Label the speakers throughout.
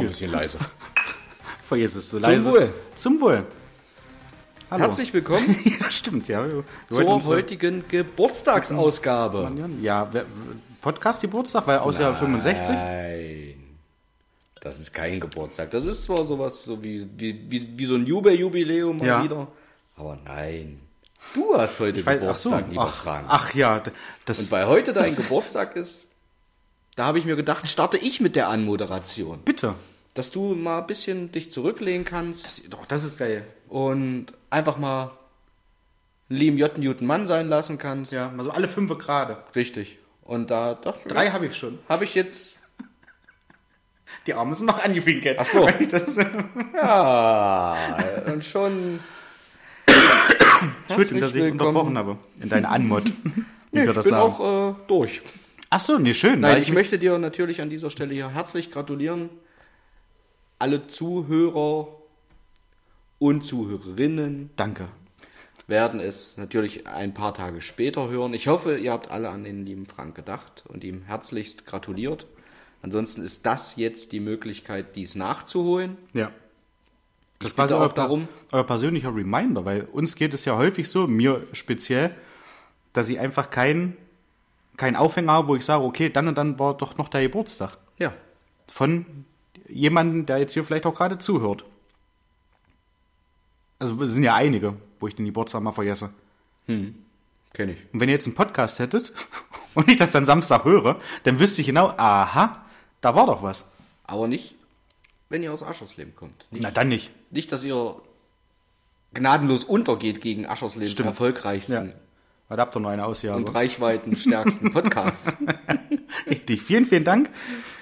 Speaker 1: bisschen leise.
Speaker 2: Vergiss es, so
Speaker 1: Zum
Speaker 2: leise.
Speaker 1: Wohl.
Speaker 2: Zum Wohl. Hallo.
Speaker 1: Herzlich willkommen
Speaker 2: ja, stimmt, ja. Wir wollten
Speaker 1: zur
Speaker 2: uns-
Speaker 1: heutigen Geburtstagsausgabe.
Speaker 2: Ja, wer- Podcast Geburtstag, weil außer 65.
Speaker 1: Nein. Das ist kein Geburtstag. Das ist zwar sowas so wie, wie, wie, wie so ein Jubeljubiläum mal
Speaker 2: Ja.
Speaker 1: wieder. Aber nein. Du hast heute
Speaker 2: Weil- Ach so,
Speaker 1: Geburtstag, lieber
Speaker 2: ach,
Speaker 1: Frank.
Speaker 2: ach ja, d- das
Speaker 1: Und weil heute dein Geburtstag ist, da habe ich mir gedacht, starte ich mit der Anmoderation.
Speaker 2: bitte.
Speaker 1: Dass du mal ein bisschen dich zurücklehnen kannst
Speaker 2: Das, doch, das ist geil.
Speaker 1: und einfach mal einen lieben J. Newton Mann sein lassen kannst.
Speaker 2: Ja, also alle fünf gerade.
Speaker 1: Richtig. Und da dachte ich,
Speaker 2: Drei habe ich schon.
Speaker 1: habe ich jetzt
Speaker 2: Die Arme sind noch angewinkelt. Ach
Speaker 1: so.
Speaker 2: Das ist,
Speaker 1: Ja, und schon.
Speaker 2: Entschuldigung, dass ich
Speaker 1: willkommen.
Speaker 2: unterbrochen habe. In deine Anmod.
Speaker 1: Nee, ich bin auch äh, durch.
Speaker 2: Ach so, nee, schön.
Speaker 1: Nein,
Speaker 2: weil
Speaker 1: ich möchte dir natürlich an dieser Stelle hier herzlich gratulieren. Alle Zuhörer und Zuhörerinnen
Speaker 2: Danke.
Speaker 1: werden es natürlich ein paar Tage später hören. Ich hoffe, ihr habt alle an den lieben Frank gedacht und ihm herzlichst gratuliert. Ansonsten ist das jetzt die Möglichkeit, dies nachzuholen.
Speaker 2: Ja. Das
Speaker 1: bitte
Speaker 2: war so
Speaker 1: auch
Speaker 2: euer,
Speaker 1: darum.
Speaker 2: euer persönlicher Reminder, weil uns geht es ja häufig so, mir speziell, dass ich einfach keinen kein Aufhänger habe, wo ich sage, okay, dann und dann war doch noch der Geburtstag.
Speaker 1: Ja,
Speaker 2: Von jemandem, der jetzt hier vielleicht auch gerade zuhört. Also es sind ja einige, wo ich den Geburtstag mal vergesse.
Speaker 1: kenne ich.
Speaker 2: Und wenn ihr jetzt einen Podcast hättet und ich das dann Samstag höre, dann wüsste ich genau, aha, da war doch was.
Speaker 1: Aber nicht, wenn ihr aus Aschersleben kommt. Nicht
Speaker 2: Na dann nicht.
Speaker 1: Nicht, dass ihr gnadenlos untergeht gegen Ascherslebens
Speaker 2: Stimmt. Ja.
Speaker 1: erfolgreichsten
Speaker 2: Weil da habt ihr noch eine Ausgabe.
Speaker 1: und reichweitenstärksten Podcast.
Speaker 2: Richtig. Vielen, vielen Dank.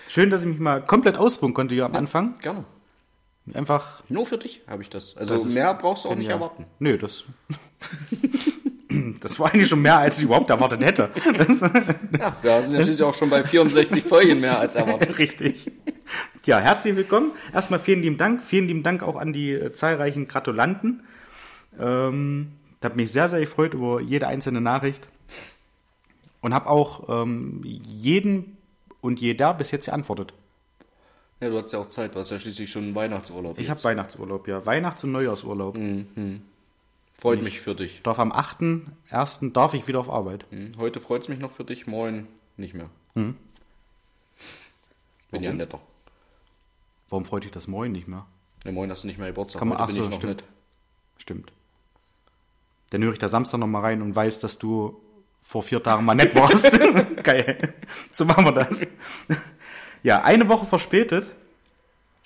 Speaker 2: Schön, dass ich mich mal komplett ausruhen konnte hier am Anfang.
Speaker 1: Gerne.
Speaker 2: Einfach.
Speaker 1: Nur für dich habe ich das. Also
Speaker 2: das ist
Speaker 1: mehr brauchst du auch nicht
Speaker 2: genial.
Speaker 1: erwarten.
Speaker 2: Nö, das. Das war eigentlich schon mehr, als ich überhaupt erwartet hätte.
Speaker 1: Ja, wir sind ja schließlich auch schon bei 64 Folgen mehr als erwartet.
Speaker 2: Richtig. Ja, herzlich willkommen. Erstmal vielen lieben Dank. Vielen lieben Dank auch an die äh, zahlreichen Gratulanten. Ähm, habe mich sehr, sehr gefreut über jede einzelne Nachricht. Und habe auch ähm, jeden und jeder bis jetzt geantwortet.
Speaker 1: Ja, du hast ja auch Zeit, du hast ja schließlich schon einen Weihnachtsurlaub.
Speaker 2: Ich
Speaker 1: jetzt.
Speaker 2: habe Weihnachtsurlaub, ja. Weihnachts- und Neujahrsurlaub.
Speaker 1: Freut mich für dich.
Speaker 2: Darf am 8.1. darf ich wieder auf Arbeit.
Speaker 1: Hm, Heute freut es mich noch für dich, morgen nicht mehr.
Speaker 2: Hm?
Speaker 1: Bin ja netter.
Speaker 2: Warum freut dich das Moin nicht mehr?
Speaker 1: Ne, morgen hast du nicht mehr Geburtstag.
Speaker 2: Kann man-
Speaker 1: Heute
Speaker 2: ach so,
Speaker 1: bin ich noch
Speaker 2: stimmt.
Speaker 1: nett.
Speaker 2: Stimmt. Dann höre ich da Samstag nochmal rein und weiß, dass du vor vier Tagen mal nett warst. Geil. So machen wir das. Ja, eine Woche verspätet.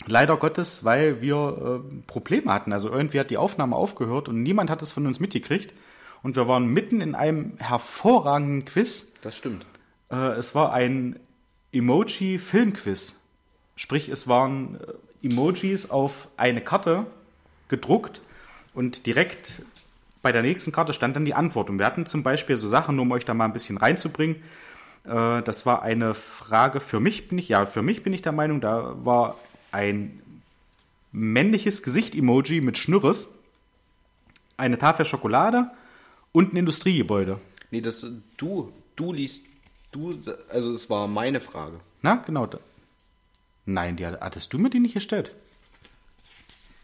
Speaker 2: Leider Gottes, weil wir äh, Probleme hatten. Also irgendwie hat die Aufnahme aufgehört und niemand hat es von uns mitgekriegt. Und wir waren mitten in einem hervorragenden Quiz.
Speaker 1: Das stimmt.
Speaker 2: Äh, es war ein Emoji-Filmquiz. Sprich, es waren äh, Emojis auf eine Karte gedruckt und direkt bei der nächsten Karte stand dann die Antwort. Und wir hatten zum Beispiel so Sachen, nur um euch da mal ein bisschen reinzubringen. Äh, Das war eine Frage für mich, bin ich, ja, für mich bin ich der Meinung, da war ein männliches Gesicht-Emoji mit Schnürres, eine Tafel Schokolade und ein Industriegebäude.
Speaker 1: Nee, das du, du liest, du, also es war meine Frage.
Speaker 2: Na, genau. da- Nein, die hat- hattest du mir die nicht gestellt.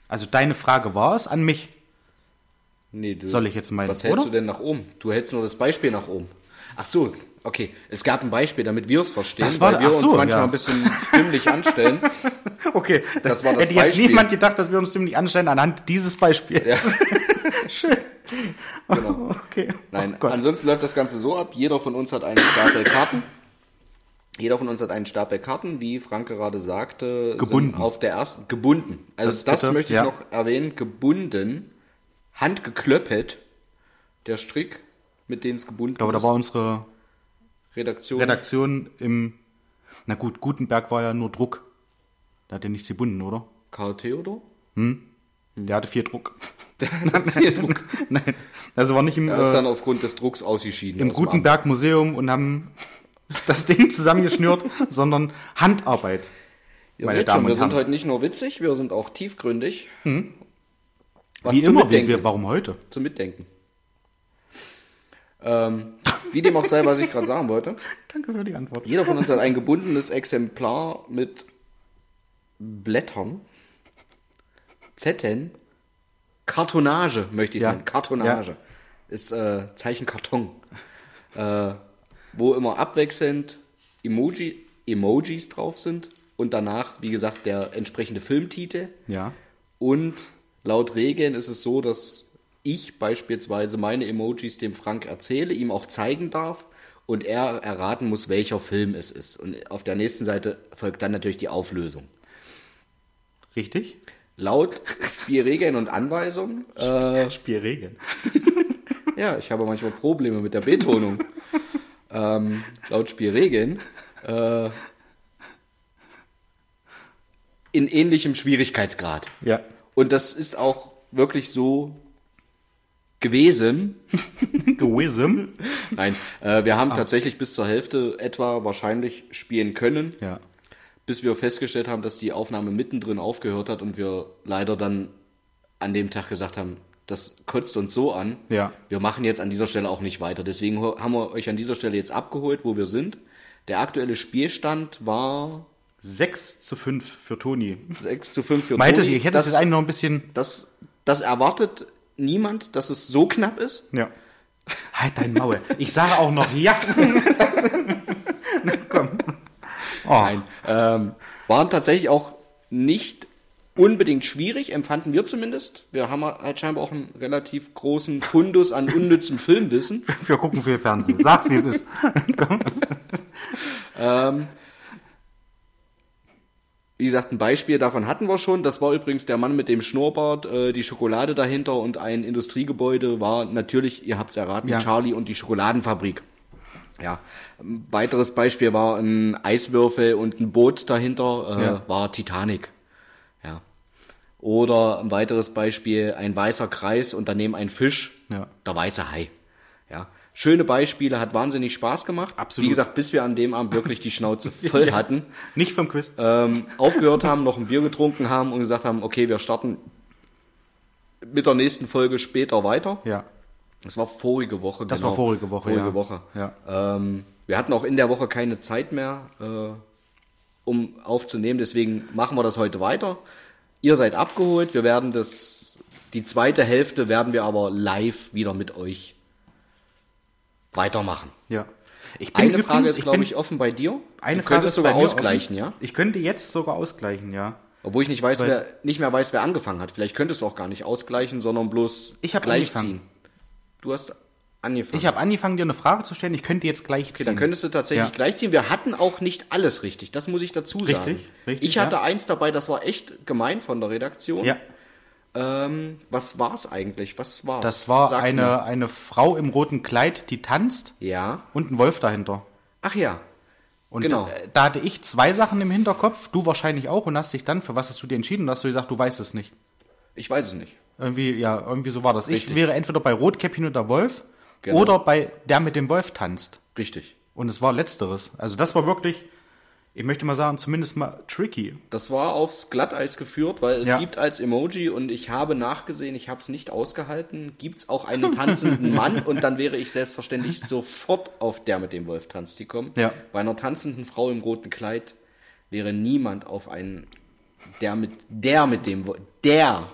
Speaker 2: Also deine Frage war es an mich.
Speaker 1: Nee, du,
Speaker 2: Soll ich jetzt meinen,
Speaker 1: Was hältst
Speaker 2: oder?
Speaker 1: du denn nach oben? Du hältst nur das Beispiel nach oben. Ach so, okay. Es gab ein Beispiel, damit wir es verstehen,
Speaker 2: Das war-
Speaker 1: weil wir
Speaker 2: ach so,
Speaker 1: uns manchmal
Speaker 2: ja.
Speaker 1: ein bisschen dümmlich anstellen.
Speaker 2: Okay,
Speaker 1: Das war das
Speaker 2: hätte jetzt
Speaker 1: Beispiel.
Speaker 2: niemand gedacht, dass wir uns ziemlich anstellen anhand dieses Beispiels.
Speaker 1: Ja.
Speaker 2: Schön.
Speaker 1: Genau.
Speaker 2: Okay.
Speaker 1: Nein, also-
Speaker 2: Oh Gott.
Speaker 1: ansonsten läuft das Ganze so ab. Jeder von uns hat einen Stapel Karten. Jeder von uns hat einen Stapel Karten, wie Frank gerade sagte. sind
Speaker 2: Gebunden.
Speaker 1: Auf der ersten, gebunden. Also das,
Speaker 2: Das bitte,
Speaker 1: möchte ich
Speaker 2: ja.
Speaker 1: noch erwähnen. Gebunden, handgeklöppelt, der Strick, mit dem es gebunden
Speaker 2: Aber da war unsere
Speaker 1: ist. Redaktion.
Speaker 2: Redaktion im. Na gut, Gutenberg war ja nur Druck. Der hat ja nichts gebunden, oder?
Speaker 1: Karl Theodor?
Speaker 2: Der hatte vier Druck.
Speaker 1: Hier Hm. Druck.
Speaker 2: Nein. Also war nicht im.
Speaker 1: Er ist
Speaker 2: äh,
Speaker 1: dann aufgrund des Drucks ausgeschieden.
Speaker 2: im
Speaker 1: aus dem Amt.
Speaker 2: Gutenberg Museum und haben das Ding zusammengeschnürt, sondern Handarbeit.
Speaker 1: Ihr
Speaker 2: meine
Speaker 1: seht
Speaker 2: Damen
Speaker 1: schon, wir
Speaker 2: und
Speaker 1: sind
Speaker 2: Herren. Hm.
Speaker 1: heute nicht nur witzig, wir sind auch tiefgründig. Was
Speaker 2: Wie
Speaker 1: zum
Speaker 2: immer, wie
Speaker 1: Mitdenken.
Speaker 2: wir, warum heute?
Speaker 1: zum Mitdenken. Ähm, wie dem auch sei, was ich gerade sagen wollte.
Speaker 2: Danke für die Antwort.
Speaker 1: Jeder von uns hat ein gebundenes Exemplar mit Blättern, Zetten, Kartonage, möchte ich
Speaker 2: Ja.
Speaker 1: sagen. Kartonage. Ist äh, Zeichen Karton. äh, wo immer abwechselnd Emoji, Emojis drauf sind und danach, wie gesagt, der entsprechende Filmtitel.
Speaker 2: Ja.
Speaker 1: Und laut Regeln ist es so, dass ich beispielsweise meine Emojis dem Frank erzähle, ihm auch zeigen darf und er erraten muss, welcher Film es ist. Und auf der nächsten Seite folgt dann natürlich die Auflösung.
Speaker 2: Richtig?
Speaker 1: Laut Spielregeln und Anweisungen. Äh,
Speaker 2: Spielregeln.
Speaker 1: ja, ich habe manchmal Probleme mit der Betonung. ähm, laut Spielregeln. Äh, in ähnlichem Schwierigkeitsgrad.
Speaker 2: Ja.
Speaker 1: Und das ist auch wirklich so gewesen.
Speaker 2: Gewism.
Speaker 1: Nein, äh, wir
Speaker 2: Ah,
Speaker 1: haben tatsächlich bis zur Hälfte etwa wahrscheinlich spielen können,
Speaker 2: Ja.
Speaker 1: bis wir festgestellt haben, dass die Aufnahme mittendrin aufgehört hat und wir leider dann an dem Tag gesagt haben, das kotzt uns so an.
Speaker 2: Ja.
Speaker 1: Wir machen jetzt an dieser Stelle auch nicht weiter. Deswegen ho- haben wir euch an dieser Stelle jetzt abgeholt, wo wir sind. Der aktuelle Spielstand war
Speaker 2: 6 zu 5 für Toni.
Speaker 1: 6 zu 5 für
Speaker 2: Man hätte,
Speaker 1: Toni.
Speaker 2: ich hätte
Speaker 1: das,
Speaker 2: es jetzt eigentlich noch ein bisschen.
Speaker 1: das, das erwartet niemand, dass es so knapp ist.
Speaker 2: Ja. Halt dein Maul. Ich sage auch noch ja. Na komm. Oh. Nein.
Speaker 1: ähm, waren tatsächlich auch nicht unbedingt schwierig, empfanden wir zumindest. Wir haben halt scheinbar auch einen relativ großen Fundus an unnützem Filmwissen.
Speaker 2: Wir gucken viel Fernsehen. Sag's, wie es ist.
Speaker 1: Wie gesagt, ein Beispiel davon hatten wir schon. Das war übrigens der Mann mit dem Schnurrbart, äh, die Schokolade dahinter und ein Industriegebäude war natürlich, ihr habt's erraten,
Speaker 2: Ja.
Speaker 1: Charlie und die Schokoladenfabrik. Ja, ein weiteres Beispiel war ein Eiswürfel und ein Boot dahinter, äh,
Speaker 2: Ja.
Speaker 1: war Titanic. Ja. Oder ein weiteres Beispiel, ein weißer Kreis und daneben ein Fisch,
Speaker 2: Ja.
Speaker 1: der weiße Hai. Ja. Schöne Beispiele, hat wahnsinnig Spaß gemacht.
Speaker 2: Absolut.
Speaker 1: Wie gesagt, bis wir an dem Abend wirklich die Schnauze voll hatten
Speaker 2: Nicht vom Quiz.
Speaker 1: ähm, aufgehört haben, noch ein Bier getrunken haben und gesagt haben, okay, wir starten mit der nächsten Folge später weiter.
Speaker 2: Ja.
Speaker 1: Das war vorige Woche. genau.
Speaker 2: Das war vorige Woche,
Speaker 1: Vorige
Speaker 2: ja.
Speaker 1: Woche.
Speaker 2: Ja.
Speaker 1: Ähm, wir hatten auch in der Woche keine Zeit mehr, äh, um aufzunehmen. Deswegen machen wir das heute weiter. Ihr seid abgeholt. Wir werden das, die zweite Hälfte werden wir aber live wieder mit euch weitermachen.
Speaker 2: Ja. Ich bin
Speaker 1: Eine
Speaker 2: übrigens-
Speaker 1: Frage ist, glaube
Speaker 2: bin-
Speaker 1: ich, offen bei dir.
Speaker 2: eine
Speaker 1: du
Speaker 2: Frage
Speaker 1: könntest
Speaker 2: ist
Speaker 1: sogar
Speaker 2: bei mir
Speaker 1: ausgleichen, ja?
Speaker 2: offen. Ich könnte jetzt sogar ausgleichen, ja.
Speaker 1: Obwohl ich nicht, weiß,
Speaker 2: Weil-
Speaker 1: wer, nicht mehr weiß, wer angefangen hat. Vielleicht könntest du auch gar nicht ausgleichen, sondern bloß
Speaker 2: Ich hab
Speaker 1: gleich
Speaker 2: angefangen.
Speaker 1: ziehen. Du hast angefangen.
Speaker 2: Ich habe angefangen, dir eine Frage zu stellen. Ich könnte jetzt gleich
Speaker 1: okay,
Speaker 2: ziehen.
Speaker 1: dann könntest du tatsächlich
Speaker 2: Ja.
Speaker 1: gleich ziehen. Wir hatten auch nicht alles richtig, das muss ich dazu sagen.
Speaker 2: Richtig, richtig,
Speaker 1: Ich hatte
Speaker 2: ja.
Speaker 1: eins dabei, das war echt gemein von der Redaktion.
Speaker 2: ja.
Speaker 1: Ähm, was war's eigentlich? Was war's?
Speaker 2: Das war
Speaker 1: Sag's
Speaker 2: eine, eine Frau im roten Kleid, die tanzt
Speaker 1: Mir. Ja.
Speaker 2: und ein Wolf dahinter.
Speaker 1: Ach ja.
Speaker 2: Und
Speaker 1: Genau.
Speaker 2: da, da hatte ich zwei Sachen im Hinterkopf, du wahrscheinlich auch, und hast dich dann, für was hast du dir entschieden? Und hast du gesagt, du weißt es nicht.
Speaker 1: Ich weiß es nicht.
Speaker 2: Irgendwie, ja, irgendwie so war das.
Speaker 1: Richtig.
Speaker 2: Ich wäre entweder bei Rotkäppchen und der Wolf
Speaker 1: Genau.
Speaker 2: oder bei der mit dem Wolf tanzt.
Speaker 1: Richtig.
Speaker 2: Und es war letzteres. Also das war wirklich, ich möchte mal sagen, zumindest mal tricky.
Speaker 1: Das war aufs Glatteis geführt, weil es
Speaker 2: Ja.
Speaker 1: gibt als Emoji und ich habe nachgesehen, ich habe es nicht ausgehalten, gibt es auch einen tanzenden Mann und dann wäre ich selbstverständlich sofort auf der mit dem Wolf tanzt gekommen.
Speaker 2: Ja.
Speaker 1: Bei einer tanzenden Frau im roten Kleid wäre niemand auf einen der mit der mit dem Wo- der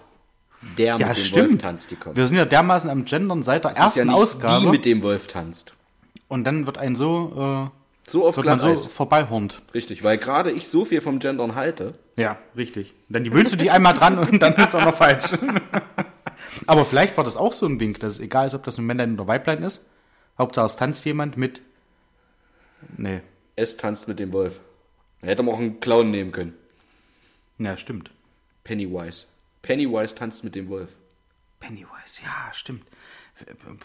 Speaker 1: der mit dem Wolf tanzt gekommen.
Speaker 2: Wir sind ja dermaßen am Gendern seit der
Speaker 1: Das ist
Speaker 2: ersten Ausgabe.
Speaker 1: die mit dem Wolf tanzt.
Speaker 2: und dann wird ein so,
Speaker 1: So auf
Speaker 2: äh, wird man so
Speaker 1: Glatteis.
Speaker 2: vorbeihornt.
Speaker 1: Richtig, weil gerade ich so viel vom Gendern halte.
Speaker 2: Ja, richtig. Dann wühlst du dich einmal dran und dann ist auch noch falsch. Aber vielleicht war das auch so ein Wink, dass es egal ist, ob das ein Männlein oder Weiblein ist. Hauptsache es tanzt jemand mit. Nee.
Speaker 1: Es tanzt mit dem Wolf. Da hätte man auch einen Clown nehmen können.
Speaker 2: Ja, stimmt.
Speaker 1: Pennywise. Pennywise tanzt mit dem Wolf.
Speaker 2: Pennywise, ja, stimmt.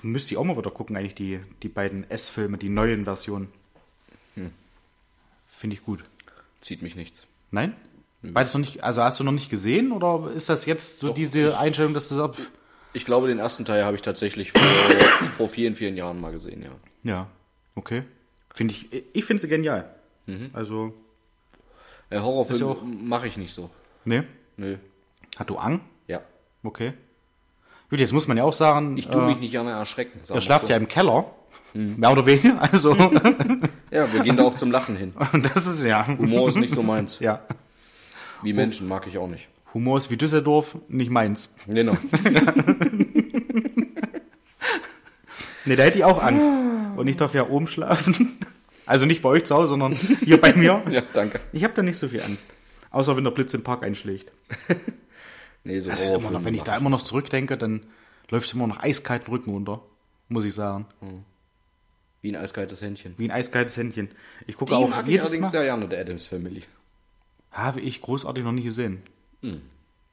Speaker 2: Müsste ich auch mal wieder gucken, eigentlich die, die beiden S-Filme, die neuen Versionen.
Speaker 1: Hm.
Speaker 2: Finde ich gut.
Speaker 1: Zieht mich nichts.
Speaker 2: Nein? Beides noch nicht, also hast du noch nicht gesehen oder ist das jetzt so diese Einstellung, dass du sagst, pff,
Speaker 1: Ich glaube, den ersten Teil habe ich tatsächlich vor, vor vielen, vielen Jahren mal gesehen, ja.
Speaker 2: ja, okay. Finde ich, ich finde sie genial. Also,
Speaker 1: Äh,
Speaker 2: Ist ja
Speaker 1: Horrorfilme
Speaker 2: auch-
Speaker 1: mache ich nicht so.
Speaker 2: nee.
Speaker 1: Nö.
Speaker 2: Hat du Ang?
Speaker 1: Ja.
Speaker 2: Okay. Gut, jetzt muss man ja auch sagen,
Speaker 1: Ich
Speaker 2: ich
Speaker 1: tue
Speaker 2: äh,
Speaker 1: mich nicht gerne erschrecken. sagen
Speaker 2: er
Speaker 1: wir
Speaker 2: schlaft
Speaker 1: so.
Speaker 2: ja im Keller. Mehr oder weniger. Also,
Speaker 1: Ja, wir gehen da auch zum Lachen hin.
Speaker 2: das ist ja. Oh.
Speaker 1: Humor ist nicht so meins.
Speaker 2: Ja.
Speaker 1: Wie Menschen mag ich auch nicht.
Speaker 2: Humor ist wie Düsseldorf, nicht meins.
Speaker 1: Genau.
Speaker 2: Ne, da hätte ich auch Angst. Und ich darf ja oben schlafen. Also nicht bei euch zu Hause, sondern hier bei mir.
Speaker 1: ja, danke.
Speaker 2: Ich habe da nicht so viel Angst. Außer wenn der Blitz im Park einschlägt.
Speaker 1: Nee, so
Speaker 2: Das ist immer noch, wenn ich da immer noch zurückdenke, dann läuft immer noch eiskalten Rücken runter. Muss ich sagen.
Speaker 1: Wie ein eiskaltes Händchen.
Speaker 2: Wie ein eiskaltes Händchen. Ich gucke
Speaker 1: Die
Speaker 2: auch
Speaker 1: mag ich
Speaker 2: jedes
Speaker 1: allerdings
Speaker 2: Mal.
Speaker 1: sehr gerne, der Adams Family.
Speaker 2: Habe ich großartig noch nie gesehen.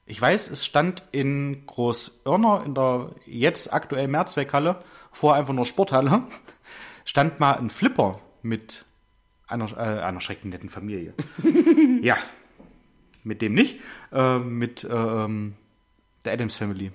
Speaker 2: Ich weiß, es stand in Großirner, in der jetzt aktuell Mehrzweckhalle, vorher einfach nur Sporthalle, stand mal ein Flipper mit einer, äh, einer schrecklich netten Familie. ja, mit dem nicht, äh, mit äh, ähm, der Adams Family.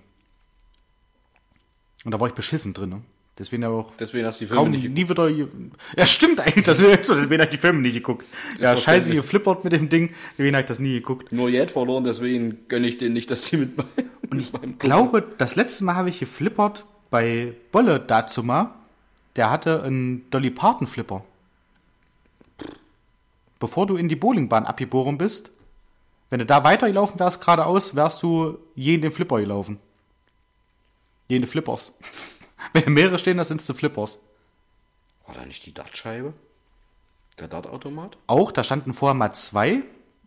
Speaker 2: Und da war ich beschissen drin. Ne? Deswegen aber auch
Speaker 1: Deswegen hast du die Filme
Speaker 2: kaum
Speaker 1: nicht geguckt.
Speaker 2: nie wieder. ge- Ja, stimmt eigentlich, das wäre so, deswegen habe ich die Filme nie geguckt. Ja, scheiße,
Speaker 1: verständlich.
Speaker 2: ihr flippert mit dem Ding, deswegen habe ich das nie geguckt.
Speaker 1: Nur Jed verloren, deswegen gönne ich denen nicht, dass sie mit meinem.
Speaker 2: Und ich glaube, das letzte Mal habe ich geflippert bei Bolle Dazuma. Der hatte einen Dolly Parton Flipper. Bevor du in die Bowlingbahn abgeboren bist, wenn du da weitergelaufen wärst, geradeaus, wärst du je in den Flipper gelaufen. Je in die Flippers. Wenn da mehrere stehen, das sind die Flippers.
Speaker 1: War da nicht die Dartscheibe? Der Dartautomat?
Speaker 2: Auch, da standen vorher mal zwei.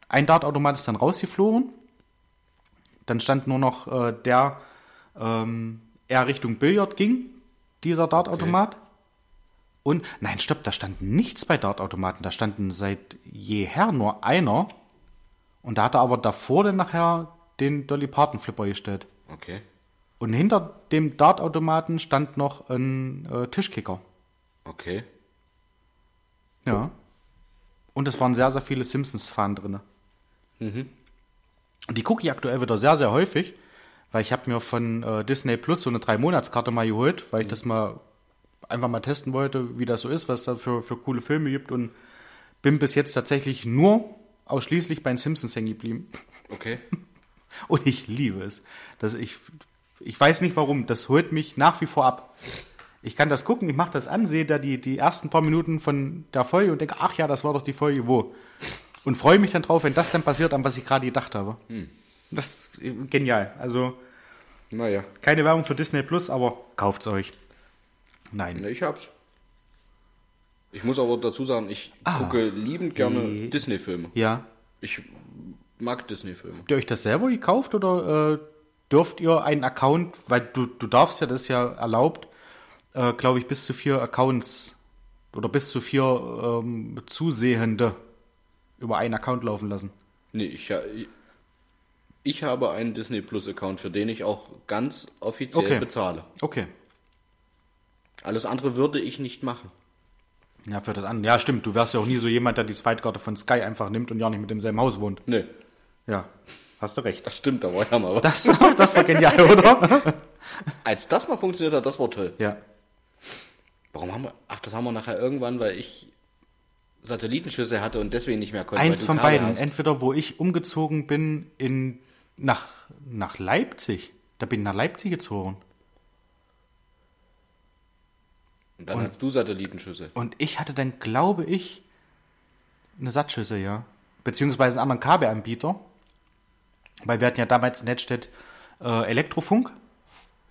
Speaker 2: Ein Dartautomat ist dann rausgeflogen. Dann stand nur noch äh, der, ähm, eher Richtung Billard ging, dieser Dartautomat. Und, nein, stopp, da stand nichts bei Dartautomaten. Da standen seit jeher nur einer. Und da hat er aber davor dann nachher den Dolly Parton Flipper gestellt.
Speaker 1: Okay.
Speaker 2: Und hinter dem Dartautomaten stand noch ein äh, Tischkicker.
Speaker 1: Okay.
Speaker 2: Ja. Und es waren sehr, sehr viele Simpsons-Fahnen drin. Und die gucke ich aktuell wieder sehr, sehr häufig, weil ich habe mir von äh, Disney Plus so eine Drei-Monats-Karte mal geholt, weil ich das mal einfach mal testen wollte, wie das so ist, was da für, für coole Filme gibt und bin bis jetzt tatsächlich nur ausschließlich bei den Simpsons hängen geblieben.
Speaker 1: Okay.
Speaker 2: Und ich liebe es. Das, ich, ich weiß nicht warum. Das holt mich nach wie vor ab. Ich kann das gucken, ich mache das an, sehe da die, die ersten paar Minuten von der Folge und denke, ach ja, das war doch die Folge wo. Und freue mich dann drauf, wenn das dann passiert, an was ich gerade gedacht habe. Das ist äh, genial. Also
Speaker 1: Naja.
Speaker 2: keine Werbung für Disney Plus, aber kauft's euch. Nein.
Speaker 1: Ne, Ich hab's. Ich muss aber dazu sagen, ich
Speaker 2: Ah.
Speaker 1: gucke liebend gerne Disney-Filme.
Speaker 2: Ja.
Speaker 1: Ich mag Disney-Filme.
Speaker 2: Habt ihr euch das selber gekauft oder äh, dürft ihr einen Account, weil du, du darfst ja, das ist ja erlaubt, äh, glaube ich, bis zu vier Accounts oder bis zu vier ähm, Zusehende über einen Account laufen lassen.
Speaker 1: Nee, ich, ha- ich habe einen Disney Plus-Account, für den ich auch ganz offiziell
Speaker 2: Okay.
Speaker 1: bezahle.
Speaker 2: Okay.
Speaker 1: Alles andere würde ich nicht machen.
Speaker 2: Ja, für das andere. Ja, stimmt. Du wärst ja auch nie so jemand, der die Zweitkarte von Sky einfach nimmt und ja nicht mit demselben Haus wohnt.
Speaker 1: Nee,
Speaker 2: Ja, hast du recht.
Speaker 1: das stimmt, da war ja mal was.
Speaker 2: Das, das war genial, oder?
Speaker 1: Als das mal funktioniert hat, das war toll.
Speaker 2: Ja.
Speaker 1: Warum haben wir. Ach, das haben wir nachher irgendwann, weil ich Satellitenschüsse hatte und deswegen nicht mehr konnte. weil
Speaker 2: Eins
Speaker 1: du
Speaker 2: von
Speaker 1: Kabel
Speaker 2: beiden.
Speaker 1: hast.
Speaker 2: Entweder wo ich umgezogen bin in nach, nach Leipzig. Da bin ich nach Leipzig gezogen.
Speaker 1: Und dann hast du Satellitenschüsse.
Speaker 2: Und ich hatte dann, glaube ich, eine Satzschüssel, ja. Beziehungsweise einen anderen Kabelanbieter. Weil wir hatten ja damals in Nettstedt äh, Elektrofunk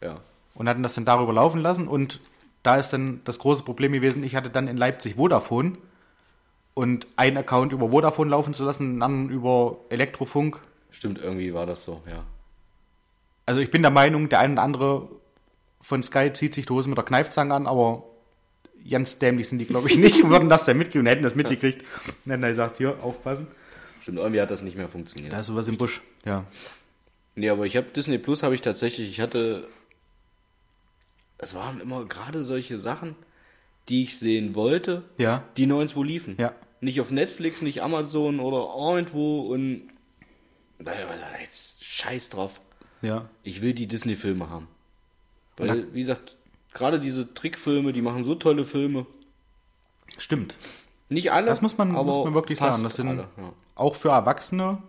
Speaker 1: Ja.
Speaker 2: und hatten das dann darüber laufen lassen. Und da ist dann das große Problem gewesen, ich hatte dann in Leipzig Vodafone. Und einen Account über Vodafone laufen zu lassen, einen anderen über Elektrofunk.
Speaker 1: Stimmt, irgendwie war das so, ja.
Speaker 2: Also ich bin der Meinung, der eine oder andere von Sky zieht sich die Hose mit der Kneifzange an, aber ganz dämlich sind die, glaube ich, nicht und würden das dann mitkriegen und hätten das mitgekriegt. Und dann hat er gesagt, hier, aufpassen.
Speaker 1: Stimmt, irgendwie hat das nicht mehr funktioniert.
Speaker 2: Da ist sowas im Busch. Ja.
Speaker 1: Nee, aber ich habe Disney Plus habe ich tatsächlich, ich hatte es waren immer gerade solche Sachen, die ich sehen wollte,
Speaker 2: Ja.
Speaker 1: die nirgendwo liefen.
Speaker 2: Ja.
Speaker 1: Nicht auf Netflix, nicht Amazon oder irgendwo und da da- da- jetzt scheiß drauf.
Speaker 2: Ja.
Speaker 1: Ich will die Disney Filme haben. Weil wie gesagt, gerade diese Trickfilme, die machen so tolle Filme.
Speaker 2: Stimmt.
Speaker 1: Nicht alle,
Speaker 2: Das muss man,
Speaker 1: aber
Speaker 2: muss man wirklich
Speaker 1: fast
Speaker 2: sagen. Das sind
Speaker 1: alle, ja.
Speaker 2: auch für Erwachsene,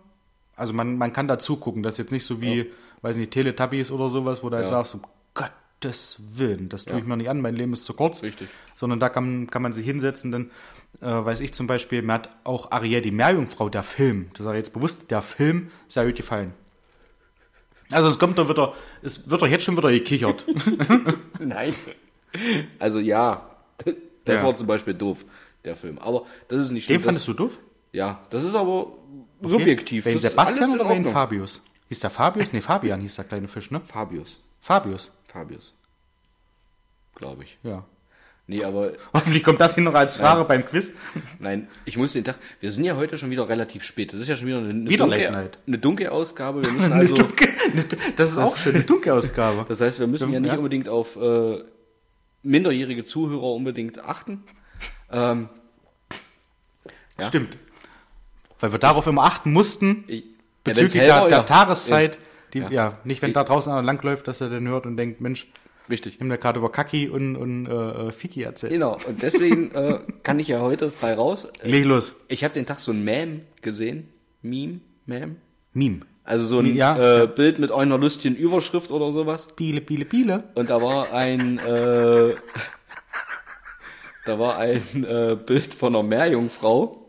Speaker 2: also man, man kann da zugucken. Das ist jetzt nicht so wie, weiß nicht, Teletubbies oder sowas, wo du jetzt
Speaker 1: Ja.
Speaker 2: sagst, um Gottes Willen, das tue ich mir nicht an, mein Leben ist zu kurz.
Speaker 1: Richtig.
Speaker 2: Sondern da kann, kann man sich hinsetzen, denn äh, weiß ich zum Beispiel, mir hat auch Ariel die Meerjungfrau, der Film, das sage ich jetzt bewusst, der Film, sehr gut gefallen. Also es kommt doch wieder, es wird doch jetzt schon wieder gekichert.
Speaker 1: Nein. Also ja, das
Speaker 2: Ja.
Speaker 1: war zum Beispiel doof, der Film. Aber das ist nicht schlimm.
Speaker 2: Den fandest du doof?
Speaker 1: du? Ja, das ist aber subjektiv.
Speaker 2: Wen
Speaker 1: das
Speaker 2: Sebastian
Speaker 1: ist alles in
Speaker 2: oder wen
Speaker 1: Ordnung.
Speaker 2: Fabius? Hieß der Fabius? Nee, Fabian hieß der kleine Fisch, ne?
Speaker 1: Fabius.
Speaker 2: Fabius,
Speaker 1: Fabius. Glaube ich.
Speaker 2: ja.
Speaker 1: Nee, aber
Speaker 2: Hoffentlich kommt das hier noch als Frage beim Quiz.
Speaker 1: nein, ich muss den Tag. Wir sind ja heute schon wieder relativ spät. Das ist ja schon wieder eine, eine,
Speaker 2: Wieder
Speaker 1: dunkle,
Speaker 2: Late Night.
Speaker 1: eine dunkle Ausgabe. Wir müssen
Speaker 2: Eine
Speaker 1: also.
Speaker 2: dunkel- eine dun- das ist auch schön, eine Dunkelausgabe.
Speaker 1: Das heißt, wir müssen ja nicht
Speaker 2: Ja.
Speaker 1: unbedingt auf äh, minderjährige Zuhörer unbedingt achten. Ähm, ja.
Speaker 2: Stimmt. Weil wir darauf immer achten mussten,
Speaker 1: ich, ja, wenn's
Speaker 2: bezüglich der, der
Speaker 1: hell war, ja.
Speaker 2: Tageszeit. Die, ja. nicht wenn
Speaker 1: Ich-
Speaker 2: da draußen einer langläuft, dass er dann hört und denkt, Mensch,
Speaker 1: Richtig.
Speaker 2: ich habe mir gerade über Kaki und, und äh, äh, Fiki erzählt.
Speaker 1: Genau, und deswegen äh, kann ich ja heute frei raus.
Speaker 2: Leg los.
Speaker 1: Ich habe den Tag so ein Mem gesehen. Meme? Mem?
Speaker 2: Meme.
Speaker 1: Also so ein
Speaker 2: Ja,
Speaker 1: äh,
Speaker 2: ja.
Speaker 1: Bild mit einer lustigen Überschrift oder sowas.
Speaker 2: Biele, biele, biele.
Speaker 1: Und da war ein äh, da war ein äh, Bild von einer Meerjungfrau.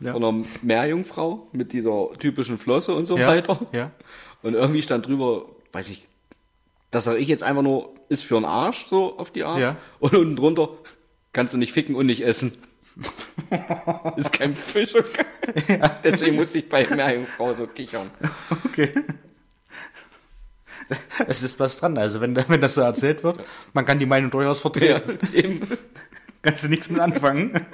Speaker 2: Ja.
Speaker 1: Von einer Meerjungfrau mit dieser typischen Flosse und so
Speaker 2: Ja,
Speaker 1: weiter.
Speaker 2: ja.
Speaker 1: Und irgendwie stand drüber, weiß ich, das sage ich jetzt einfach nur, ist für einen Arsch so auf die Art.
Speaker 2: Ja.
Speaker 1: Und unten drunter kannst du nicht ficken und nicht essen. ist kein Fisch. Und kein Deswegen musste ich bei Meerjungfrau so kichern.
Speaker 2: Okay. Es ist was dran. Also wenn, wenn das so erzählt wird, man kann die Meinung durchaus
Speaker 1: Ja,
Speaker 2: vertreten.
Speaker 1: eben.
Speaker 2: Kannst du nichts mit anfangen.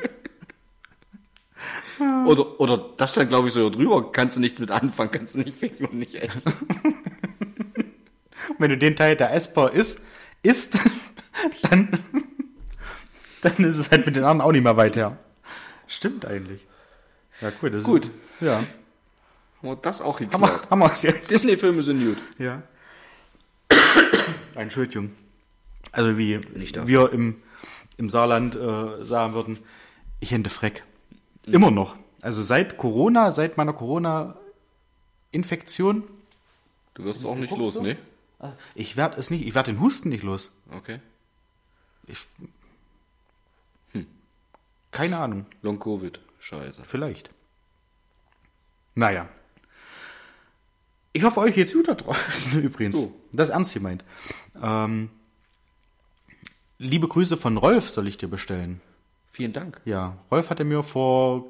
Speaker 1: Oder, oder das stand, glaube ich, so drüber. Kannst du nichts mit anfangen, kannst du nicht ficken und nicht essen.
Speaker 2: Wenn du den Teil, der essbar ist, isst, dann, dann ist es halt mit den anderen auch nicht mehr weit her. Stimmt eigentlich. Ja, cool. Das
Speaker 1: Gut.
Speaker 2: Ist, ja.
Speaker 1: Und das auch
Speaker 2: Haben wir,
Speaker 1: geklärt.
Speaker 2: haben wir es jetzt.
Speaker 1: Disney-Filme sind gut.
Speaker 2: Ja. Entschuldigung. Also wie
Speaker 1: Nicht dafür.
Speaker 2: wir im, im Saarland äh, sagen würden, ich hände Freck. Immer noch. Also seit Corona, seit meiner Corona-Infektion,
Speaker 1: Du wirst es auch nicht
Speaker 2: guckst
Speaker 1: los,
Speaker 2: du?
Speaker 1: ne?
Speaker 2: ich werde es nicht, ich werde den Husten nicht los.
Speaker 1: Okay.
Speaker 2: Ich, hm. Keine Ahnung.
Speaker 1: Long-Covid. Scheiße.
Speaker 2: Vielleicht. Naja. Ich hoffe, euch geht's gut da draußen übrigens.
Speaker 1: So.
Speaker 2: Das ist ernst gemeint. Ähm, liebe Grüße von Rolf soll ich dir bestellen.
Speaker 1: Vielen Dank.
Speaker 2: Ja, Rolf hatte mir vor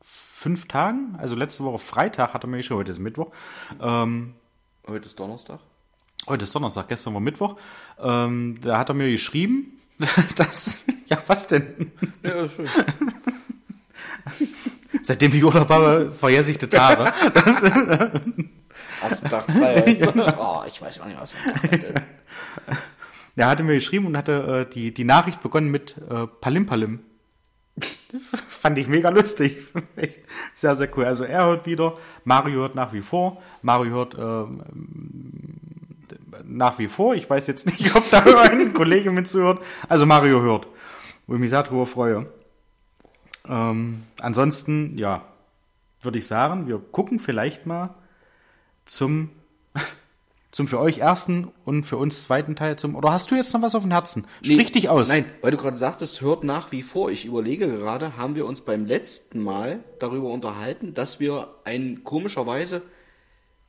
Speaker 2: fünf Tagen, also letzte Woche Freitag, hat er mir geschrieben, heute ist Mittwoch,
Speaker 1: Heute ist Donnerstag.
Speaker 2: heute ist Donnerstag, gestern war Mittwoch, ähm, da hat er mir geschrieben, dass, ja was denn,
Speaker 1: Ja, schön.
Speaker 2: seitdem ich Urlaub habe, vergesse ich die Tage.
Speaker 1: Ersten Tag frei. Oh, ich weiß auch nicht, was heute ist.
Speaker 2: Er hatte mir geschrieben und hatte äh, die, die Nachricht begonnen mit äh, Palim Palim. Fand ich mega lustig. Echt sehr, sehr cool. Also er hört wieder, Mario hört nach wie vor. Mario hört ähm, nach wie vor. Ich weiß jetzt nicht, ob da ein Kollege mit zuhört. Also Mario hört. Wo ich mich sehr drüber freue. Ähm, ansonsten, ja, würde ich sagen, wir gucken vielleicht mal zum zum für euch ersten und für uns zweiten Teil zum. Oder hast du jetzt noch was auf dem Herzen? Sprich
Speaker 1: Nee,
Speaker 2: dich aus.
Speaker 1: Nein, weil du gerade sagtest, hört nach wie vor. Ich überlege gerade, haben wir uns beim letzten Mal darüber unterhalten, dass wir einen komischerweise,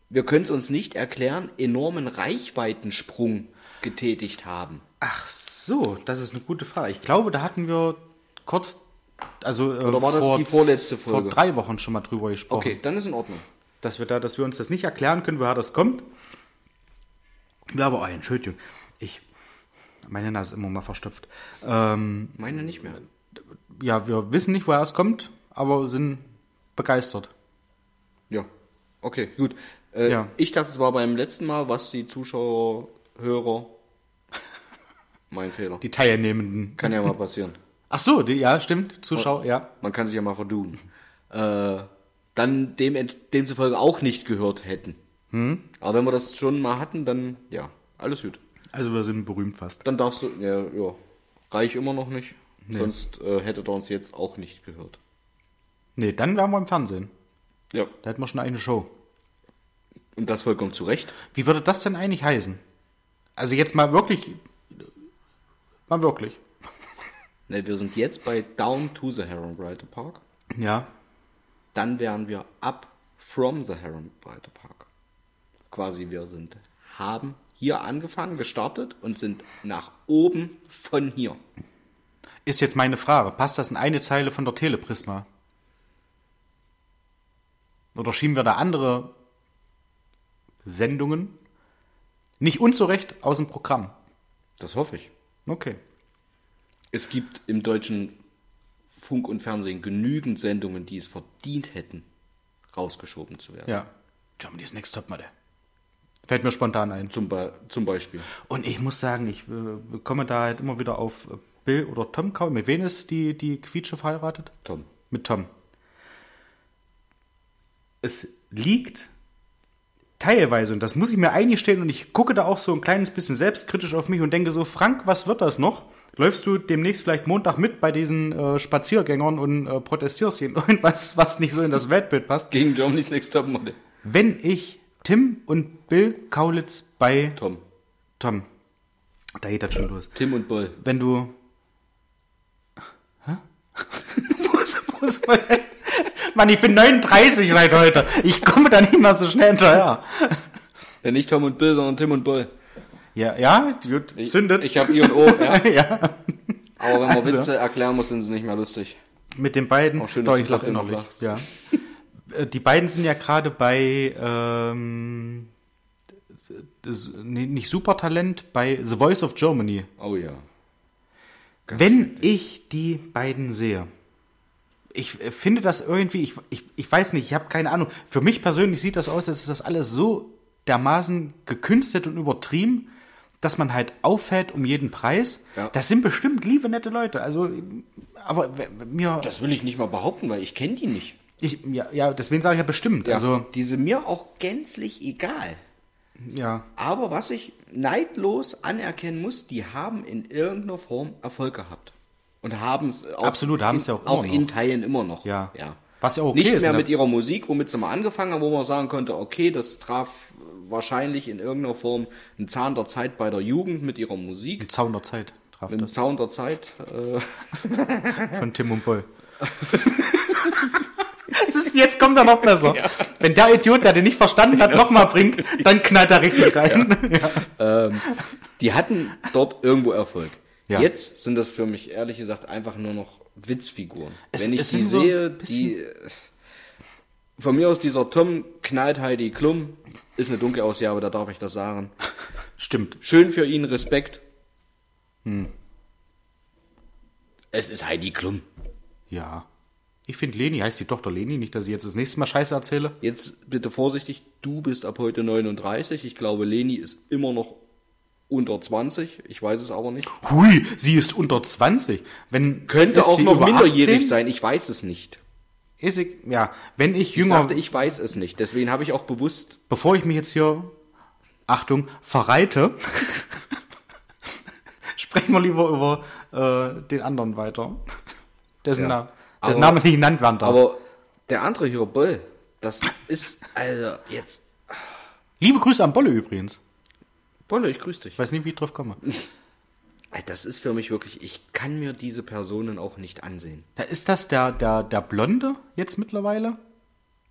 Speaker 1: wir können es uns nicht erklären, enormen Reichweitensprung getätigt haben.
Speaker 2: Ach so, das ist eine gute Frage. Ich glaube, da hatten wir kurz, also äh,
Speaker 1: Oder war das die vorletzte Folge?
Speaker 2: vor drei Wochen schon mal drüber gesprochen,
Speaker 1: Okay, dann ist in Ordnung.
Speaker 2: dass wir da, dass wir uns das nicht erklären können, woher das kommt. Ja, aber oh, Entschuldigung, ich, meine Nase ist immer mal verstopft. Ähm,
Speaker 1: Meine nicht mehr.
Speaker 2: ja, wir wissen nicht, woher es kommt, aber sind begeistert.
Speaker 1: Ja. Okay, gut. Äh,
Speaker 2: Ja.
Speaker 1: Ich dachte, es war beim letzten Mal, was die Zuschauer, Hörer. Mein Fehler.
Speaker 2: Die Teilnehmenden.
Speaker 1: Kann ja mal passieren.
Speaker 2: Ach so, die, ja, stimmt. Zuschauer, ja.
Speaker 1: Man kann sich ja mal verdudeln. Äh, dann dem, demzufolge auch nicht gehört hätten. Aber wenn wir das schon mal hatten, dann ja, alles gut.
Speaker 2: Also wir sind berühmt fast.
Speaker 1: Dann darfst du, ja, ja reich immer noch nicht. Sonst äh, hättet ihr uns jetzt auch nicht gehört.
Speaker 2: Nee, dann wären wir im Fernsehen.
Speaker 1: Ja.
Speaker 2: Da hätten wir schon eine Show.
Speaker 1: Und das vollkommen zu Recht.
Speaker 2: Wie würde das denn eigentlich heißen? Also jetzt mal wirklich, mal wirklich.
Speaker 1: Ne, wir sind jetzt bei Down to the Heronbreiter Park.
Speaker 2: Ja.
Speaker 1: Dann wären wir up from the Heronbreiter Park. Quasi wir sind, haben hier angefangen, gestartet und sind nach oben von hier.
Speaker 2: Ist jetzt meine Frage, passt das in eine Zeile von der Teleprisma? Oder schieben wir da andere Sendungen? Nicht unzurecht aus dem Programm.
Speaker 1: Das hoffe ich.
Speaker 2: Okay.
Speaker 1: Es gibt im deutschen Funk und Fernsehen genügend Sendungen, die es verdient hätten, rausgeschoben zu werden.
Speaker 2: Ja. Germany's Next Topmodel. Fällt mir spontan ein.
Speaker 1: Zum, Be zum Beispiel.
Speaker 2: Und ich muss sagen, ich äh, komme da halt immer wieder auf äh, Bill oder Tom Kaul. Mit wem ist die, die Quietsche verheiratet?
Speaker 1: Tom.
Speaker 2: Mit Tom. Es liegt teilweise, und das muss ich mir eingestehen, und ich gucke da auch so ein kleines bisschen selbstkritisch auf mich und denke so, Frank, was wird das noch? Läufst du demnächst vielleicht Montag mit bei diesen äh, Spaziergängern und äh, protestierst gegen irgendwas, was nicht so in das Weltbild passt?
Speaker 1: Gegen Germany's Next Topmodel.
Speaker 2: Wenn ich Tim und Bill Kaulitz bei
Speaker 1: Tom.
Speaker 2: Tom, da geht das schon los.
Speaker 1: Tim und Boll.
Speaker 2: wenn du. Hä? wo ist, wo ist mein... Mann, ich bin 39 seit heute. Ich komme da nicht mal so schnell hinterher.
Speaker 1: Ja, nicht Tom und Bill, sondern Tim und Boll.
Speaker 2: Ja, ja, gut, zündet.
Speaker 1: Ich habe I und O, ja.
Speaker 2: ja.
Speaker 1: Aber wenn man
Speaker 2: Also.
Speaker 1: Witze erklären muss, sind sie nicht mehr lustig.
Speaker 2: Mit den beiden.
Speaker 1: Auch Oh, schön,
Speaker 2: Doch,
Speaker 1: dass
Speaker 2: ich
Speaker 1: du
Speaker 2: lache
Speaker 1: trotzdem noch
Speaker 2: innerlich.
Speaker 1: lachst.
Speaker 2: Ja. Äh, Die beiden sind ja gerade bei, ähm, das- nee, nicht Supertalent, bei The Voice of Germany.
Speaker 1: Oh ja.
Speaker 2: Wenn ich die beiden sehe, ich äh, finde das irgendwie, ich, ich, ich weiß nicht, ich habe keine Ahnung. Für mich persönlich sieht das aus, als ist das alles so dermaßen gekünstelt und übertrieben, dass man halt auffällt um jeden Preis.
Speaker 1: Ja.
Speaker 2: Das sind bestimmt liebe, nette Leute. Also, aber w- w- mir,
Speaker 1: Das will ich nicht mal behaupten, weil ich kenne die nicht.
Speaker 2: ich, ja, ja, deswegen sage ich ja bestimmt. Also,
Speaker 1: die sind mir auch gänzlich egal.
Speaker 2: ja.
Speaker 1: Aber was ich neidlos anerkennen muss, die haben in irgendeiner Form Erfolg gehabt. Und haben es auch,
Speaker 2: Absolut, haben es ja auch
Speaker 1: in,
Speaker 2: immer
Speaker 1: auch in
Speaker 2: noch.
Speaker 1: Teilen immer noch.
Speaker 2: Ja.
Speaker 1: ja.
Speaker 2: Was ja okay
Speaker 1: Nicht
Speaker 2: ist,
Speaker 1: mehr
Speaker 2: ne?
Speaker 1: mit ihrer Musik, womit sie mal angefangen haben, wo man sagen konnte, okay, das traf wahrscheinlich in irgendeiner Form einen Zahn der Zeit bei der Jugend mit ihrer Musik.
Speaker 2: Im Zaun der Zeit traf
Speaker 1: Mit dem
Speaker 2: das
Speaker 1: Sound der Zeit. Äh,
Speaker 2: von Tim und Boll. Das ist, jetzt kommt er noch besser. Wenn der Idiot, der den nicht verstanden hat, nochmal bringt, dann knallt er richtig rein.
Speaker 1: die hatten dort irgendwo Erfolg.
Speaker 2: Ja.
Speaker 1: Jetzt sind das für mich ehrlich gesagt einfach nur noch Witzfiguren.
Speaker 2: Es-
Speaker 1: Wenn ich
Speaker 2: es
Speaker 1: die
Speaker 2: sind so ein
Speaker 1: sehe,
Speaker 2: bisschen-
Speaker 1: die von mir aus dieser Tom knallt Heidi Klum, ist eine dunkle Ausgabe, da darf ich das sagen.
Speaker 2: Stimmt.
Speaker 1: Schön für ihn, Respekt.
Speaker 2: Hm.
Speaker 1: Es ist Heidi Klum.
Speaker 2: Ja. Ich finde Leni, heißt die Tochter Leni, nicht, dass ich jetzt das nächste Mal Scheiße erzähle.
Speaker 1: Jetzt bitte vorsichtig, du bist ab heute 39. Ich glaube, Leni ist immer noch unter 20. Ich weiß es aber nicht.
Speaker 2: Hui, sie ist unter 20. Wenn,
Speaker 1: Könnte
Speaker 2: ist
Speaker 1: auch
Speaker 2: sie
Speaker 1: noch
Speaker 2: über
Speaker 1: minderjährig
Speaker 2: 18?
Speaker 1: sein. Ich weiß es nicht.
Speaker 2: Ist sie, ja, wenn ich
Speaker 1: Ich
Speaker 2: jünger,
Speaker 1: sagte, ich weiß es nicht. Deswegen habe ich auch bewusst.
Speaker 2: bevor ich mich jetzt hier, Achtung, verreite, sprechen wir lieber über äh, den anderen weiter. Dessen,
Speaker 1: Ja.
Speaker 2: Na, dessen
Speaker 1: Aber-
Speaker 2: Name nicht genannt werden darf.
Speaker 1: Aber der andere hier, Boll, das ist, also jetzt.
Speaker 2: Liebe Grüße an Bolle übrigens.
Speaker 1: Bolle, ich grüße dich.
Speaker 2: Ich weiß nicht, wie ich drauf komme.
Speaker 1: Ey, Das ist für mich wirklich, ich kann mir diese Personen auch nicht ansehen.
Speaker 2: Da ist das der, der, der Blonde jetzt mittlerweile?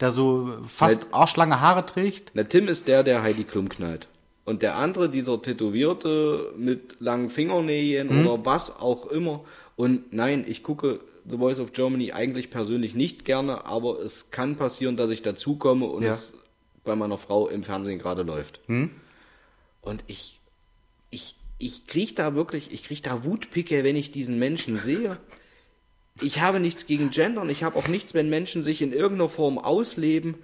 Speaker 2: Der so fast
Speaker 1: Nein.
Speaker 2: arschlange Haare trägt?
Speaker 1: Na, Tim ist der, der Heidi Klum knallt. Und der andere, dieser Tätowierte mit langen Fingernägeln oder was auch immer. Und nein, ich gucke The Voice of Germany eigentlich persönlich nicht gerne, aber es kann passieren, dass ich dazukomme und
Speaker 2: Ja.
Speaker 1: es bei meiner Frau im Fernsehen gerade läuft. Und ich, ich, ich krieg da wirklich, ich krieg da Wutpickel, wenn ich diesen Menschen sehe. Ich habe nichts gegen Gendern, ich habe auch nichts, wenn Menschen sich in irgendeiner Form ausleben.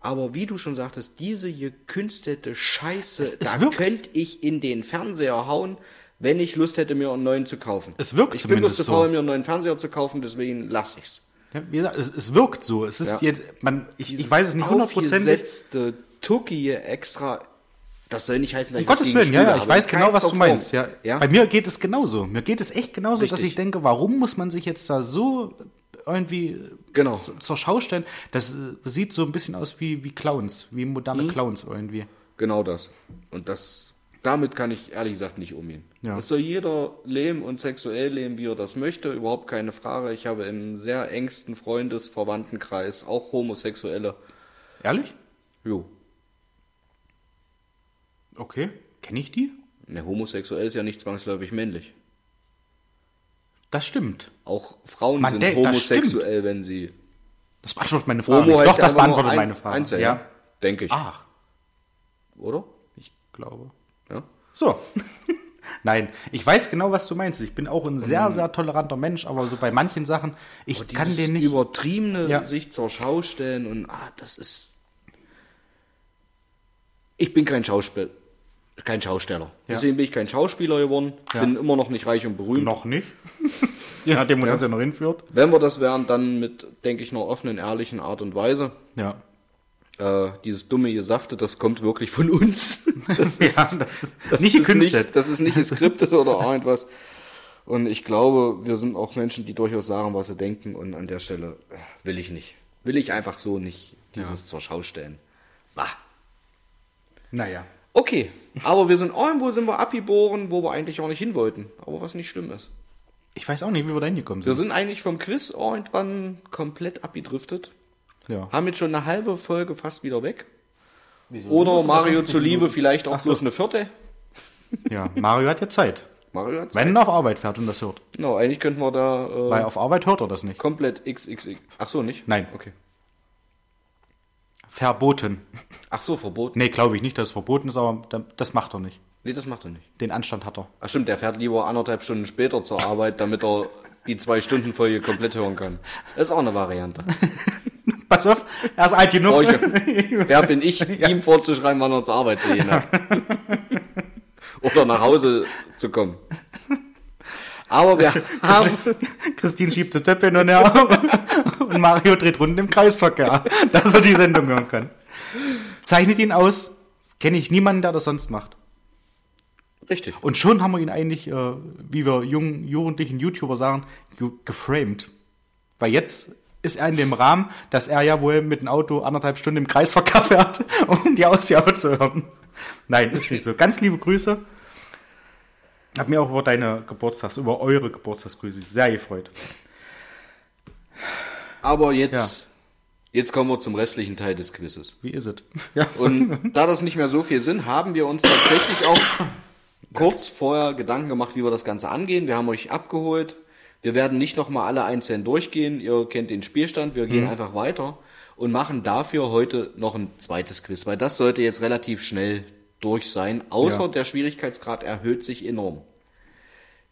Speaker 1: Aber wie du schon sagtest, diese gekünstelte Scheiße,
Speaker 2: ist
Speaker 1: da
Speaker 2: wirklich-
Speaker 1: könnte ich in den Fernseher hauen, wenn ich Lust hätte, mir einen neuen zu kaufen.
Speaker 2: Es wirkt
Speaker 1: ich bin bloß
Speaker 2: zumindest
Speaker 1: zu
Speaker 2: so.
Speaker 1: faul, mir einen neuen Fernseher zu kaufen, deswegen lass ich's.
Speaker 2: Ja, wie gesagt, es, es wirkt so. Es ist
Speaker 1: Ja.
Speaker 2: jetzt, man, ich, ich weiß es nicht hundertprozentig.
Speaker 1: Aufgesetzte Tuckie extra. Das soll nicht heißen, dass
Speaker 2: Um Gottes Willen, ja, ja, ich weiß genau, was du meinst. Ja.
Speaker 1: ja?
Speaker 2: Bei mir geht es genauso. Mir geht es echt genauso, dass
Speaker 1: Richtig.
Speaker 2: ich denke, warum muss man sich jetzt da so irgendwie
Speaker 1: Genau.
Speaker 2: z- zur Schau stellen? Das äh,
Speaker 1: Mhm.
Speaker 2: sieht so ein bisschen aus wie, wie Clowns, wie moderne Clowns irgendwie.
Speaker 1: Genau das. Und das damit kann ich ehrlich gesagt nicht umgehen.
Speaker 2: Ja.
Speaker 1: Das soll jeder leben und sexuell leben, wie er das möchte, überhaupt keine Frage. Ich habe im sehr engsten Freundes-, Verwandtenkreis auch Homosexuelle.
Speaker 2: Ehrlich?
Speaker 1: Jo.
Speaker 2: Okay. Kenne ich die?
Speaker 1: Ne, homosexuell ist ja nicht zwangsläufig männlich.
Speaker 2: Das stimmt.
Speaker 1: Auch Frauen
Speaker 2: Man
Speaker 1: sind
Speaker 2: denkt, das
Speaker 1: homosexuell, wenn sie.
Speaker 2: Das beantwortet meine Frage.
Speaker 1: Homo
Speaker 2: nicht.
Speaker 1: heißt
Speaker 2: Doch, das
Speaker 1: einfach nur
Speaker 2: beantwortet
Speaker 1: ein-
Speaker 2: meine Frage.
Speaker 1: Einzelner,
Speaker 2: ja. Ah.
Speaker 1: Denke ich.
Speaker 2: Ach,
Speaker 1: Oder?
Speaker 2: ich glaube.
Speaker 1: Ja.
Speaker 2: So. Nein, ich weiß genau, was du meinst. Ich bin auch ein sehr, sehr toleranter Mensch, aber so bei manchen Sachen, ich kann
Speaker 1: Dieses
Speaker 2: den nicht.
Speaker 1: übertriebene
Speaker 2: Ja.
Speaker 1: sich zur Schau stellen und ah, das ist. Ich bin kein Schauspiel, kein Schausteller. Deswegen bin ich kein Schauspieler geworden. Bin immer noch nicht reich und berühmt.
Speaker 2: Noch nicht. Je nachdem, wo das ja noch hinführt.
Speaker 1: Wenn wir das wären, dann mit, denke ich, einer offenen, ehrlichen Art und Weise.
Speaker 2: Ja.
Speaker 1: Äh, dieses dumme Gesafte, das kommt wirklich von uns. Das ist,
Speaker 2: Ja, das ist nicht gekünstelt.
Speaker 1: nicht- Das ist nicht geskriptet oder irgendwas. Und ich glaube, wir sind auch Menschen, die durchaus sagen, was sie denken. Und an der Stelle äh, will ich nicht. Will ich einfach so nicht dieses zur Schau stellen. Bah.
Speaker 2: Naja.
Speaker 1: Okay, aber wir sind irgendwo sind wir abgeboren, wo wir eigentlich auch nicht hin wollten. Aber was nicht schlimm ist.
Speaker 2: Ich weiß auch nicht, wie wir da hingekommen
Speaker 1: Wir
Speaker 2: sind.
Speaker 1: sind eigentlich vom Quiz irgendwann komplett abgedriftet.
Speaker 2: Ja.
Speaker 1: Haben jetzt schon eine halbe Folge fast wieder weg. Oder Mario zuliebe vielleicht auch bloß eine vierte.
Speaker 2: ja. Mario hat ja Zeit.
Speaker 1: Mario hat's.
Speaker 2: Wenn er auf Arbeit fährt und das hört.
Speaker 1: Genau, eigentlich könnten wir da äh,
Speaker 2: Weil auf Arbeit hört er das nicht.
Speaker 1: komplett XXX. Ach so, nicht?
Speaker 2: Nein.
Speaker 1: Okay.
Speaker 2: Verboten.
Speaker 1: Ach so, verboten.
Speaker 2: Nee, glaube ich nicht, dass es verboten ist, aber da- das macht er nicht.
Speaker 1: Nee, das macht er nicht.
Speaker 2: Den Anstand hat er.
Speaker 1: Ach stimmt, der fährt lieber anderthalb Stunden später zur Arbeit, damit er die zwei Stunden Folge komplett hören kann. Ist auch eine Variante.
Speaker 2: Pass auf, er ist alt genug.
Speaker 1: Solche. Wer bin ich, ihm vorzuschreiben, wann er zur Arbeit zu gehen hat? Oder nach Hause zu kommen. Aber wir haben
Speaker 2: Christine schiebt die Töpfe hin und her und Mario dreht Runden im Kreisverkehr, dass er die Sendung hören kann. Zeichnet ihn aus. Kenne ich niemanden, der das sonst macht.
Speaker 1: richtig.
Speaker 2: Und schon haben wir ihn eigentlich, äh, wie wir jungen, jugendlichen YouTuber sagen, ge geframed. Weil jetzt ist er in dem Rahmen, dass er ja wohl mit dem Auto anderthalb Stunden im Kreisverkehr fährt, um die Ausgabe zu hören. Nein, ist nicht so. Ganz liebe Grüße. Hab mir auch über deine Geburtstags, über eure Geburtstagsgrüße sehr gefreut.
Speaker 1: Aber jetzt,
Speaker 2: Ja.
Speaker 1: jetzt kommen wir zum restlichen Teil des Quizzes.
Speaker 2: Wie ist es? Ja.
Speaker 1: Und da das nicht mehr so viel sind, haben wir uns tatsächlich auch kurz vorher Gedanken gemacht, wie wir das Ganze angehen. Wir haben euch abgeholt. Wir werden nicht nochmal alle einzeln durchgehen. Ihr kennt den Spielstand. Wir
Speaker 2: Mhm.
Speaker 1: gehen einfach weiter und machen dafür heute noch ein zweites Quiz, weil das sollte jetzt relativ schnell durch sein. Außer
Speaker 2: Ja.
Speaker 1: der Schwierigkeitsgrad erhöht sich enorm.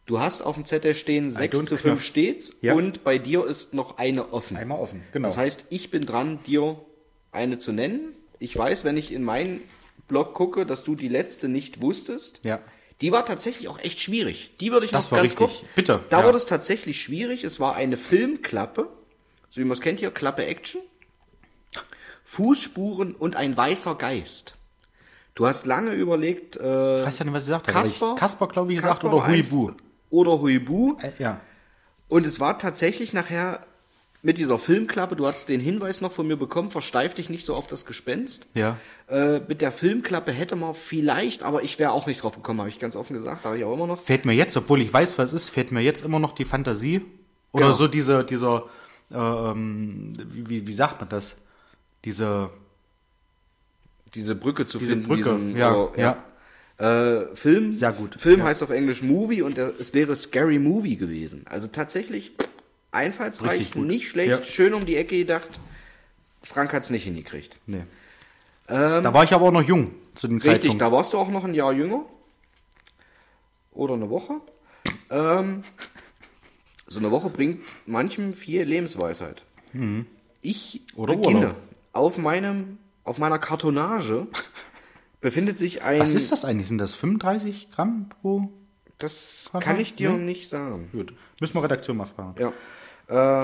Speaker 1: Du hast auf dem Zettel stehen 6
Speaker 2: don't
Speaker 1: zu
Speaker 2: knapp.
Speaker 1: 5 stets
Speaker 2: Ja.
Speaker 1: und bei dir ist noch eine offen.
Speaker 2: Einmal offen, genau.
Speaker 1: Das heißt, ich bin dran, dir eine zu nennen. Ich weiß, wenn ich in meinen Blog gucke, dass du die letzte nicht wusstest.
Speaker 2: Ja.
Speaker 1: Die war tatsächlich auch echt schwierig. Die würde ich
Speaker 2: Das
Speaker 1: noch
Speaker 2: war
Speaker 1: ganz
Speaker 2: richtig.
Speaker 1: kurz.
Speaker 2: Bitte,
Speaker 1: Da
Speaker 2: ja.
Speaker 1: wurde es tatsächlich schwierig. Es war eine Filmklappe, so wie man es kennt hier, Klappe Action, Fußspuren und ein weißer Geist. Du hast lange überlegt, äh,
Speaker 2: Ich weiß ja nicht, was sie sagt.
Speaker 1: Kasper?
Speaker 2: Kasper, glaube ich, gesagt,
Speaker 1: Kaspar
Speaker 2: oder
Speaker 1: war eins-
Speaker 2: Huibu.
Speaker 1: Oder Huibu.
Speaker 2: Äh, Ja.
Speaker 1: Und es war tatsächlich nachher mit dieser Filmklappe, du hast den Hinweis noch von mir bekommen, versteif dich nicht so auf das Gespenst.
Speaker 2: Ja.
Speaker 1: Äh, mit der Filmklappe hätte man vielleicht, aber ich wäre auch nicht drauf gekommen, habe ich ganz offen gesagt, sage ich auch immer noch.
Speaker 2: Fällt mir jetzt, obwohl ich weiß, was es ist, fällt mir jetzt immer noch die Fantasie. Oder
Speaker 1: Genau.
Speaker 2: so dieser, dieser, ähm, wie, wie- wie sagt man das? Diese,
Speaker 1: Diese Brücke zu
Speaker 2: diese
Speaker 1: finden.
Speaker 2: Brücke.
Speaker 1: diesen-
Speaker 2: ja,
Speaker 1: oder-
Speaker 2: Oh, ja,
Speaker 1: Äh, Film.
Speaker 2: Sehr gut,
Speaker 1: Film
Speaker 2: ja.
Speaker 1: heißt auf Englisch Movie und der, es wäre Scary Movie gewesen. Also tatsächlich einfallsreich,
Speaker 2: Richtig gut.
Speaker 1: nicht schlecht,
Speaker 2: Ja.
Speaker 1: schön um die Ecke gedacht. Frank hat's nicht hingekriegt.
Speaker 2: Nee. da war ich aber auch noch jung zu
Speaker 1: Ähm,
Speaker 2: dem
Speaker 1: Richtig,
Speaker 2: Zeitpunkt.
Speaker 1: da warst du auch noch ein Jahr jünger. Oder eine Woche. Ähm, so eine Woche bringt manchem viel Lebensweisheit. Ich
Speaker 2: Hm. Oder
Speaker 1: beginne.
Speaker 2: Urlaub.
Speaker 1: Auf, meinem, auf meiner Kartonage befindet sich ein...
Speaker 2: Was ist das eigentlich? Sind das 35 Gramm pro?
Speaker 1: Das
Speaker 2: Karton?
Speaker 1: kann ich dir
Speaker 2: Nee.
Speaker 1: nicht sagen.
Speaker 2: Gut. Müssen wir Redaktion mal fragen.
Speaker 1: Ja.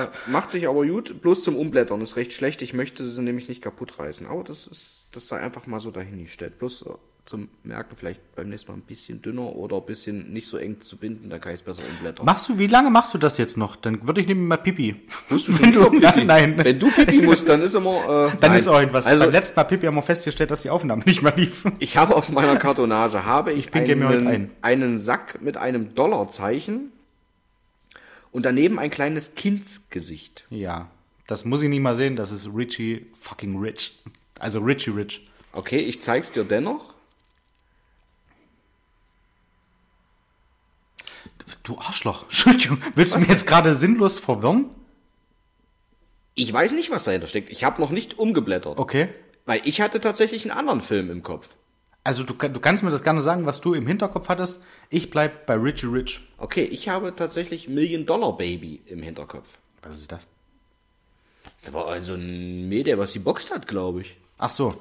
Speaker 1: Äh, macht sich aber gut, bloß zum Umblättern ist recht schlecht. Ich möchte sie nämlich nicht kaputt reißen. Aber das ist, das sei einfach mal so dahingestellt. Bloß äh, zum Merken, vielleicht beim nächsten Mal ein bisschen dünner oder ein bisschen nicht so eng zu binden, dann kann ich es besser umblättern.
Speaker 2: Machst du, wie lange machst du das jetzt noch? Dann würde ich nämlich mal Pipi.
Speaker 1: Musst du schon wieder Pipi?
Speaker 2: Nein, nein.
Speaker 1: Wenn du Pipi musst, dann ist immer. Äh,
Speaker 2: Dann
Speaker 1: nein.
Speaker 2: ist auch irgendwas.
Speaker 1: Also
Speaker 2: Beim letzten Mal Pipi haben wir festgestellt, dass die Aufnahme nicht mehr lief.
Speaker 1: ich habe auf meiner Kartonage habe ich
Speaker 2: pinkel mir heute
Speaker 1: einen,
Speaker 2: ein.
Speaker 1: einen Sack mit einem Dollarzeichen und daneben ein kleines Kindsgesicht.
Speaker 2: Ja, das muss ich nicht mal sehen. Das ist Richie fucking Rich. Also Richie Rich.
Speaker 1: Okay, ich zeig's dir dennoch.
Speaker 2: Du Arschloch. Entschuldigung. Willst du mir jetzt gerade sinnlos verwirren?
Speaker 1: Ich weiß nicht, was dahinter steckt. Ich habe noch nicht umgeblättert.
Speaker 2: Okay.
Speaker 1: Weil ich hatte tatsächlich einen anderen Film im Kopf.
Speaker 2: Also du, kann- du kannst mir das gerne sagen, was du im Hinterkopf hattest. Ich bleib bei Richie Rich.
Speaker 1: Okay, ich habe tatsächlich Million Dollar Baby im Hinterkopf.
Speaker 2: Was ist das?
Speaker 1: Da war also ein Mädel, was sie boxt hat, glaube ich.
Speaker 2: Ach so.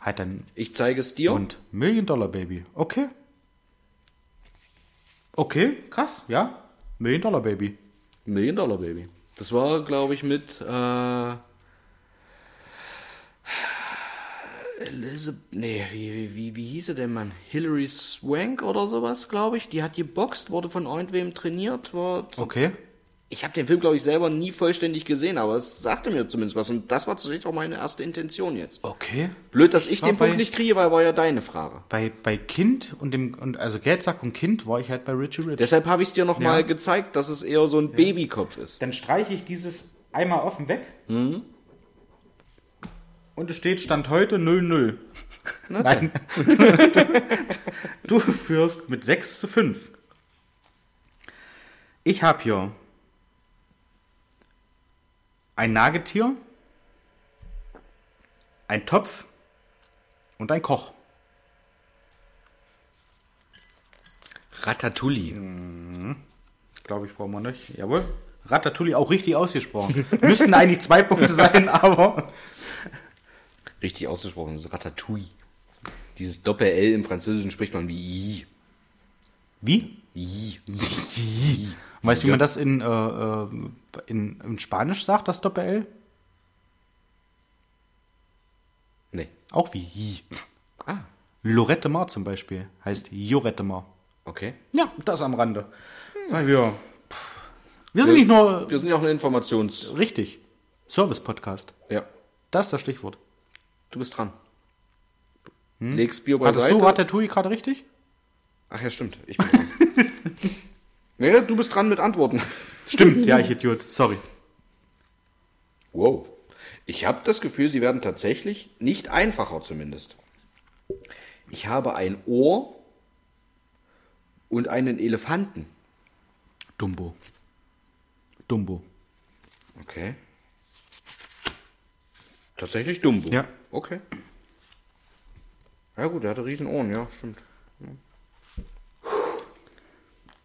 Speaker 2: Halt dann.
Speaker 1: Ich zeige es dir.
Speaker 2: Und Million Dollar Baby. Okay. Okay, krass, ja. Million Dollar Baby.
Speaker 1: Million Dollar Baby. Das war, glaube ich, mit äh, Elizabeth. Nee, wie, wie, wie, wie hieß sie denn, Mann? Hillary Swank oder sowas, glaube ich. Die hat geboxt, wurde von irgendwem trainiert. War
Speaker 2: Okay.
Speaker 1: ich habe den Film, glaube ich, selber nie vollständig gesehen, aber es sagte mir zumindest was. Und das war tatsächlich auch meine erste Intention jetzt.
Speaker 2: Okay.
Speaker 1: Blöd, dass ich
Speaker 2: war
Speaker 1: den
Speaker 2: bei-
Speaker 1: Punkt nicht kriege, weil war ja deine Frage.
Speaker 2: Bei, bei Kind und dem, und also Geldsack und Kind war ich halt bei Richie Rich.
Speaker 1: Deshalb habe ich es dir nochmal mal gezeigt, dass es eher so ein Babykopf ist.
Speaker 2: Dann streiche ich dieses einmal offen weg. Und es steht Stand heute 0-0. Nein. du führst mit 6 zu 5. Ich habe hier ein Nagetier, ein Topf und ein Koch.
Speaker 1: Ratatouille.
Speaker 2: Glaube ich, brauchen wir nicht. Jawohl. Ratatouille auch richtig ausgesprochen. Müssten eigentlich zwei Punkte sein, aber.
Speaker 1: Richtig ausgesprochen, das ist Ratatouille. Dieses Doppel-L im Französischen spricht man wie I.
Speaker 2: Wie?
Speaker 1: I.
Speaker 2: Weißt du, wie man das in, äh, äh, in, in Spanisch sagt, das Doppel-L?
Speaker 1: Nee.
Speaker 2: Auch wie Hi.
Speaker 1: Ah,
Speaker 2: Lorette Mar zum Beispiel heißt Jorette Mar.
Speaker 1: okay.
Speaker 2: Ja, das am Rande. Weil wir, wir sind nicht nur
Speaker 1: Wir sind ja auch eine Informations...
Speaker 2: richtig. Service-Podcast.
Speaker 1: Ja,
Speaker 2: Das ist das Stichwort.
Speaker 1: du bist dran. Legst Bier
Speaker 2: Hm? Hattest
Speaker 1: beiseite.
Speaker 2: du Ratatouille gerade richtig?
Speaker 1: Ach ja, stimmt. Ich bin dran. nee, du bist dran mit Antworten.
Speaker 2: Stimmt, ja, ich Idiot. Sorry.
Speaker 1: Wow. Ich habe das Gefühl, sie werden tatsächlich nicht einfacher zumindest. Ich habe ein Ohr und einen Elefanten.
Speaker 2: Dumbo. Dumbo.
Speaker 1: Okay. Tatsächlich Dumbo.
Speaker 2: Ja.
Speaker 1: Okay. Ja gut, er hatte riesen Ohren, ja, stimmt. Ja.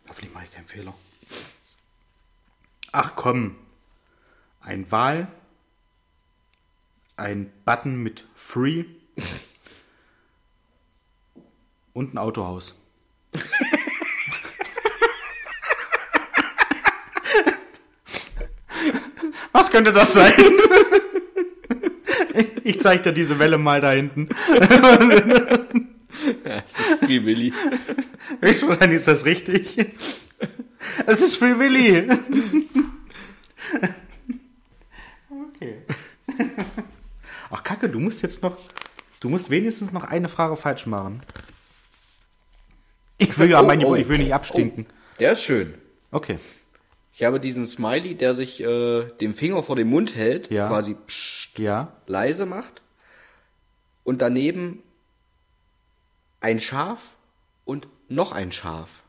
Speaker 1: Hoffentlich mache ich keinen Fehler.
Speaker 2: Ach komm. Ein Wal. Ein Button mit Free. und ein Autohaus. Was könnte das sein? Ich zeig dir diese Welle mal da hinten.
Speaker 1: Wie Willi.
Speaker 2: Höchstwahrscheinlich ist das richtig. Es ist Free Willy. Okay. Ach Kacke, du musst jetzt noch, du musst wenigstens noch eine Frage falsch machen. Ich will ja
Speaker 1: Oh,
Speaker 2: meine,
Speaker 1: oh,
Speaker 2: ich will nicht abstinken.
Speaker 1: Der ist schön.
Speaker 2: Okay.
Speaker 1: Ich habe diesen Smiley, der sich äh, den Finger vor den Mund hält,
Speaker 2: Ja.
Speaker 1: quasi pssst,
Speaker 2: Ja.
Speaker 1: leise macht. Und daneben ein Schaf und noch ein Schaf.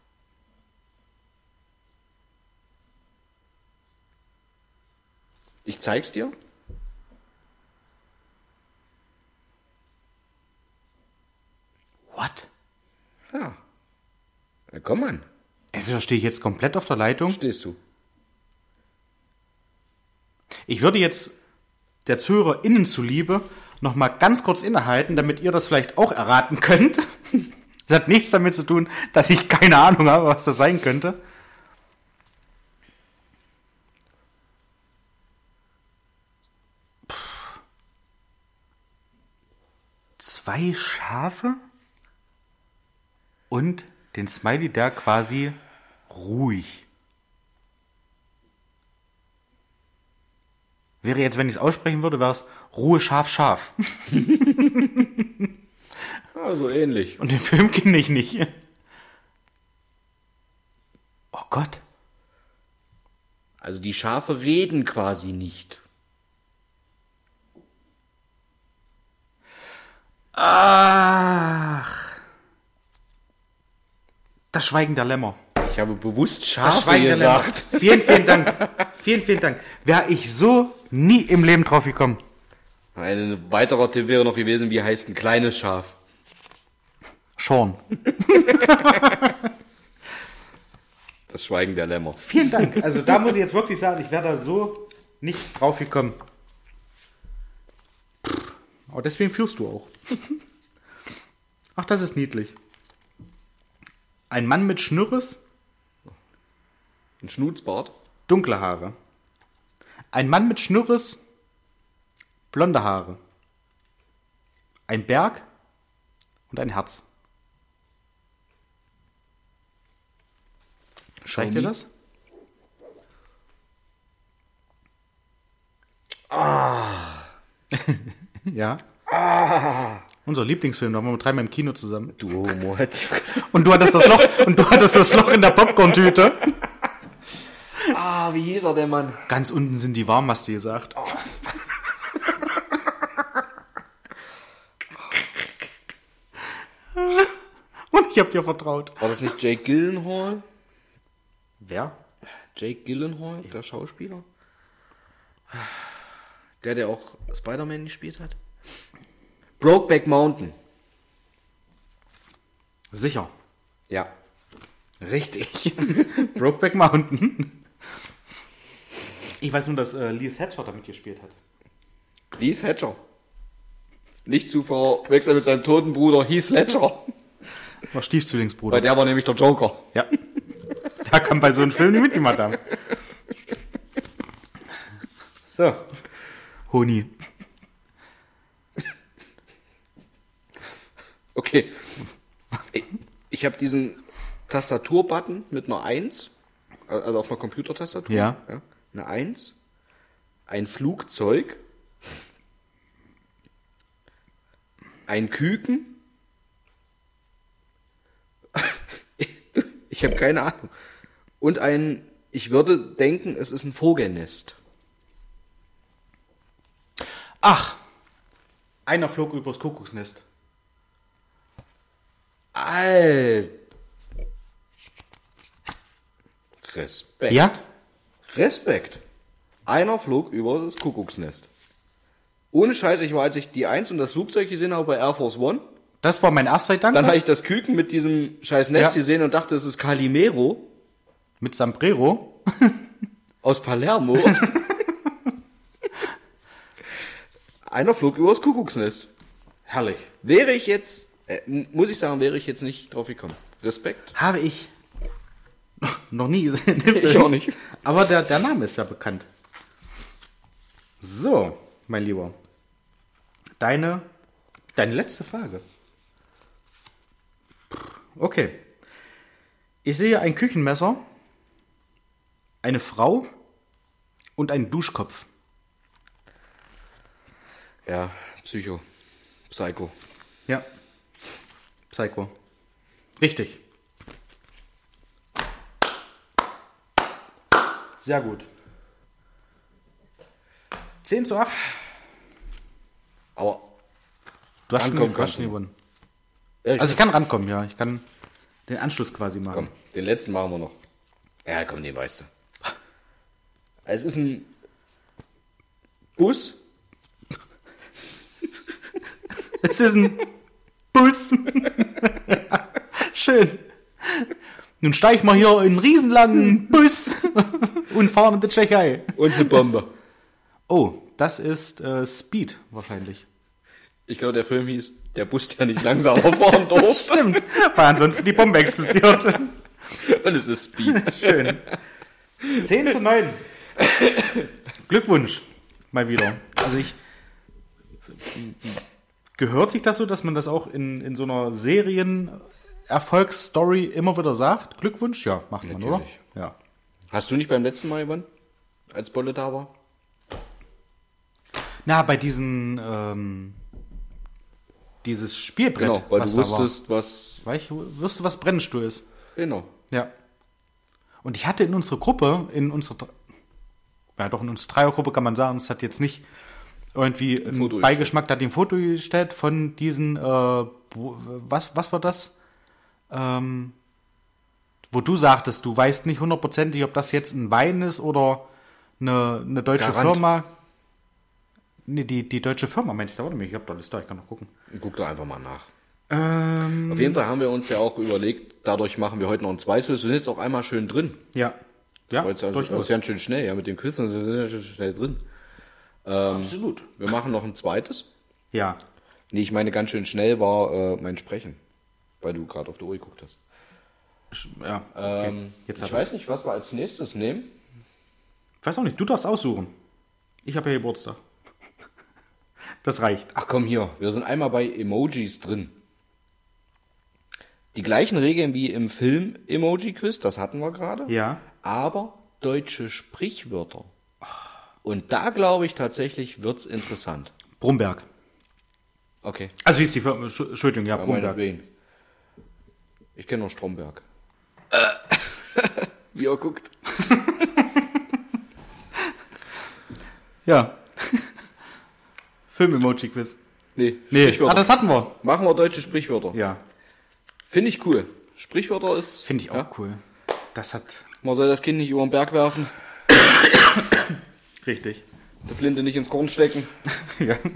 Speaker 1: Ich zeig's dir.
Speaker 2: What?
Speaker 1: Ja. Na komm an,
Speaker 2: Entweder stehe ich jetzt komplett auf der Leitung.
Speaker 1: stehst du.
Speaker 2: Ich würde jetzt der ZuhörerInnen zuliebe noch mal ganz kurz innehalten, damit ihr das vielleicht auch erraten könnt. Das hat nichts damit zu tun, dass ich keine Ahnung habe, was das sein könnte. Pff. zwei Schafe und den Smiley, der quasi ruhig. Wäre jetzt, wenn ich es aussprechen würde, wäre es Ruhe, Schaf, Schaf.
Speaker 1: Ja, so ähnlich.
Speaker 2: Und den Film kenne ich nicht. Oh Gott.
Speaker 1: Also die Schafe reden quasi nicht.
Speaker 2: Ach. Das Schweigen der Lämmer.
Speaker 1: Ich habe bewusst
Speaker 2: Das
Speaker 1: Schafe
Speaker 2: Schweigen der Lämmer.
Speaker 1: gesagt.
Speaker 2: Vielen, vielen Dank. Vielen, vielen Dank. Wäre ich so nie im Leben drauf gekommen.
Speaker 1: Ein weiterer Tipp wäre noch gewesen, wie heißt ein kleines Schaf?
Speaker 2: Sean.
Speaker 1: Das Schweigen der Lämmer.
Speaker 2: Vielen Dank. Also da muss ich jetzt wirklich sagen, ich wäre da so nicht drauf gekommen. Aber deswegen führst du auch. Ach, das ist niedlich. Ein Mann mit Schnürres,
Speaker 1: Ein Schnutzbart.
Speaker 2: dunkle Haare. Ein Mann mit Schnürres, blonde Haare. Ein Berg und ein Herz. Schreibt
Speaker 1: Xiaomi.
Speaker 2: ihr das? Ah. ja. Unser Lieblingsfilm, da waren wir dreimal im Kino zusammen.
Speaker 1: Du Homo, hätte ich gesagt.
Speaker 2: Und du hattest das Loch, und du hattest das Loch in der Popcorn-Tüte.
Speaker 1: Ah, wie hieß er denn, Mann?
Speaker 2: Ganz unten sind die warm, hast du gesagt. Und ich hab dir vertraut.
Speaker 1: War das nicht Jake Gyllenhaal?
Speaker 2: Wer?
Speaker 1: Jake Gyllenhaal, der Schauspieler? Der, der auch Spider-Man gespielt hat? Brokeback Mountain.
Speaker 2: Sicher.
Speaker 1: Ja. Richtig.
Speaker 2: Brokeback Mountain. Ich weiß nur, dass äh, Lee Thatcher damit gespielt hat.
Speaker 1: Heath Ledger. Nicht zu verwechseln mit seinem toten Bruder Heath Ledger.
Speaker 2: War
Speaker 1: Bei
Speaker 2: Stiefzwillingsbruder.
Speaker 1: der war nämlich der Joker.
Speaker 2: Ja. Da kam bei so einem Film nicht mit die Madame. So. Honi.
Speaker 1: Okay. Ich, ich habe diesen Tastaturbutton mit einer 1, also auf einer Computertastatur.
Speaker 2: Ja.
Speaker 1: Eine 1, ein Flugzeug, ein Küken. Ich habe keine Ahnung. Und ein, ich würde denken, es ist ein Vogelnest.
Speaker 2: Ach. Einer flog übers Kuckucksnest.
Speaker 1: Alt. Respekt.
Speaker 2: Ja?
Speaker 1: Respekt. Einer flog über das Kuckucksnest. Ohne Scheiß, ich war, als ich die Eins und das Flugzeug gesehen habe bei Air Force One,
Speaker 2: Das war mein erster Gedanke.
Speaker 1: dann habe ich das Küken mit diesem scheiß Nest
Speaker 2: Ja.
Speaker 1: gesehen und dachte, es ist Calimero
Speaker 2: Mit Sambrero.
Speaker 1: aus Palermo. Einer flog über das Kuckucksnest.
Speaker 2: Herrlich.
Speaker 1: Wäre ich jetzt, äh, m- muss ich sagen, wäre ich jetzt nicht drauf gekommen. Respekt.
Speaker 2: Habe ich noch nie gesehen. den
Speaker 1: Ich
Speaker 2: Film.
Speaker 1: auch nicht.
Speaker 2: Aber der, der Name ist ja bekannt. So, mein Lieber. Deine, deine letzte Frage. Okay. Ich sehe ein Küchenmesser, eine Frau und einen Duschkopf.
Speaker 1: Ja, Psycho. Psycho.
Speaker 2: Ja. Psycho. Richtig. Sehr gut. 10 zu 8.
Speaker 1: Aber
Speaker 2: Du hast
Speaker 1: Rankommen
Speaker 2: schon, du hast
Speaker 1: kannst
Speaker 2: schon
Speaker 1: du.
Speaker 2: gewonnen.
Speaker 1: Ja, ich-
Speaker 2: Also ich kann rankommen, ja. Ich kann den Anschluss quasi machen.
Speaker 1: Komm, den letzten machen wir noch. Ja, komm, den weißt du. Es ist ein Bus,
Speaker 2: Es ist ein Bus. Schön. Nun steig mal hier in einen riesenlangen Bus und fahren in die Tschechei.
Speaker 1: Und eine Bombe.
Speaker 2: Oh, das ist äh, Speed wahrscheinlich.
Speaker 1: Ich glaube, der Film hieß Der Bus, der nicht langsamer fahren durfte.
Speaker 2: Stimmt, weil ansonsten die Bombe explodiert.
Speaker 1: Und es ist Speed.
Speaker 2: Schön. 10 zu 9. Glückwunsch. Mal wieder. Also ich Gehört sich das so, dass man das auch in, in so einer Serien-Erfolgsstory immer wieder sagt? Glückwunsch? Ja, macht man, oder?
Speaker 1: Natürlich.
Speaker 2: Ja.
Speaker 1: Hast du nicht beim letzten Mal gewonnen? Als Bolle da war?
Speaker 2: Na, bei diesen, ähm, dieses Spielbrett.
Speaker 1: Genau, weil
Speaker 2: was
Speaker 1: du
Speaker 2: da war.
Speaker 1: wusstest, was.
Speaker 2: Weil ich wusste, was Brennstuhl ist.
Speaker 1: Genau.
Speaker 2: Ja. Und ich hatte in unserer Gruppe, in unserer, ja doch, in unserer Dreiergruppe kann man sagen, es hat jetzt nicht irgendwie
Speaker 1: Foto
Speaker 2: einen Beigeschmack, da hat die ein Foto gestellt von diesen, äh, wo- was, was war das? Ähm, wo du sagtest, du weißt nicht hundertprozentig, ob das jetzt ein Wein ist oder eine, eine deutsche
Speaker 1: Garant.
Speaker 2: Firma. Nee, die, die deutsche Firma, meinte ich, da warte mal, ich hab da alles da, ich kann noch gucken.
Speaker 1: Guck da einfach mal nach.
Speaker 2: Ähm,
Speaker 1: Auf jeden Fall haben wir uns ja auch überlegt, dadurch machen wir heute noch ein Zweites. Wir sind jetzt auch einmal schön drin.
Speaker 2: ja. Ja,
Speaker 1: das war jetzt also, das
Speaker 2: durchaus.
Speaker 1: ist ganz schön schnell, ja, mit dem Quiz, wir sind ja schon schnell drin.
Speaker 2: Absolut.
Speaker 1: Wir machen noch ein zweites.
Speaker 2: Ja.
Speaker 1: Nee, ich meine, ganz schön schnell war äh, mein Sprechen, weil du gerade auf die Uhr geguckt hast. Ähm,
Speaker 2: Ja, ähm, okay. jetzt hat
Speaker 1: ich
Speaker 2: er's.
Speaker 1: weiß nicht, was wir als nächstes nehmen.
Speaker 2: Ich weiß auch nicht, du darfst aussuchen. Ich habe ja Geburtstag. Das reicht.
Speaker 1: Ach komm hier, wir sind einmal bei Emojis drin. Die gleichen Regeln wie im Film Emoji Quiz, das hatten wir gerade.
Speaker 2: Ja.
Speaker 1: Aber deutsche Sprichwörter. Und da glaube ich tatsächlich wird's interessant.
Speaker 2: Brumberg.
Speaker 1: Okay,
Speaker 2: Also hieß die Firma, Entschu- Entschuldigung, ja,
Speaker 1: ja,
Speaker 2: Brumberg.
Speaker 1: meinetwegen. Ich kenne nur Stromberg. wie er guckt.
Speaker 2: Ja. Film-Emoji-Quiz.
Speaker 1: Nee,
Speaker 2: Nee, ah,
Speaker 1: Sprichwörter.
Speaker 2: das hatten wir.
Speaker 1: Machen wir deutsche Sprichwörter.
Speaker 2: Ja.
Speaker 1: Finde ich cool. Sprichwörter ist.
Speaker 2: Finde ich auch
Speaker 1: Ja,
Speaker 2: cool. Das hat...
Speaker 1: man soll das Kind nicht über den Berg werfen,
Speaker 2: Richtig.
Speaker 1: die Flinte nicht ins Korn stecken.
Speaker 2: Ja.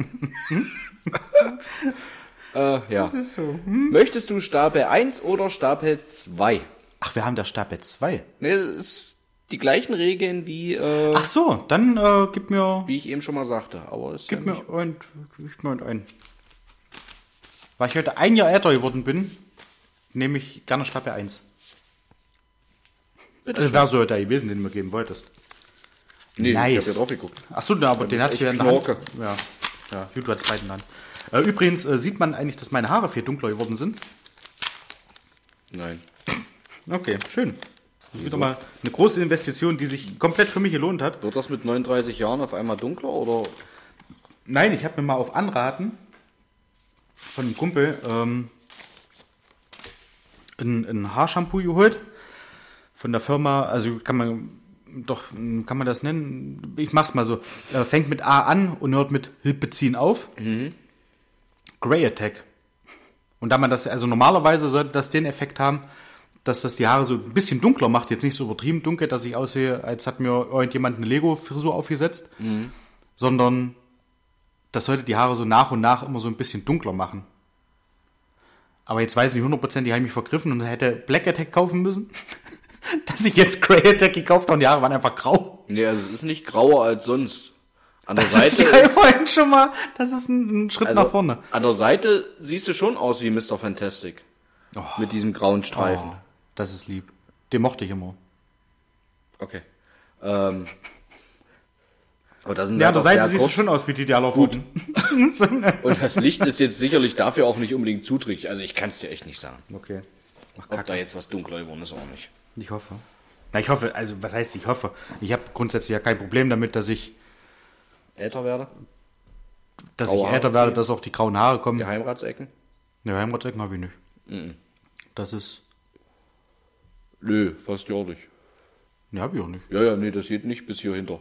Speaker 1: Äh, ja.
Speaker 2: Hm?
Speaker 1: Möchtest du Stapel 1 oder Stapel 2?
Speaker 2: Ach, wir haben da Stapel 2.
Speaker 1: Ne, das ist die gleichen Regeln wie, äh,
Speaker 2: Ach so, dann äh, gib mir...
Speaker 1: wie ich eben schon mal sagte. Aber es
Speaker 2: Gib mir ein... Gib mir ein... Weil ich heute ein Jahr älter geworden bin, nehme ich gerne Stapel 1. Das wäre so der gewesen, den du mir geben wolltest.
Speaker 1: Nee, ich
Speaker 2: Nice.
Speaker 1: hab ja drauf geguckt.
Speaker 2: Achso, na, aber den
Speaker 1: ist
Speaker 2: hast du ja
Speaker 1: echt
Speaker 2: in der Hand.
Speaker 1: Knorke.
Speaker 2: Ja, ja. Gut, du hast beiden in der Hand. Äh, übrigens äh, sieht man eigentlich, dass meine Haare viel dunkler geworden sind.
Speaker 1: Nein.
Speaker 2: Okay, schön. Das ist Wieder mal eine große Investition, die sich komplett für mich gelohnt hat.
Speaker 1: Wird das mit 39 Jahren auf einmal dunkler oder?
Speaker 2: Nein, ich habe mir mal auf Anraten von einem Kumpel ähm, ein, ein Haarshampoo geholt. Von der Firma, also kann man doch, kann man das nennen? Ich mach's mal so. Äh, fängt mit A an und hört mit Hilbeziehen auf. Grey Attack. Und da man das, also normalerweise sollte das den Effekt haben, dass das die Haare so ein bisschen dunkler macht, jetzt nicht so übertrieben dunkel, dass ich aussehe, als hat mir irgendjemand eine Lego-Frisur aufgesetzt, sondern das sollte die Haare so nach und nach immer so ein bisschen dunkler machen. Aber jetzt weiß ich nicht hundertprozentig, habe ich mich vergriffen und hätte Black Attack kaufen müssen. dass ich jetzt Grey Attack gekauft habe und die Haare waren einfach grau.
Speaker 1: Nee, also es ist nicht grauer als sonst. An der
Speaker 2: Das
Speaker 1: Seite also,
Speaker 2: ist Also, oh. ja vorhin schon mal, das ist ein, ein Schritt nach vorne.
Speaker 1: An der Seite siehst du schon aus wie Mr. Fantastic. Mit diesem grauen Streifen.
Speaker 2: Oh, das ist lieb. Den mochte ich immer.
Speaker 1: Okay. Ähm, aber da sind
Speaker 2: Ja,
Speaker 1: ja,
Speaker 2: an der
Speaker 1: doch
Speaker 2: Seite
Speaker 1: sehr
Speaker 2: siehst du
Speaker 1: kurz.
Speaker 2: schon aus wie die Dialogfoten.
Speaker 1: Und das Licht ist jetzt sicherlich dafür auch nicht unbedingt zuträglich. Also ich kann es dir echt nicht sagen.
Speaker 2: Okay. Ach,
Speaker 1: Ob da
Speaker 2: Kacke.
Speaker 1: jetzt was dunkler geworden ist, auch nicht.
Speaker 2: Ich hoffe. Na, ich hoffe, also was heißt ich hoffe? Ich habe grundsätzlich ja kein Problem damit, dass ich,
Speaker 1: Älter werde,
Speaker 2: dass
Speaker 1: Graue
Speaker 2: ich
Speaker 1: Haare,
Speaker 2: älter werde,
Speaker 1: nee.
Speaker 2: dass auch die grauen Haare kommen. Ja. Mhm.
Speaker 1: Geheimratsecken?
Speaker 2: Ne, Heimratsecken habe ich nicht. Das ist.
Speaker 1: Nö, fast jährlich.
Speaker 2: Ne, habe ich auch nicht.
Speaker 1: Ja, ja, nee, das geht nicht bis hier hinter.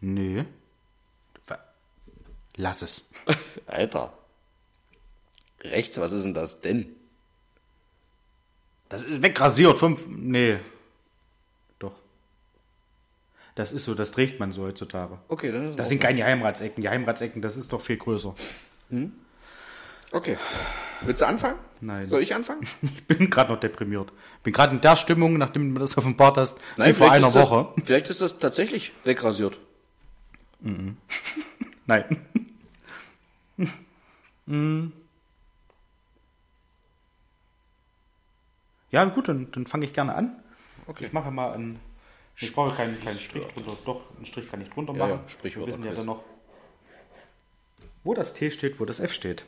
Speaker 2: Nee. Ver- Lass es.
Speaker 1: Alter. Rechts, was ist denn das denn?
Speaker 2: Das ist wegrasiert. Fünf. Nee. Doch. Das ist so, das trägt man so heutzutage.
Speaker 1: Okay, dann ist
Speaker 2: Das
Speaker 1: es.
Speaker 2: sind keine Geheimratsecken. Die Geheimratsecken, das ist doch viel größer.
Speaker 1: Okay. Willst du anfangen?
Speaker 2: Nein.
Speaker 1: Soll ich anfangen?
Speaker 2: Ich bin gerade noch deprimiert. bin gerade in der Stimmung, nachdem du mir das offenbart hast, wie vor
Speaker 1: vielleicht
Speaker 2: einer
Speaker 1: ist das,
Speaker 2: Woche.
Speaker 1: Vielleicht ist das tatsächlich wegrasiert.
Speaker 2: Nein. Mm. ja, gut, dann, dann fange ich gerne an.
Speaker 1: Okay.
Speaker 2: Ich mache mal einen. Ich brauche keinen, keinen Strich drunter. Doch, einen Strich kann ich drunter
Speaker 1: Ja,
Speaker 2: machen.
Speaker 1: ja, Sprichwörter,
Speaker 2: Wir wissen ja
Speaker 1: Chris.
Speaker 2: dann noch. wo das T steht, wo das F steht.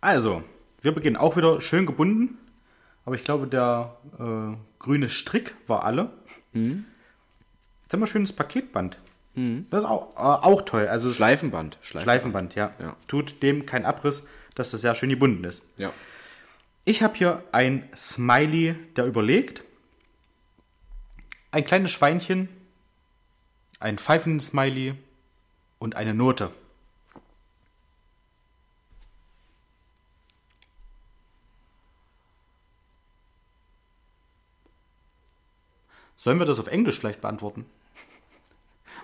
Speaker 2: Also, wir beginnen auch wieder schön gebunden, aber ich glaube, der äh, grüne Strick war alle.
Speaker 1: Mhm.
Speaker 2: Jetzt haben wir schönes Paketband. Das ist auch, äh, auch toll. Also es-
Speaker 1: Schleifenband.
Speaker 2: Schleifenband, ja.
Speaker 1: Ja.
Speaker 2: Tut dem keinen Abriss, dass das sehr schön gebunden ist.
Speaker 1: Ja.
Speaker 2: Ich habe hier ein Smiley, der überlegt. Ein kleines Schweinchen, ein pfeifendes Smiley und eine Note. Sollen wir das auf Englisch vielleicht beantworten?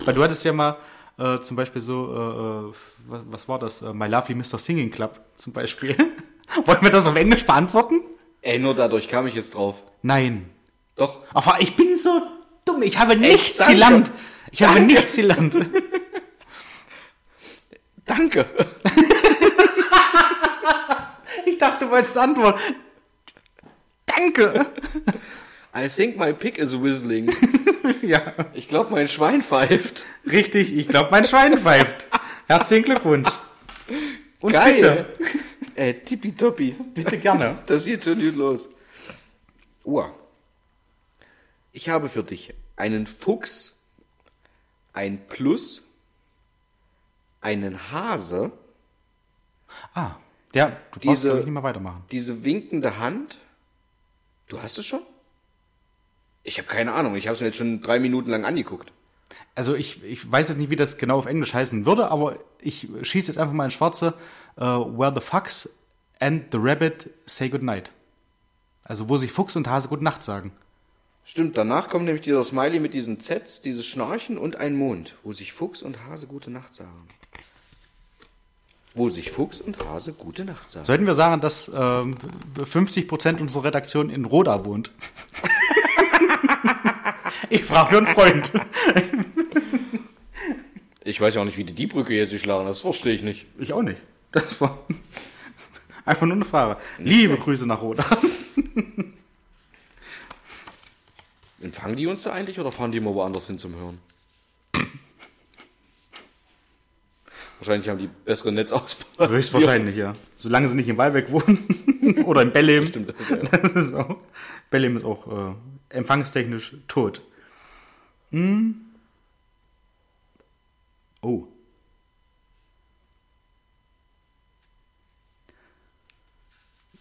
Speaker 2: Weil du hattest ja mal äh, zum Beispiel so, äh, äh, was, was war das? Äh, My Lovely Mr. Singing Club zum Beispiel. Wollen wir das auf Englisch beantworten?
Speaker 1: Ey, nur dadurch kam ich jetzt drauf.
Speaker 2: Nein.
Speaker 1: Doch.
Speaker 2: Aber ich bin so dumm. Ich habe nichts
Speaker 1: danke.
Speaker 2: gelernt. Ich habe nichts gelernt.
Speaker 1: Danke.
Speaker 2: Ich dachte, du wolltest antworten. Danke.
Speaker 1: I think my pig is whistling.
Speaker 2: Ja,
Speaker 1: Ich glaube, mein Schwein pfeift.
Speaker 2: richtig. Ich glaube, mein Schwein pfeift. Herzlichen Glückwunsch. Und
Speaker 1: Geil. Ey, tippitoppi.
Speaker 2: bitte gerne.
Speaker 1: Das geht schon gut los. Uhr. Ich habe für dich einen Fuchs, ein Plus, einen Hase,
Speaker 2: Ah, ja, du brauchst
Speaker 1: Diese-
Speaker 2: glaube ich nicht mehr weitermachen.
Speaker 1: diese winkende Hand. Du hast es schon? Ich habe keine Ahnung. Ich habe es mir jetzt schon drei Minuten lang angeguckt.
Speaker 2: Also ich, ich weiß jetzt nicht, wie das genau auf Englisch heißen würde, aber ich schieße jetzt einfach mal ins Schwarze. äh, where the Fox and the Rabbit say goodnight. Also wo sich Fuchs und Hase gute Nacht sagen.
Speaker 1: Stimmt, danach kommt nämlich dieser Smiley mit diesen Zs, dieses Schnarchen und ein Mond, wo sich Fuchs und Hase gute Nacht sagen. Wo sich Fuchs und Hase gute Nacht sagen.
Speaker 2: Sollten wir sagen, dass ähm, 50% unserer Redaktion in Roda wohnt? ich frage für einen Freund.
Speaker 1: Ich weiß ja auch nicht, wie die die Brücke jetzt geschlagen hat. Das verstehe ich nicht.
Speaker 2: Ich auch nicht. Das war einfach nur eine Frage. Liebe Grüße nach Roda.
Speaker 1: Empfangen die uns da eigentlich oder fahren die immer woanders hin zum Hören? Wahrscheinlich haben die bessere Netzausbau.
Speaker 2: Höchstwahrscheinlich, ja. Solange sie nicht in Walbeck wohnen oder in Bellem. Stimmt. Das ist auch, Bellem ist auch äh, empfangstechnisch tot. Hm. Oh.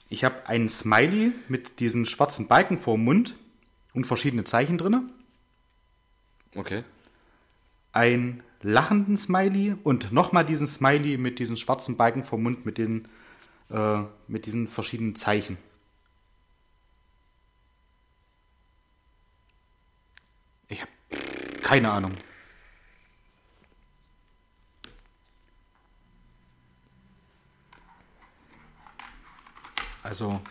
Speaker 2: Ich habe einen Smiley mit diesen schwarzen Balken vor dem Mund und verschiedene Zeichen drinne,
Speaker 1: Okay.
Speaker 2: einen lachenden Smiley und nochmal diesen Smiley mit diesen schwarzen Balken vor dem Mund mit, den, äh, mit diesen verschiedenen Zeichen. Ich habe keine Ahnung. Also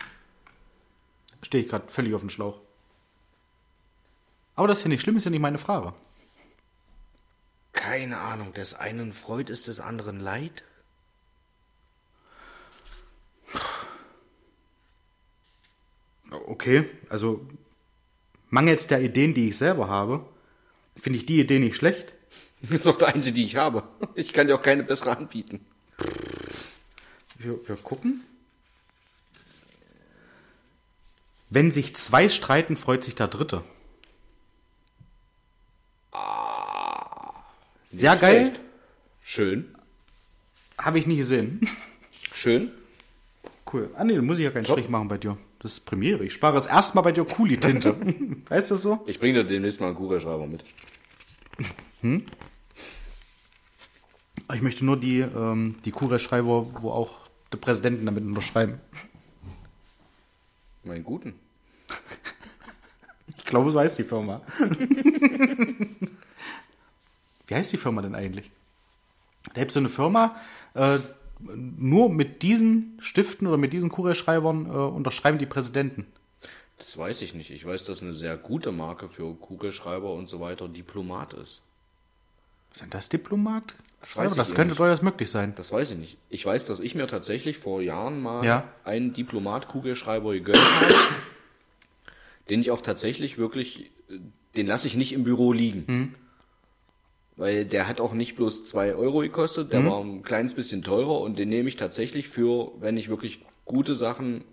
Speaker 2: stehe ich gerade völlig auf dem Schlauch. Aber das ist ja nicht schlimm, ist ja nicht meine Frage.
Speaker 1: Keine Ahnung, des einen Freud ist des anderen Leid.
Speaker 2: Okay, also mangels der Ideen, die ich selber habe, finde ich die Idee nicht schlecht.
Speaker 1: Das ist doch die einzige, die ich habe. Ich kann dir auch keine bessere anbieten.
Speaker 2: Wir, wir gucken. Wenn sich zwei streiten, freut sich der Dritte. Sehr geil,
Speaker 1: Schlecht. Schön.
Speaker 2: habe ich nie gesehen.
Speaker 1: Schön.
Speaker 2: Cool. Ah nee, dann muss ich ja keinen Strich machen bei dir. Das ist Premiere. Ich spare es erstmal bei dir Kuli-Tinte. weißt du so?
Speaker 1: Ich bringe dir demnächst mal einen Kugelschreiber mit.
Speaker 2: Ich möchte nur die, ähm, die Kura-Schreiber, wo auch die Präsidenten damit unterschreiben.
Speaker 1: Meinen guten.
Speaker 2: Ich glaube, so heißt die Firma. Wie heißt die Firma denn eigentlich? Da gibt es so eine Firma, äh, nur mit diesen Stiften oder mit diesen Kugelschreibern äh, unterschreiben die Präsidenten.
Speaker 1: Das weiß ich nicht. Ich weiß, dass eine sehr gute Marke für Kugelschreiber und so weiter Diplomat ist.
Speaker 2: Sind das Diplomat? Das,
Speaker 1: weiß ich
Speaker 2: das
Speaker 1: ja
Speaker 2: könnte
Speaker 1: nicht.
Speaker 2: durchaus möglich sein.
Speaker 1: Das weiß ich nicht. Ich weiß, dass ich mir tatsächlich vor Jahren mal
Speaker 2: Ja.
Speaker 1: einen Diplomat-Kugelschreiber gegönnt habe, den ich auch tatsächlich wirklich, äh, den lasse ich nicht im Büro liegen. Weil der hat auch nicht bloß 2 Euro gekostet, der war ein kleines bisschen teurer und den nehme ich tatsächlich für, wenn ich wirklich gute Sachen,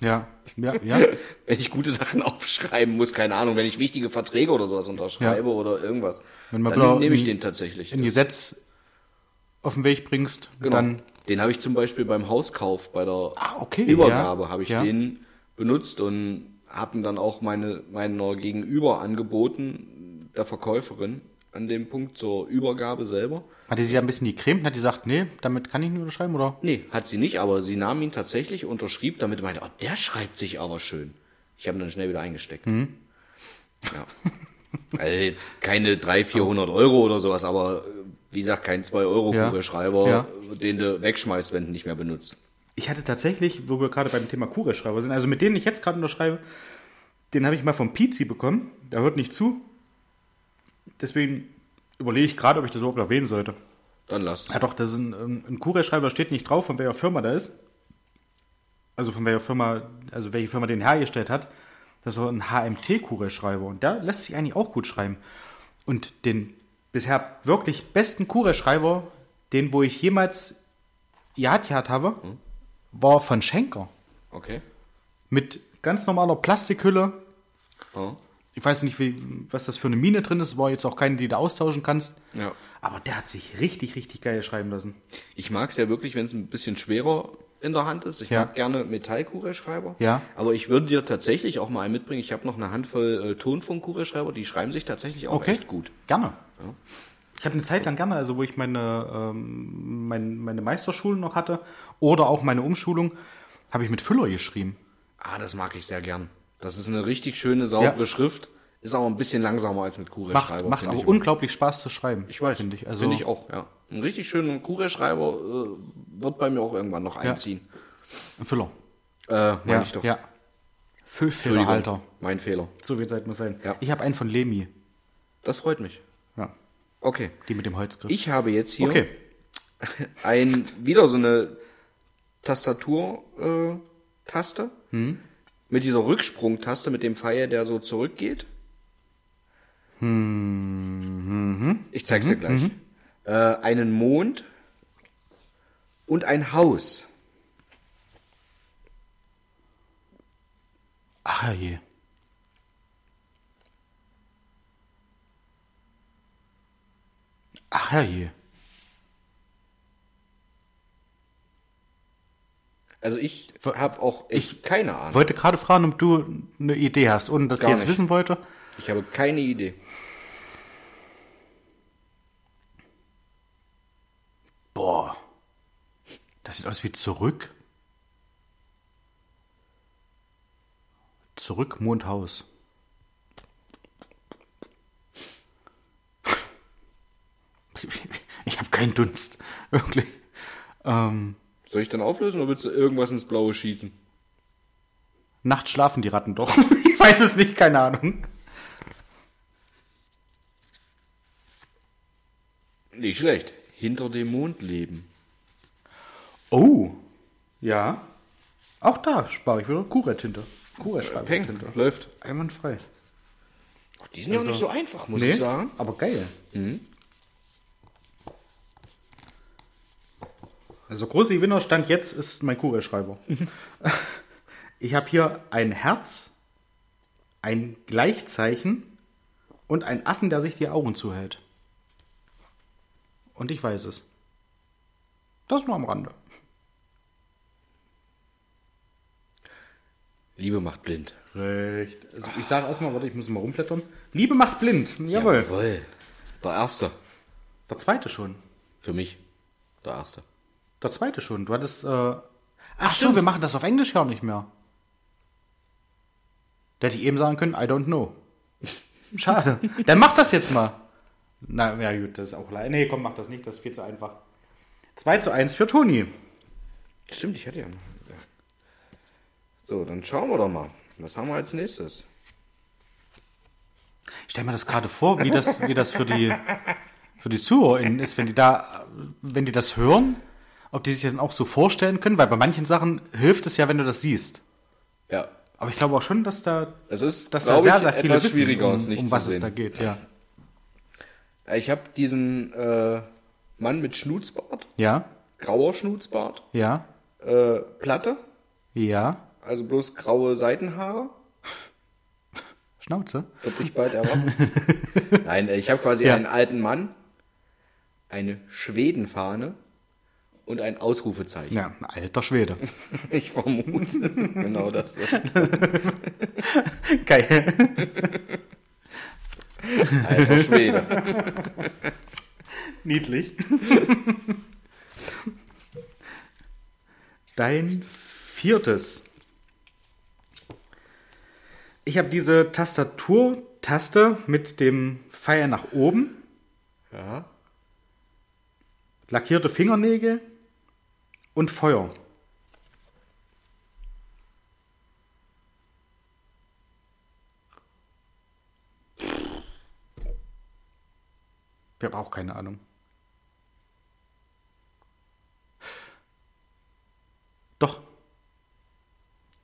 Speaker 2: Ja, ja, ja.
Speaker 1: wenn ich gute Sachen aufschreiben muss, keine Ahnung, wenn ich wichtige Verträge oder sowas unterschreibe oder irgendwas,
Speaker 2: Wenn man blau-
Speaker 1: dann nehme ich den tatsächlich. Also,
Speaker 2: Ein Gesetz auf den Weg bringst,
Speaker 1: Genau.
Speaker 2: dann
Speaker 1: den habe ich zum Beispiel beim Hauskauf, bei der
Speaker 2: Ah, okay,
Speaker 1: Übergabe,
Speaker 2: ja,
Speaker 1: habe ich
Speaker 2: ja.
Speaker 1: den benutzt und habe ihn dann auch meine, meiner Gegenüber angeboten, der Verkäuferin, an dem Punkt zur Übergabe selber.
Speaker 2: hat die sich da ein bisschen gecremt und hat gesagt, nee, damit kann ich nicht unterschreiben, oder?
Speaker 1: Nee, hat sie nicht, aber sie nahm ihn tatsächlich, unterschrieb, damit meinte, oh, der schreibt sich aber schön. Ich habe ihn dann schnell wieder eingesteckt.
Speaker 2: Mhm.
Speaker 1: Ja. Also jetzt keine 300, 400 Euro oder sowas, aber äh, wie gesagt, kein 2-Euro-Kugelschreiber,
Speaker 2: Ja.
Speaker 1: den du wegschmeißt, wenn du ihn nicht mehr benutzt.
Speaker 2: Ich hatte tatsächlich, wo wir gerade beim Thema Kugelschreiber sind, also mit denen ich jetzt gerade unterschreibe, den habe ich mal vom Pizzi bekommen. Der hört nicht zu. Deswegen überlege ich gerade, ob ich das überhaupt erwähnen sollte.
Speaker 1: Dann lass.
Speaker 2: Ja doch, das ist ein, ein ein Kugelschreiber, steht nicht drauf, von welcher Firma der ist. Also von welcher Firma, also welche Firma den hergestellt hat. Das ist aber ein HMT-Kugelschreiber und der lässt sich eigentlich auch gut schreiben. Und den bisher wirklich besten Kugelschreiber, den wo ich jemals gehabt gehabt habe, war von Schenker.
Speaker 1: Okay.
Speaker 2: Mit ganz normaler Plastikhülle,
Speaker 1: Ja.
Speaker 2: ich weiß nicht, wie, was das für eine Mine drin ist, war jetzt auch keine, die du austauschen kannst.
Speaker 1: Ja.
Speaker 2: Aber der hat sich richtig, richtig geil schreiben lassen.
Speaker 1: Ich mag es ja wirklich, wenn es ein bisschen schwerer in der Hand ist. Ich
Speaker 2: Ja.
Speaker 1: mag gerne Metallkugelschreiber.
Speaker 2: Ja.
Speaker 1: Aber ich würde dir tatsächlich auch mal einen mitbringen. Ich habe noch eine Handvoll äh, Tonfunkkugelschreiber, die schreiben sich tatsächlich auch
Speaker 2: Okay.
Speaker 1: echt gut.
Speaker 2: Gerne. Ich habe eine Zeit lang gerne, also wo ich meine, ähm, mein, meine Meisterschulen noch hatte oder auch meine Umschulung, habe ich mit Füller geschrieben.
Speaker 1: Ah, das mag ich sehr gern. Das ist eine richtig schöne, saubere
Speaker 2: Ja.
Speaker 1: Schrift. Ist aber ein bisschen langsamer als mit
Speaker 2: Macht,
Speaker 1: Kugelschreiber.
Speaker 2: macht
Speaker 1: find
Speaker 2: auch
Speaker 1: ich.
Speaker 2: unglaublich Spaß zu schreiben.
Speaker 1: Ich weiß.
Speaker 2: Finde ich. Also,
Speaker 1: Find ich auch, ja. Ein richtig schöner Kugelschreiber äh, wird bei mir auch irgendwann noch einziehen.
Speaker 2: ein Füller.
Speaker 1: Äh, meine ich doch.
Speaker 2: ja. Fü-
Speaker 1: Entschuldigung,
Speaker 2: Füllerhalter.
Speaker 1: Mein Fehler.
Speaker 2: So viel Zeit muss sein.
Speaker 1: Ja.
Speaker 2: Ich habe einen von Lemi.
Speaker 1: Das freut mich.
Speaker 2: Ja.
Speaker 1: Okay.
Speaker 2: Die mit dem Holzgriff.
Speaker 1: Ich habe jetzt hier
Speaker 2: okay.
Speaker 1: ein wieder so eine Tastatur-Taste äh, Taste. mit dieser Rücksprungtaste mit dem Pfeil, der so zurückgeht. Ich zeig's dir gleich. Äh, einen Mond und ein Haus.
Speaker 2: Ach herrje. Ach herrje.
Speaker 1: Also ich habe auch echt keine Ahnung.
Speaker 2: Wollte gerade fragen, ob du eine Idee hast, ohne dass
Speaker 1: Gar
Speaker 2: ich jetzt
Speaker 1: nicht.
Speaker 2: wissen wollte.
Speaker 1: Ich habe keine Idee.
Speaker 2: Boah. Das sieht aus wie zurück. Zurück Mondhaus. Ich habe keinen Dunst. Wirklich. Ähm,
Speaker 1: Soll ich dann auflösen oder willst du irgendwas ins Blaue schießen?
Speaker 2: Nachts schlafen die Ratten doch. ich weiß es nicht, keine Ahnung.
Speaker 1: Nicht schlecht. Hinter dem Mond leben.
Speaker 2: Oh. Ja. Auch da spare ich wieder Kuretinte.
Speaker 1: Peng,
Speaker 2: Kuretinte.
Speaker 1: läuft.
Speaker 2: Einwandfrei.
Speaker 1: Ach, die sind ja auch nicht so einfach, muss
Speaker 2: Nee,
Speaker 1: ich sagen.
Speaker 2: aber geil. Mhm. Also große Gewinner stand jetzt ist mein Kugelschreiber. ich habe hier ein Herz, ein Gleichzeichen und einen Affen, der sich die Augen zuhält. Und ich weiß es. Das nur am Rande.
Speaker 1: Liebe macht blind.
Speaker 2: Recht. Also ich sage erstmal, warte, ich muss mal rumblättern. Liebe macht blind. Jawohl.
Speaker 1: Jawohl. Der erste.
Speaker 2: Der zweite schon.
Speaker 1: Für mich. Der erste.
Speaker 2: Der zweite schon. Du hattest. Äh, ach so, wir machen das auf Englisch ja nicht mehr. Da hätte ich eben sagen können, I don't know. Schade. Dann mach das jetzt mal. Na, ja gut, das ist auch leider. Nee, komm, mach das nicht, das ist viel zu einfach. 2 zu 1 für Toni.
Speaker 1: Stimmt, ich hatte ja noch. ja. So, dann schauen wir doch mal. Was haben wir als nächstes?
Speaker 2: Ich stell mir das gerade vor, wie das, wie das für die, für die ZuhörerInnen ist, wenn die da, wenn die das hören, ob die sich das dann auch so vorstellen können, weil bei manchen Sachen hilft es ja, wenn du das siesiehst.
Speaker 1: Ja.
Speaker 2: Aber ich glaube auch schon, dass da,
Speaker 1: Es ist,
Speaker 2: dass da
Speaker 1: glaube
Speaker 2: sehr,
Speaker 1: ich,
Speaker 2: sehr viele
Speaker 1: etwas
Speaker 2: wissen,
Speaker 1: schwieriger,
Speaker 2: um,
Speaker 1: es nicht
Speaker 2: um
Speaker 1: zu
Speaker 2: was es
Speaker 1: sehen.
Speaker 2: da geht. Ja.
Speaker 1: Ich habe diesen äh, Mann mit Schnutzbart,
Speaker 2: Ja,
Speaker 1: grauer Schnutzbart,
Speaker 2: ja,
Speaker 1: äh, Platte,
Speaker 2: ja.
Speaker 1: also bloß graue Seitenhaare.
Speaker 2: Schnauze.
Speaker 1: Wird dich bald erwarten. Nein, äh, ich habe quasi
Speaker 2: Ja.
Speaker 1: einen alten Mann, eine Schwedenfahne und ein Ausrufezeichen.
Speaker 2: Ja, alter Schwede.
Speaker 1: Ich vermute genau das.
Speaker 2: Geil.
Speaker 1: Alter Schwede.
Speaker 2: Niedlich. Dein viertes. Ich habe diese Tastaturtaste mit dem Pfeil nach oben,
Speaker 1: Ja.
Speaker 2: lackierte Fingernägel und Feuer. Ich habe auch keine Ahnung. Doch.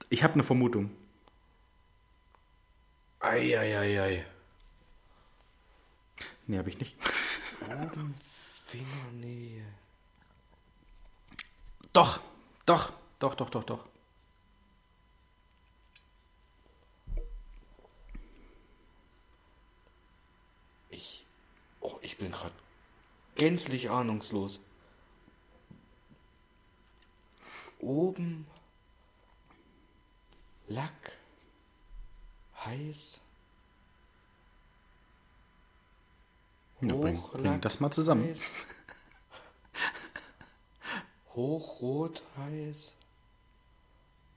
Speaker 2: Ich habe eine Vermutung.
Speaker 1: Eieiei.
Speaker 2: Nee, habe ich nicht.
Speaker 1: Fingernähe.
Speaker 2: Doch, doch, doch, doch, doch, doch.
Speaker 1: Ich. Oh, ich bin gerade gänzlich ahnungslos. Oben. Lack. Heiß.
Speaker 2: Ja, bring, bring
Speaker 1: Hochlack-
Speaker 2: das mal zusammen.
Speaker 1: Heiß. Hochrot heiß.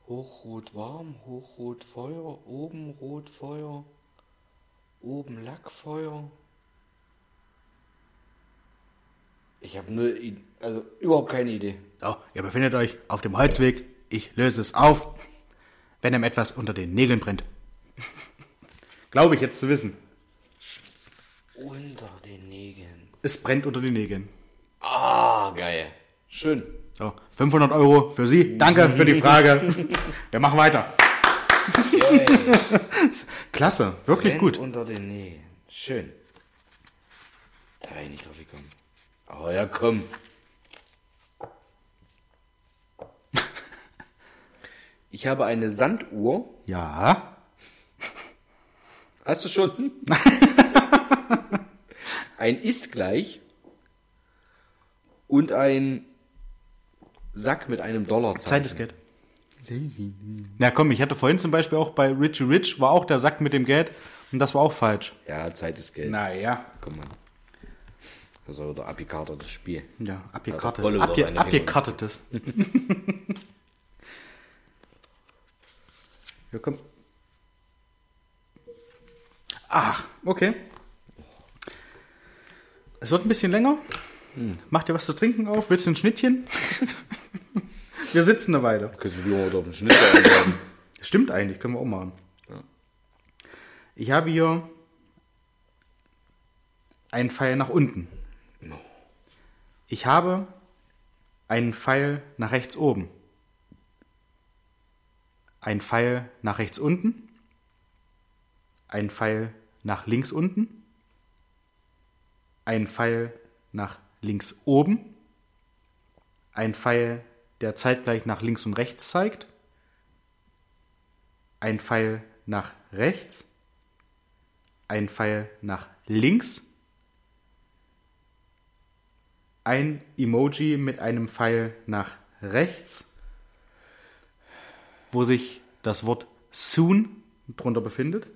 Speaker 1: Hochrot warm, hochrot Feuer, oben rot Feuer, oben Lackfeuer. Ich habe nur, I- also überhaupt keine Idee.
Speaker 2: So, ihr befindet euch auf dem Holzweg. Ich löse es auf, wenn ihm etwas unter den Nägeln brennt. Glaube ich jetzt zu wissen.
Speaker 1: Unter den Nägeln.
Speaker 2: Es brennt unter den Nägeln.
Speaker 1: Ah, geil. Schön.
Speaker 2: So, 500 Euro für Sie. Danke für die Frage. Wir machen weiter. Klasse, wirklich
Speaker 1: Brennt
Speaker 2: gut.
Speaker 1: Unter den Nägeln. Schön. Da wäre ich nicht drauf gekommen. Oh ja, komm. Ich habe eine Sanduhr.
Speaker 2: Ja,
Speaker 1: Hast du schon? ein ist gleich und ein Sack mit einem Dollarzeichen.
Speaker 2: Zeit ist Geld. Na komm, ich hatte vorhin zum Beispiel auch bei Richie Rich war auch der Sack mit dem Geld und das war auch falsch.
Speaker 1: Ja, Zeit ist Geld.
Speaker 2: Naja.
Speaker 1: Komm mal. Also der Apikator das Spiel.
Speaker 2: Ja,
Speaker 1: Hat doch
Speaker 2: abgekartet.
Speaker 1: Bolle drauf,
Speaker 2: Abge
Speaker 1: eine Finger.
Speaker 2: abgekartetes.
Speaker 1: Ja, komm.
Speaker 2: Ach, okay. Es wird ein bisschen länger.
Speaker 1: Hm.
Speaker 2: Mach dir was zu trinken auf. Willst du ein Schnittchen? wir sitzen eine Weile.
Speaker 1: Kannst du die Blumen auf den Schnitt einwerfen?
Speaker 2: Stimmt eigentlich, können wir auch machen.
Speaker 1: Ja.
Speaker 2: Ich habe hier einen Pfeil nach unten.
Speaker 1: No.
Speaker 2: Ich habe einen Pfeil nach rechts oben. Ein Pfeil nach rechts unten. Ein Pfeil nach links unten. Ein Pfeil nach links oben. Ein Pfeil, der zeitgleich nach links und rechts zeigt. Ein Pfeil nach rechts. Ein Pfeil nach links ein Emoji mit einem Pfeil nach rechts, wo sich das Wort soon drunter befindet.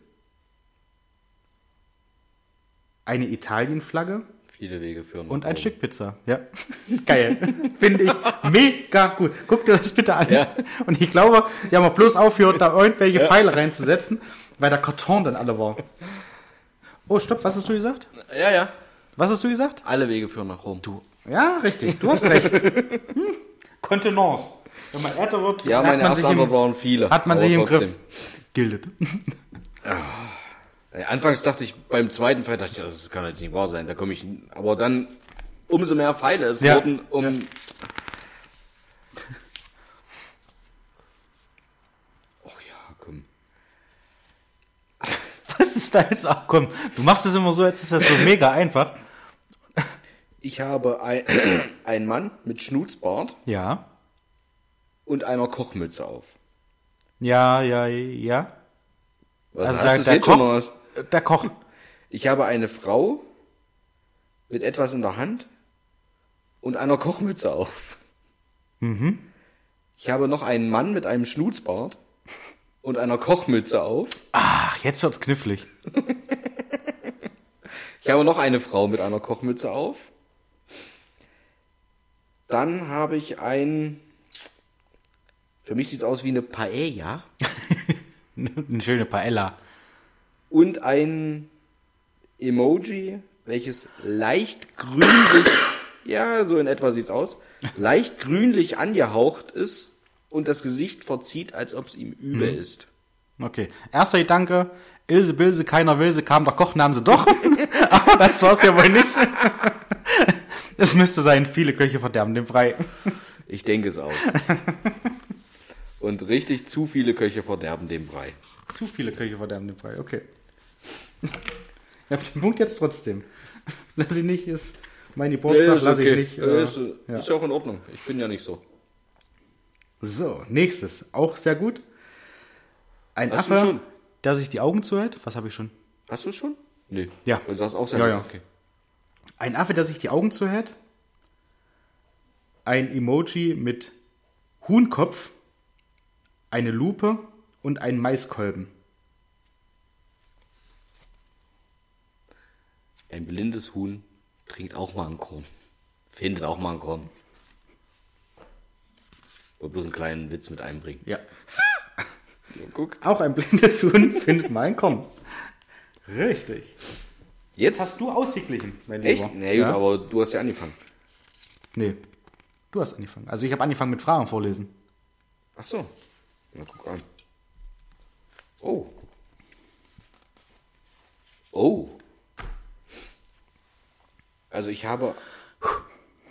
Speaker 2: Eine Italienflagge
Speaker 1: Viele Wege führen. nach
Speaker 2: und ein
Speaker 1: Rom.
Speaker 2: Stück Pizza. Ja. Geil. Finde ich mega gut. Guck dir das bitte an.
Speaker 1: Ja.
Speaker 2: Und ich glaube, sie haben auch bloß aufgehört, da irgendwelche Pfeile reinzusetzen, weil der Karton dann alle war. Oh, stopp, was hast du gesagt?
Speaker 1: Ja, ja.
Speaker 2: Was hast du gesagt?
Speaker 1: Alle Wege führen nach Rom. Du.
Speaker 2: Ja, richtig, du hast recht. Hm? Kontenance. Wenn man älter wird,
Speaker 1: Ja,
Speaker 2: hat
Speaker 1: meine
Speaker 2: man sich
Speaker 1: ersten Antwort
Speaker 2: im,
Speaker 1: waren viele.
Speaker 2: hat man sich
Speaker 1: aber
Speaker 2: im
Speaker 1: trotzdem.
Speaker 2: Griff. Gildet.
Speaker 1: Äh, Anfangs dachte ich, beim zweiten Pfeil dachte ich, das kann jetzt nicht wahr sein. Da komme ich. Aber dann umso mehr Pfeile es
Speaker 2: Ja.
Speaker 1: wurden, um. Och Oh ja, komm.
Speaker 2: Was ist da jetzt? Ach komm, du machst es immer so, als ist das so mega einfach.
Speaker 1: Ich habe ein, einen Mann mit Schnutzbart
Speaker 2: Ja.
Speaker 1: und einer Kochmütze auf.
Speaker 2: Ja, ja, ja.
Speaker 1: Was
Speaker 2: Also
Speaker 1: hast
Speaker 2: der,
Speaker 1: du
Speaker 2: der,
Speaker 1: jetzt schon mal?
Speaker 2: Koch,
Speaker 1: was?
Speaker 2: der Koch.
Speaker 1: Ich habe eine Frau mit etwas in der Hand und einer Kochmütze auf. Ich habe noch einen Mann mit einem Schnutzbart und einer Kochmütze auf.
Speaker 2: Ach, jetzt wird's knifflig.
Speaker 1: Ich habe noch eine Frau mit einer Kochmütze auf. Dann habe ich ein. Für mich sieht's aus wie eine Paella.
Speaker 2: Eine schöne Paella.
Speaker 1: Und ein Emoji, welches leicht grünlich. ja, so in etwa sieht's aus. Leicht grünlich angehaucht ist und das Gesicht verzieht, als ob's ihm
Speaker 2: Hm.
Speaker 1: übel ist.
Speaker 2: Okay. Erster Gedanke, Ilse Bilse, keiner will sie, kam der Koch, nahm sie doch. Aber das war's ja wohl nicht. Es müsste sein, viele Köche verderben den Brei.
Speaker 1: Ich denke es auch. und richtig zu viele Köche verderben den Brei.
Speaker 2: Zu viele Köche verderben den Brei, okay. Ich hab den Punkt jetzt trotzdem. Lass ihn nicht, ist mein Geburtstag,
Speaker 1: ist
Speaker 2: lass
Speaker 1: okay.
Speaker 2: ich nicht.
Speaker 1: Äh,
Speaker 2: Äh,
Speaker 1: ist,
Speaker 2: ja.
Speaker 1: ist ja auch in Ordnung. Ich bin ja nicht so.
Speaker 2: So, nächstes, auch sehr gut. Ein
Speaker 1: Hast du
Speaker 2: Affe,
Speaker 1: schon?
Speaker 2: der sich die Augen zuhält. Was habe ich schon?
Speaker 1: Hast du schon? Nee.
Speaker 2: Ja.
Speaker 1: Du sagst auch sehr
Speaker 2: Ja,
Speaker 1: gut.
Speaker 2: ja.
Speaker 1: Okay.
Speaker 2: Ein Affe, der sich die Augen zuhält. Ein Emoji mit Huhnkopf, eine Lupe und einen Maiskolben.
Speaker 1: Ein blindes Huhn trinkt auch mal einen Korn. Findet auch mal einen Korn. Wollte bloß einen kleinen Witz mit einbringen.
Speaker 2: Ja.
Speaker 1: guck.
Speaker 2: Auch ein blindes Huhn findet mein Korn. Richtig.
Speaker 1: Jetzt
Speaker 2: Hast du ausgeglichen, mein
Speaker 1: Echt?
Speaker 2: Lieber.
Speaker 1: Nee, gut,
Speaker 2: ja?
Speaker 1: aber du hast ja angefangen.
Speaker 2: Nee. Du hast angefangen. Also ich habe angefangen mit Fragen vorlesen.
Speaker 1: Ach so. Na, guck an. Oh. Oh. Also ich habe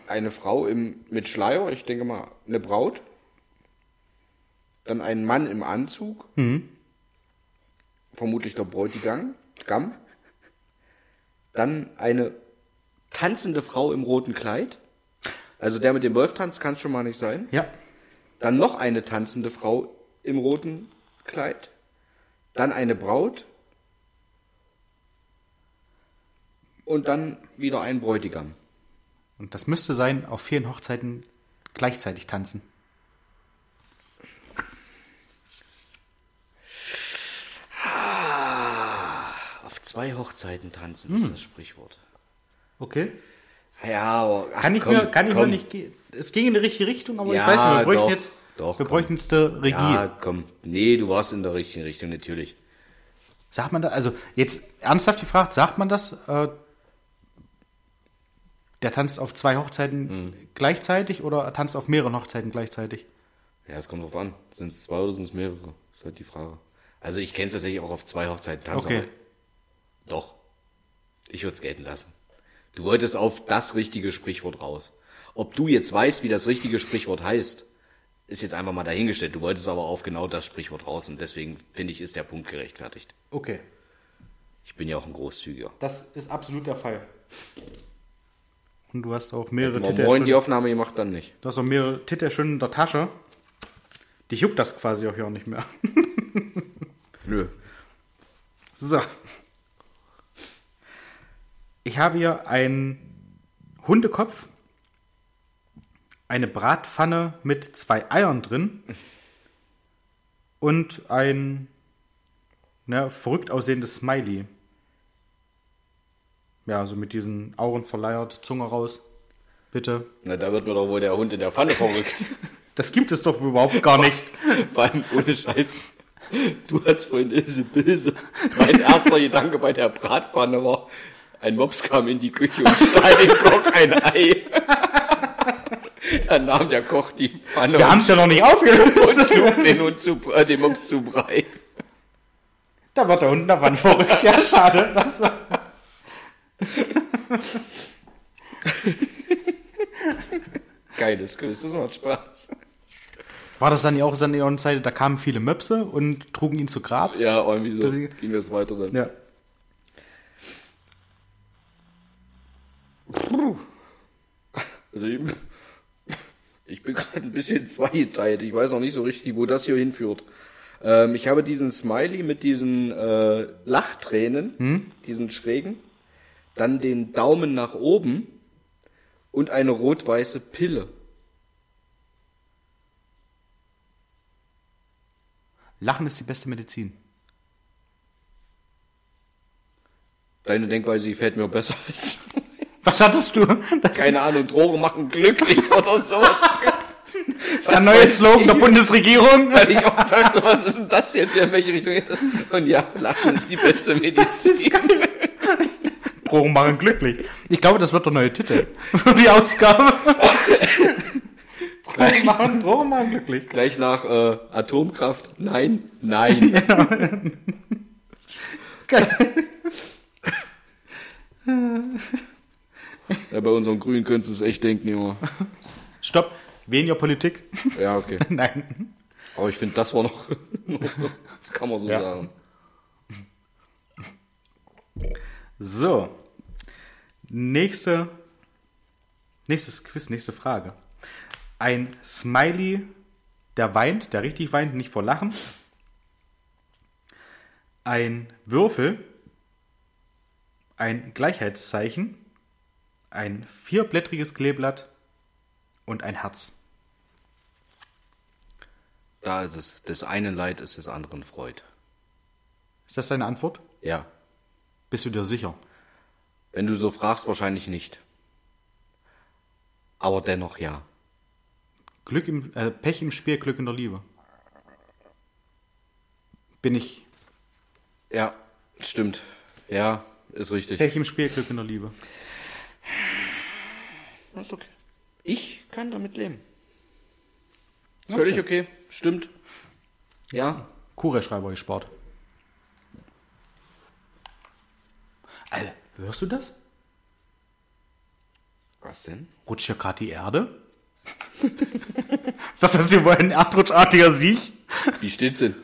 Speaker 1: eine Frau im, mit Schleier, ich denke mal eine Braut. Dann einen Mann im Anzug. Vermutlich der Bräutigam. Gamm. Dann eine tanzende Frau im roten Kleid. Also der mit dem Wolf tanzt kann es schon mal nicht sein.
Speaker 2: Ja.
Speaker 1: Dann noch eine tanzende Frau im roten Kleid. Dann eine Braut. Und dann wieder ein Bräutigam.
Speaker 2: Und das müsste sein, auf vielen Hochzeiten gleichzeitig tanzen.
Speaker 1: Auf zwei Hochzeiten tanzen
Speaker 2: Hm.
Speaker 1: ist das Sprichwort.
Speaker 2: Okay.
Speaker 1: Ja, aber. ach,
Speaker 2: Kann ich
Speaker 1: komm,
Speaker 2: mir, kann ich mir
Speaker 1: komm.
Speaker 2: nicht. ge- Es ging in die richtige Richtung, aber
Speaker 1: Ja,
Speaker 2: ich weiß nicht, wir bräuchten
Speaker 1: doch,
Speaker 2: jetzt.
Speaker 1: doch,
Speaker 2: wir
Speaker 1: komm.
Speaker 2: bräuchten jetzt eine Regie.
Speaker 1: Ja, komm. Nee, du warst in der richtigen Richtung, natürlich.
Speaker 2: Sagt man da, also jetzt ernsthaft gefragt, sagt man das? Äh, der tanzt auf zwei Hochzeiten gleichzeitig oder er tanzt auf mehreren Hochzeiten gleichzeitig?
Speaker 1: Ja, es kommt drauf an. Sind es zwei oder sind es mehrere? Ist halt die Frage. Also, ich kenne es tatsächlich auch auf zwei Hochzeiten tanzen.
Speaker 2: Okay.
Speaker 1: aber Doch. Ich würde es gelten lassen. Du wolltest auf das richtige Sprichwort raus. Ob du jetzt weißt, wie das richtige Sprichwort heißt, ist jetzt einfach mal dahingestellt. Du wolltest aber auf genau das Sprichwort raus und deswegen finde ich, ist der Punkt gerechtfertigt.
Speaker 2: Okay,
Speaker 1: Ich bin ja auch ein Großzügiger.
Speaker 2: das ist absolut der Fall. Und du hast auch mehrere
Speaker 1: Wenn
Speaker 2: Titel.
Speaker 1: morgen die
Speaker 2: schon,
Speaker 1: Aufnahme gemacht, dann nicht.
Speaker 2: du hast auch mehrere Titel schon in der Tasche. Dich juckt das quasi auch hier auch nicht mehr.
Speaker 1: Nö.
Speaker 2: So. Ich habe hier einen Hundekopf, eine Bratpfanne mit zwei Eiern drin und ein ne, verrückt aussehendes Smiley. Ja, so mit diesen Augen verleiert, Zunge raus. Bitte.
Speaker 1: Na, da wird mir doch wohl der Hund in der Pfanne verrückt.
Speaker 2: Das gibt es doch überhaupt gar nicht.
Speaker 1: Vor allem ohne Scheiß. Du hast vorhin diese Bilse. Mein erster Gedanke bei der Bratpfanne war, ein Mops kam in die Küche und stahl dem Koch ein Ei. Dann nahm der Koch die Pfanne
Speaker 2: Wir haben
Speaker 1: und,
Speaker 2: es ja noch nicht aufgelöst.
Speaker 1: und schlug den, Hund zu, äh, den Mops zu Brei.
Speaker 2: Da wird der Hund davon verrückt. Ja, schade. Das war-
Speaker 1: Geiles Quiz, das macht Spaß.
Speaker 2: War das dann auch so eine Zeit, da kamen viele Möpse und trugen ihn zu Grab?
Speaker 1: Ja, irgendwie so
Speaker 2: Das ist-
Speaker 1: ging das weiter dann.
Speaker 2: Ja.
Speaker 1: Also ich, ich bin gerade ein bisschen zweigeteilt. Ich weiß noch nicht so richtig, wo das hier hinführt. Ähm, ich habe diesen Smiley mit diesen äh, Lachtränen, diesen schrägen, dann den Daumen nach oben und eine rot-weiße Pille.
Speaker 2: Lachen ist die beste Medizin.
Speaker 1: Deine Denkweise gefällt mir besser als
Speaker 2: Was hattest du? Das
Speaker 1: keine Ahnung, Drogen machen glücklich oder sowas.
Speaker 2: der neue Slogan der Bundesregierung.
Speaker 1: Weil ich auch dachte, was ist denn das jetzt? In welche Richtung geht das? Und ja, Lachen ist die beste Medizin.
Speaker 2: Drogen machen glücklich. Ich glaube, das wird der neue Titel für die Ausgabe. Drogen machen, Drogen machen glücklich.
Speaker 1: Gleich nach äh, Atomkraft. Nein, nein. ja, bei unseren Grünen könntest du es echt denken, Junge.
Speaker 2: Stopp, weniger Politik.
Speaker 1: Ja, okay.
Speaker 2: Nein.
Speaker 1: Aber ich finde, das war noch. das kann man so
Speaker 2: Ja.
Speaker 1: sagen.
Speaker 2: So. Nächste, nächstes Quiz, nächste Frage. Ein Smiley, der weint, der richtig weint, nicht vor Lachen. Ein Würfel, ein Gleichheitszeichen, ein vierblättriges Kleeblatt und ein Herz.
Speaker 1: Da ist es. Des einen Leid ist des anderen Freud.
Speaker 2: Ist das deine Antwort?
Speaker 1: Ja.
Speaker 2: Bist du dir sicher?
Speaker 1: Wenn du so fragst, wahrscheinlich nicht. Aber dennoch ja.
Speaker 2: Glück im, äh, Pech im Spiel, Glück in der Liebe. Bin ich.
Speaker 1: Ja, stimmt. Ja, ist richtig.
Speaker 2: Pech im Spiel, Glück in der Liebe.
Speaker 1: Ist okay. Ich kann damit leben. Ist völlig okay. Stimmt. Ja.
Speaker 2: Kugelschreiber gespart. Alter, hörst du das?
Speaker 1: Was denn?
Speaker 2: Rutscht hier gerade die Erde? Wird das hier wohl ein erdrutschartiger Sieg?
Speaker 1: Wie steht's denn?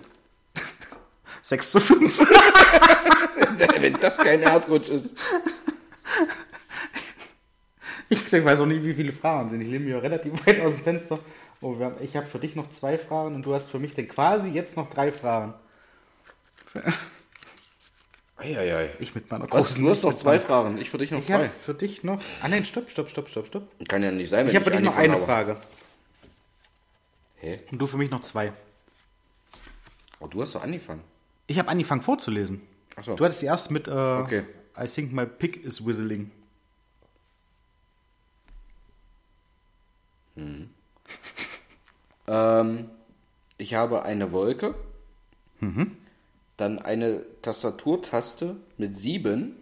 Speaker 2: 6 zu 5.
Speaker 1: Wenn das kein Erdrutsch ist.
Speaker 2: Ich weiß auch nicht, wie viele Fragen sind. Ich lehne mir relativ weit aus dem Fenster. Oh, wir haben, ich habe für dich noch zwei Fragen und du hast für mich dann quasi jetzt noch drei Fragen.
Speaker 1: Eieiei.
Speaker 2: Ich mit meiner
Speaker 1: Was?
Speaker 2: großen...
Speaker 1: Du hast noch zwei Fragen. Ich für dich noch
Speaker 2: Ich habe
Speaker 1: drei.
Speaker 2: für dich noch... Ah nein, stopp, stopp, stopp, stopp, stopp.
Speaker 1: Kann ja nicht sein, wenn
Speaker 2: Ich habe für dich noch eine
Speaker 1: angefangen
Speaker 2: Frage.
Speaker 1: habe. Hä?
Speaker 2: Und du für mich noch zwei.
Speaker 1: Aber du hast doch angefangen.
Speaker 2: Ich habe angefangen vorzulesen.
Speaker 1: Ach so.
Speaker 2: Du hattest die erst mit äh,
Speaker 1: Okay.
Speaker 2: I think my pig is whistling.
Speaker 1: Ähm, ich habe eine Wolke, dann eine Tastaturtaste mit sieben,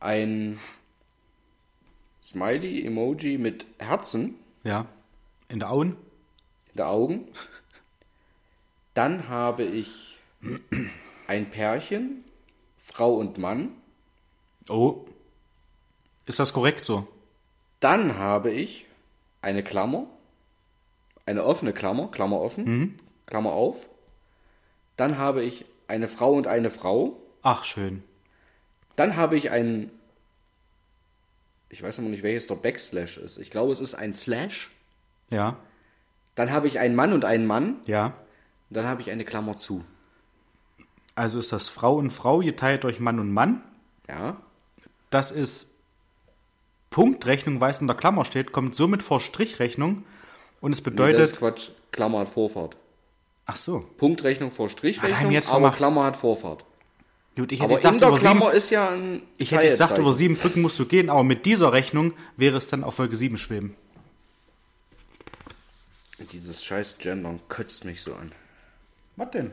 Speaker 1: ein Smiley-Emoji mit Herzen
Speaker 2: Ja. In der Auen.
Speaker 1: in den Augen. Dann habe ich ein Pärchen, Frau und Mann.
Speaker 2: Oh. Ist das korrekt so?
Speaker 1: Dann habe ich eine Klammer, eine offene Klammer, Klammer offen,
Speaker 2: Mhm.
Speaker 1: Klammer auf. Dann habe ich eine Frau und eine Frau.
Speaker 2: Ach, schön.
Speaker 1: Dann habe ich ein, ich weiß noch nicht, welches der Backslash ist. Ich glaube, es ist ein Slash.
Speaker 2: Ja.
Speaker 1: Dann habe ich einen Mann und einen Mann.
Speaker 2: Ja.
Speaker 1: Dann habe ich eine Klammer zu.
Speaker 2: Also ist das Frau und Frau geteilt durch Mann und Mann.
Speaker 1: Ja,
Speaker 2: Das ist Punktrechnung, weil es in der Klammer steht, kommt somit vor Strichrechnung. Und es
Speaker 1: Nee, das
Speaker 2: bedeutet.
Speaker 1: ist Quatsch. Klammer hat Vorfahrt.
Speaker 2: Ach so.
Speaker 1: Punktrechnung vor
Speaker 2: Ah, da
Speaker 1: Strichrechnung,
Speaker 2: haben jetzt
Speaker 1: aber
Speaker 2: gemacht.
Speaker 1: Klammer hat Vorfahrt.
Speaker 2: Gut, ich
Speaker 1: Aber
Speaker 2: hätte gesagt,
Speaker 1: in der
Speaker 2: über sieben,
Speaker 1: Klammer ist ja ein
Speaker 2: ich hätte gesagt, über
Speaker 1: Teilzeichen.
Speaker 2: sieben Brücken musst du gehen, aber mit dieser Rechnung wäre es dann auf Folge 7 schweben.
Speaker 1: Dieses scheiß Gendern kotzt mich so an.
Speaker 2: Was denn?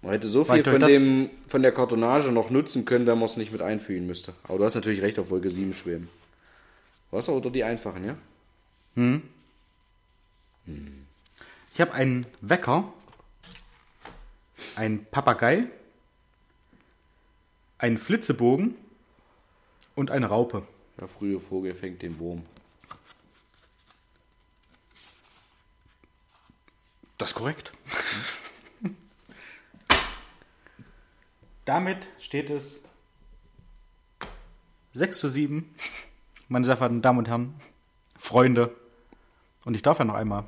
Speaker 1: Man hätte so
Speaker 2: Weil
Speaker 1: viel
Speaker 2: ich
Speaker 1: von,
Speaker 2: das-
Speaker 1: dem, von der Kartonage noch nutzen können, wenn man es nicht mit einfügen müsste. Aber du hast natürlich recht auf Folge 7 schweben. Was oder die einfachen, ja?
Speaker 2: Ich habe einen Wecker, einen Papagei, einen Flitzebogen und eine Raupe.
Speaker 1: Der frühe Vogel fängt den Wurm.
Speaker 2: Das ist korrekt. Damit steht es 6 zu 7 meine sehr verehrten Damen und Herren, Freunde. Und ich darf ja noch einmal.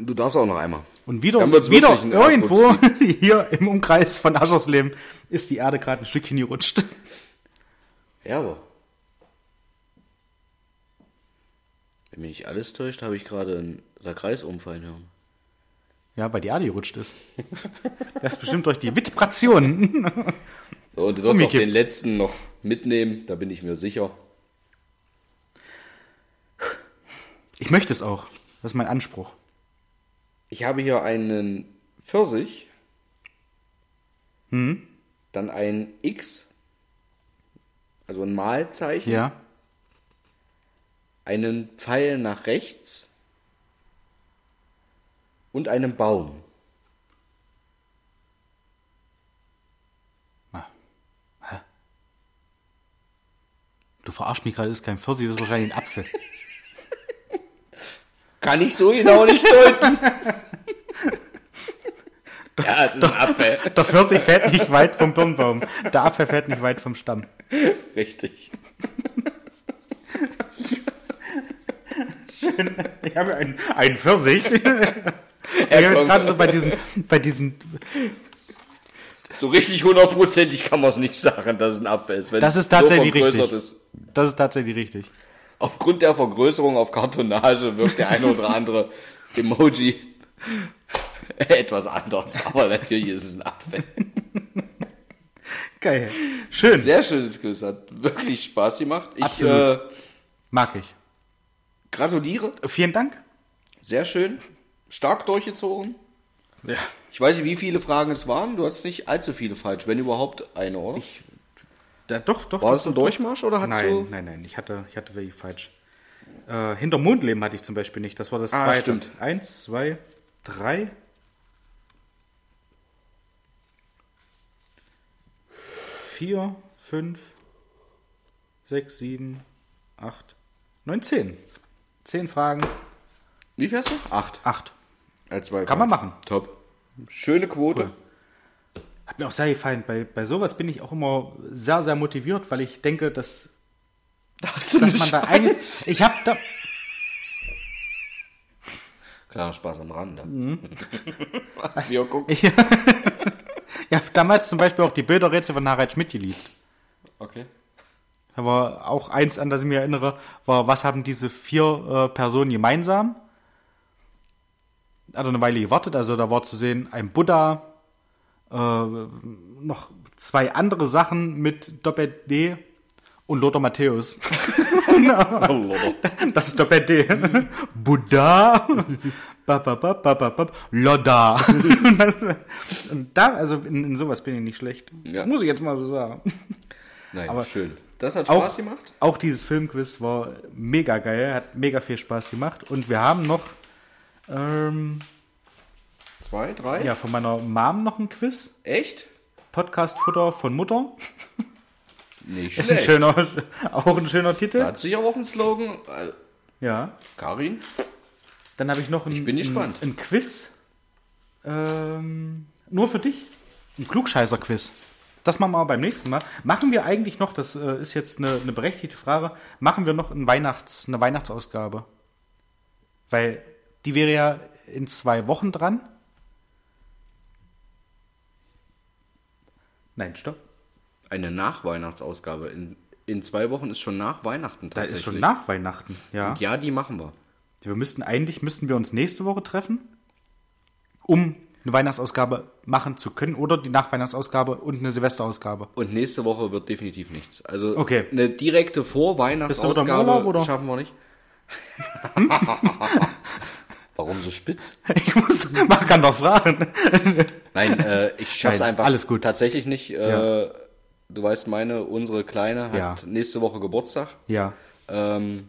Speaker 1: Du darfst auch noch einmal.
Speaker 2: Und wieder,
Speaker 1: Dann wird's
Speaker 2: wieder
Speaker 1: wirklich ein
Speaker 2: irgendwo hier im Umkreis von Aschersleben ist die Erde gerade ein Stückchen gerutscht.
Speaker 1: Ja, aber. Wenn mich nicht alles täuscht, habe ich gerade einen Sackreis umfallen hören.
Speaker 2: Ja, weil die Erde gerutscht ist. Das ist bestimmt durch die Vibrationen.
Speaker 1: So, und du wirst auch
Speaker 2: Umgekippt.
Speaker 1: den letzten noch mitnehmen, da bin ich mir sicher.
Speaker 2: Ich möchte es auch. Das ist mein Anspruch.
Speaker 1: Ich habe hier einen Pfirsich.
Speaker 2: Hm?
Speaker 1: Dann ein X. Also ein Malzeichen.
Speaker 2: Ja.
Speaker 1: Einen Pfeil nach rechts. Und einen Baum.
Speaker 2: Du verarsch mich gerade, das ist kein Pfirsich, das ist wahrscheinlich ein Apfel.
Speaker 1: Kann ich so genau nicht deuten. ja, es ist ein Apfel.
Speaker 2: Der Pfirsich fällt nicht weit vom Birnbaum. Der Apfel fällt nicht weit vom Stamm.
Speaker 1: Richtig.
Speaker 2: Ich habe einen, einen Pfirsich. Ich
Speaker 1: Er
Speaker 2: habe jetzt
Speaker 1: kommt.
Speaker 2: gerade so bei diesen, bei diesen,
Speaker 1: So richtig hundertprozentig kann man es nicht sagen, dass es ein Apfel ist. Wenn
Speaker 2: Das
Speaker 1: es
Speaker 2: ist tatsächlich
Speaker 1: vergrößert
Speaker 2: richtig.
Speaker 1: Ist.
Speaker 2: das ist tatsächlich richtig.
Speaker 1: Aufgrund der Vergrößerung auf Kartonage wirkt der eine oder andere Emoji etwas anders. Aber natürlich ist es ein Apfel.
Speaker 2: Geil. Schön.
Speaker 1: Sehr schönes Quiz, hat wirklich Spaß gemacht. Ich äh,
Speaker 2: Absolut. Mag ich.
Speaker 1: gratuliere.
Speaker 2: Vielen Dank.
Speaker 1: Sehr schön. Stark durchgezogen.
Speaker 2: Ja.
Speaker 1: Ich weiß nicht, wie viele Fragen es waren. Du hast nicht allzu viele falsch, wenn überhaupt eine, oder?
Speaker 2: Da, doch, doch.
Speaker 1: War das ein Durchmarsch oder hast
Speaker 2: Nein,
Speaker 1: du.
Speaker 2: nein, nein. Ich hatte, ich hatte wirklich falsch. Äh, hinter Mondleben hatte ich zum Beispiel nicht. Das war das
Speaker 1: Ah,
Speaker 2: zweite.
Speaker 1: stimmt.
Speaker 2: Eins, zwei, drei. Vier, fünf, sechs, sieben, acht, neun, zehn. Zehn Fragen,
Speaker 1: Wie viel hast du? Acht.
Speaker 2: acht.
Speaker 1: Als zwei
Speaker 2: Kann man
Speaker 1: falsch.
Speaker 2: machen.
Speaker 1: Top. Schöne Quote.
Speaker 2: Hat mir auch sehr gefallen. Bei, bei sowas bin ich auch immer sehr, sehr motiviert, weil ich denke, dass,
Speaker 1: Das ist
Speaker 2: dass man da einiges. Ich habe da.
Speaker 1: Kleiner Spaß am Rande. Wir gucken.
Speaker 2: Ich, ich habe damals zum Beispiel auch die Bilderrätsel von Harald Schmidt geliebt.
Speaker 1: Okay.
Speaker 2: Da war auch eins, an das ich mich erinnere, war, was haben diese vier äh, Personen gemeinsam? Hat er eine Weile gewartet, also da war zu sehen ein Buddha, äh, noch zwei andere Sachen mit Doppel D und Lothar Matthäus. Das ist Doppel D. Buddha. Bap, bap, bap, bap, bap, bap. Loda. Und da, also in, in sowas bin ich nicht schlecht.
Speaker 1: Ja.
Speaker 2: Muss ich jetzt mal so sagen.
Speaker 1: Nein,
Speaker 2: Aber
Speaker 1: schön. Das hat
Speaker 2: Auch,
Speaker 1: Spaß gemacht.
Speaker 2: auch dieses Filmquiz war mega geil, hat mega viel Spaß gemacht. Und wir haben noch ähm,
Speaker 1: Zwei, drei.
Speaker 2: ja, von meiner Mom noch ein Quiz.
Speaker 1: Echt?
Speaker 2: Podcast-Futter von Mutter.
Speaker 1: Nicht
Speaker 2: Ist ein
Speaker 1: schlecht.
Speaker 2: schöner, auch ein schöner Titel.
Speaker 1: Da hat sich aber auch ein Slogan. Äh,
Speaker 2: Ja.
Speaker 1: Karin?
Speaker 2: Dann habe ich noch ein,
Speaker 1: bin
Speaker 2: ein,
Speaker 1: gespannt.
Speaker 2: ein Quiz. Ähm, nur für dich. Ein Klugscheißer-Quiz. Das machen wir aber beim nächsten Mal. Machen wir eigentlich noch, das äh, ist jetzt eine, eine berechtigte Frage, machen wir noch ein Weihnachts-, eine Weihnachtsausgabe. Weil die wäre ja in zwei Wochen dran. Nein, stopp.
Speaker 1: Eine Nachweihnachtsausgabe. In, in zwei Wochen ist schon nach Weihnachten
Speaker 2: Da
Speaker 1: tatsächlich.
Speaker 2: ist schon nach Weihnachten. Ja.
Speaker 1: Ja, die machen wir.
Speaker 2: Wir müssten eigentlich müssten wir uns nächste Woche treffen, um eine Weihnachtsausgabe machen zu können oder die Nachweihnachtsausgabe und eine Silvesterausgabe.
Speaker 1: Und nächste Woche wird definitiv nichts. Also
Speaker 2: Okay.
Speaker 1: eine direkte
Speaker 2: Bist du wieder im
Speaker 1: Vorweihnachtsausgabe
Speaker 2: Urlaub, oder?
Speaker 1: schaffen wir nicht. Warum so spitz?
Speaker 2: Ich muss, man kann doch fragen.
Speaker 1: Nein, äh, ich schaff's
Speaker 2: Nein,
Speaker 1: einfach.
Speaker 2: alles gut.
Speaker 1: Tatsächlich nicht. Äh, Du weißt, meine, unsere Kleine hat
Speaker 2: Ja.
Speaker 1: nächste Woche Geburtstag.
Speaker 2: Ja,
Speaker 1: Ähm,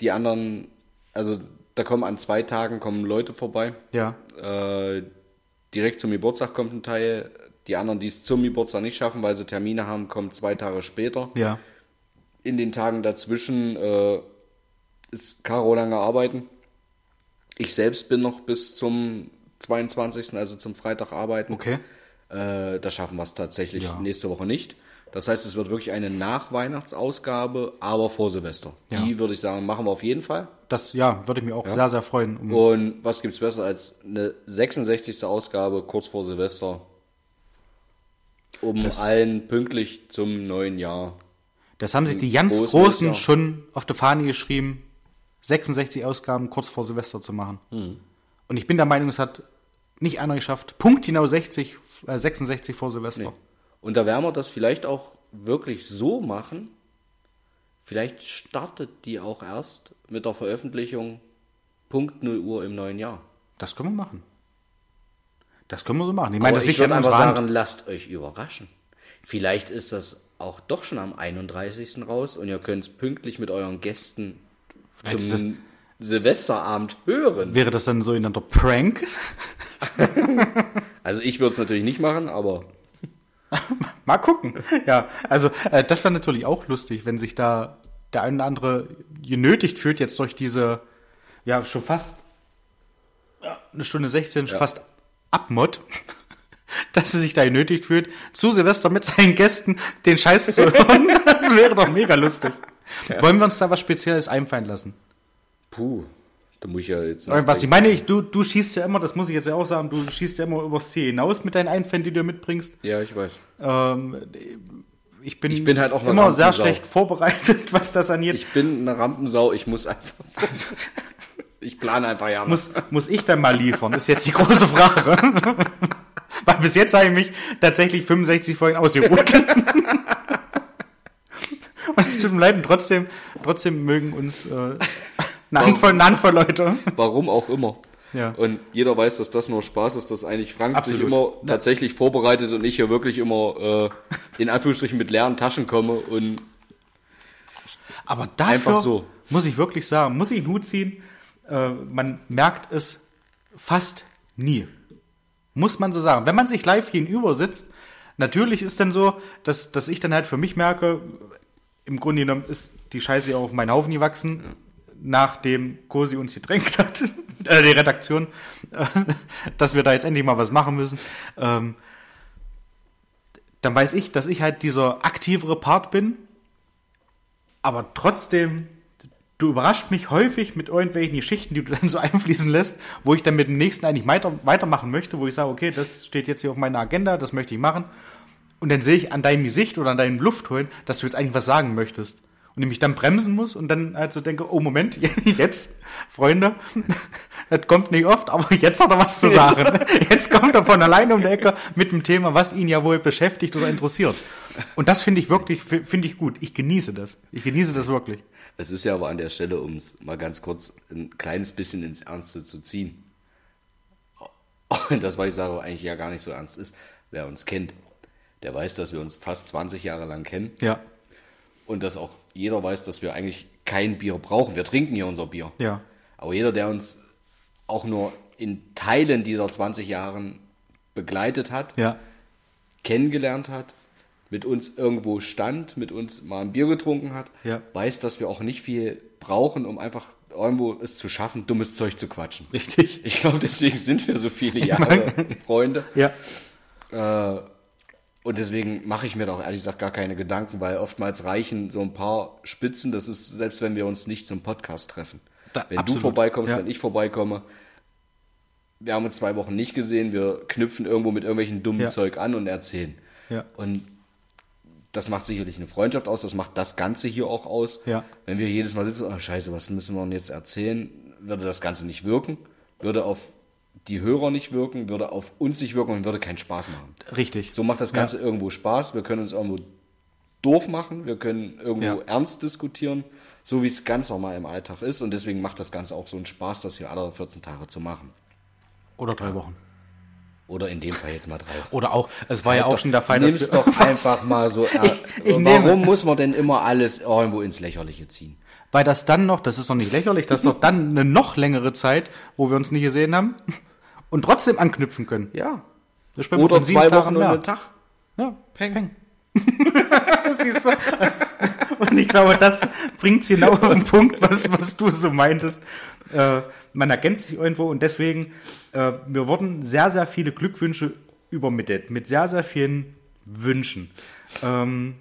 Speaker 1: die anderen, also da kommen an zwei Tagen kommen Leute vorbei.
Speaker 2: ja,
Speaker 1: Äh, direkt zum Geburtstag kommt ein Teil. Die anderen, die es zum Geburtstag nicht schaffen, weil sie Termine haben, kommen zwei Tage später.
Speaker 2: ja.
Speaker 1: In den Tagen dazwischen äh, ist Caro lange arbeiten. Ich selbst bin noch bis zum 22., also zum Freitag arbeiten.
Speaker 2: Okay.
Speaker 1: Äh, da schaffen wir es tatsächlich
Speaker 2: Ja.
Speaker 1: nächste Woche nicht. Das heißt, es wird wirklich eine Nachweihnachtsausgabe, aber vor Silvester.
Speaker 2: Ja.
Speaker 1: Die würde ich sagen, machen wir auf jeden Fall.
Speaker 2: Das, ja, würde mich auch sehr, sehr freuen. Um,
Speaker 1: Und was gibt's besser als eine 66. Ausgabe kurz vor Silvester, um allen pünktlich zum neuen Jahr.
Speaker 2: Das haben sich die ganz
Speaker 1: großen
Speaker 2: Großen
Speaker 1: Jahr.
Speaker 2: schon auf die Fahne geschrieben, 66 Ausgaben kurz vor Silvester zu machen. Und ich bin der Meinung, es hat nicht einer geschafft. Punkt genau 60, äh, 66 vor Silvester.
Speaker 1: Und da werden wir das vielleicht auch wirklich so machen. Vielleicht startet die auch erst mit der Veröffentlichung Punkt 0 Uhr im neuen Jahr.
Speaker 2: Das können wir machen. Das können wir so machen. Ich meine,
Speaker 1: Aber
Speaker 2: das
Speaker 1: ich
Speaker 2: liegt ja in
Speaker 1: würde einfach
Speaker 2: unserer Hand.
Speaker 1: sagen, lasst euch überraschen. Vielleicht ist das auch doch schon am 31. raus und ihr könnt es pünktlich mit euren Gästen
Speaker 2: das
Speaker 1: zum Silvesterabend hören.
Speaker 2: Wäre das dann so in der Prank?
Speaker 1: Also ich würde es natürlich nicht machen, aber
Speaker 2: Mal gucken. Ja, also äh, das wäre natürlich auch lustig, wenn sich da der ein oder andere genötigt fühlt, jetzt durch diese, ja, schon fast ja, eine Stunde 16, schon fast Abmod, dass er sich da genötigt fühlt, zu Silvester mit seinen Gästen den Scheiß zu hören. Das wäre doch mega lustig. Wollen wir uns da was Spezielles einfallen lassen?
Speaker 1: puh, da muss ich ja jetzt
Speaker 2: Äh, Was ich meine, ich, du, du schießt ja immer, das muss ich jetzt ja auch sagen, du schießt ja immer übers Ziel hinaus mit deinen Einfällen, die du mitbringst. Ähm,
Speaker 1: Ja, ich weiß.
Speaker 2: Ich bin,
Speaker 1: Ich bin halt auch eine
Speaker 2: immer sehr
Speaker 1: Rampensau.
Speaker 2: schlecht vorbereitet, was das angeht.
Speaker 1: Ich bin eine Rampensau, ich muss einfach. ich plane einfach ja.
Speaker 2: muss, muss ich dann mal liefern, ist jetzt die große Frage. Weil bis jetzt habe ich mich tatsächlich 65 Folgen ausgeruht. Und es tut mir leid, und trotzdem, trotzdem mögen uns äh, eine, Handvoll, eine Handvoll Leute.
Speaker 1: Warum auch immer.
Speaker 2: Ja.
Speaker 1: Und jeder weiß, dass das nur Spaß ist, dass eigentlich Frank
Speaker 2: Absolut.
Speaker 1: sich immer tatsächlich vorbereitet und ich hier wirklich immer äh, in Anführungsstrichen mit leeren Taschen komme und
Speaker 2: Aber dafür
Speaker 1: Einfach so.
Speaker 2: muss ich wirklich sagen, muss ich den Hut ziehen, äh, man merkt es fast nie. Muss man so sagen. Wenn man sich live gegenüber sitzt, natürlich ist dann so, dass, dass ich dann halt für mich merke, im Grunde genommen ist die Scheiße ja auch auf meinen Haufen gewachsen, nachdem Kosi uns gedrängt hat, äh, die Redaktion, äh, dass wir da jetzt endlich mal was machen müssen. Ähm, dann weiß ich, dass ich halt dieser aktivere Part bin, aber trotzdem, du überrascht mich häufig mit irgendwelchen Geschichten, die du dann so einfließen lässt, wo ich dann mit dem nächsten eigentlich weiter, weitermachen möchte, wo ich sage, okay, das steht jetzt hier auf meiner Agenda, das möchte ich machen. Und dann sehe ich an deinem Gesicht oder an deinen Luftholen, dass du jetzt eigentlich was sagen möchtest. Und ich mich dann bremsen muss und dann halt so denke, oh Moment, jetzt, Freunde, das kommt nicht oft, aber jetzt hat er was zu sagen. Jetzt kommt er von alleine um die Ecke mit dem Thema, was ihn ja wohl beschäftigt oder interessiert. Und das finde ich wirklich, finde ich gut. Ich genieße das. Ich genieße das wirklich.
Speaker 1: es ist ja aber an der Stelle, um es mal ganz kurz ein kleines bisschen ins Ernste zu ziehen. Und das, was ich sage, eigentlich ja gar nicht so ernst ist. Wer uns kennt, der weiß, dass wir uns fast 20 Jahre lang kennen.
Speaker 2: Ja,
Speaker 1: und dass auch jeder weiß, dass wir eigentlich kein Bier brauchen. Wir trinken hier unser Bier.
Speaker 2: ja.
Speaker 1: Aber jeder, der uns auch nur in Teilen dieser 20 Jahren begleitet hat,
Speaker 2: Ja.
Speaker 1: kennengelernt hat, mit uns irgendwo stand, mit uns mal ein Bier getrunken hat,
Speaker 2: Ja.
Speaker 1: weiß, dass wir auch nicht viel brauchen, um einfach irgendwo es zu schaffen, dummes Zeug zu quatschen.
Speaker 2: Richtig.
Speaker 1: Ich glaube, deswegen sind wir so viele Jahre Freunde.
Speaker 2: Ja.
Speaker 1: Und deswegen mache ich mir da auch ehrlich gesagt gar keine Gedanken, weil oftmals reichen so ein paar Spitzen, das ist, selbst wenn wir uns nicht zum Podcast treffen.
Speaker 2: Da-
Speaker 1: wenn
Speaker 2: absolut,
Speaker 1: du vorbeikommst,
Speaker 2: ja.
Speaker 1: wenn ich vorbeikomme, wir haben uns zwei Wochen nicht gesehen, wir knüpfen irgendwo mit irgendwelchen dummen
Speaker 2: Ja.
Speaker 1: Zeug an und erzählen.
Speaker 2: Ja.
Speaker 1: Und das macht sicherlich eine Freundschaft aus, das macht das Ganze hier auch aus.
Speaker 2: Ja.
Speaker 1: Wenn wir jedes Mal sitzen, oh scheiße, was müssen wir denn jetzt erzählen, würde das Ganze nicht wirken, würde auf die Hörer nicht wirken, würde auf uns nicht wirken und würde keinen Spaß machen.
Speaker 2: Richtig.
Speaker 1: So macht das Ganze irgendwo Spaß. Wir können uns irgendwo doof machen, wir können irgendwo
Speaker 2: Ja.
Speaker 1: ernst diskutieren, so wie es ganz normal im Alltag ist. Und deswegen macht das Ganze auch so einen Spaß, das hier alle 14 Tage zu machen.
Speaker 2: Oder drei Wochen.
Speaker 1: Oder in dem Fall jetzt mal drei.
Speaker 2: Oder auch, es war ja auch schon der Fall,
Speaker 1: Nimm's
Speaker 2: dass wir-
Speaker 1: doch einfach mal so. Äh,
Speaker 2: ich
Speaker 1: warum
Speaker 2: nehme-
Speaker 1: muss man denn immer alles irgendwo ins Lächerliche ziehen?
Speaker 2: Weil das dann noch, das ist doch nicht lächerlich, das ist doch dann eine noch längere Zeit, wo wir uns nicht gesehen haben und trotzdem anknüpfen können.
Speaker 1: Ja.
Speaker 2: Wir sprechen
Speaker 1: Oder
Speaker 2: von sieben
Speaker 1: zwei
Speaker 2: Tagen
Speaker 1: Wochen nur
Speaker 2: mehr.
Speaker 1: einen Tag.
Speaker 2: Ja, peng. peng. Siehst du? Und ich glaube, das bringt genau auf den Punkt, was, was du so meintest. Äh, man ergänzt sich irgendwo und deswegen, äh, mir wurden sehr, sehr viele Glückwünsche übermittelt mit sehr, sehr vielen wünschen. Ähm,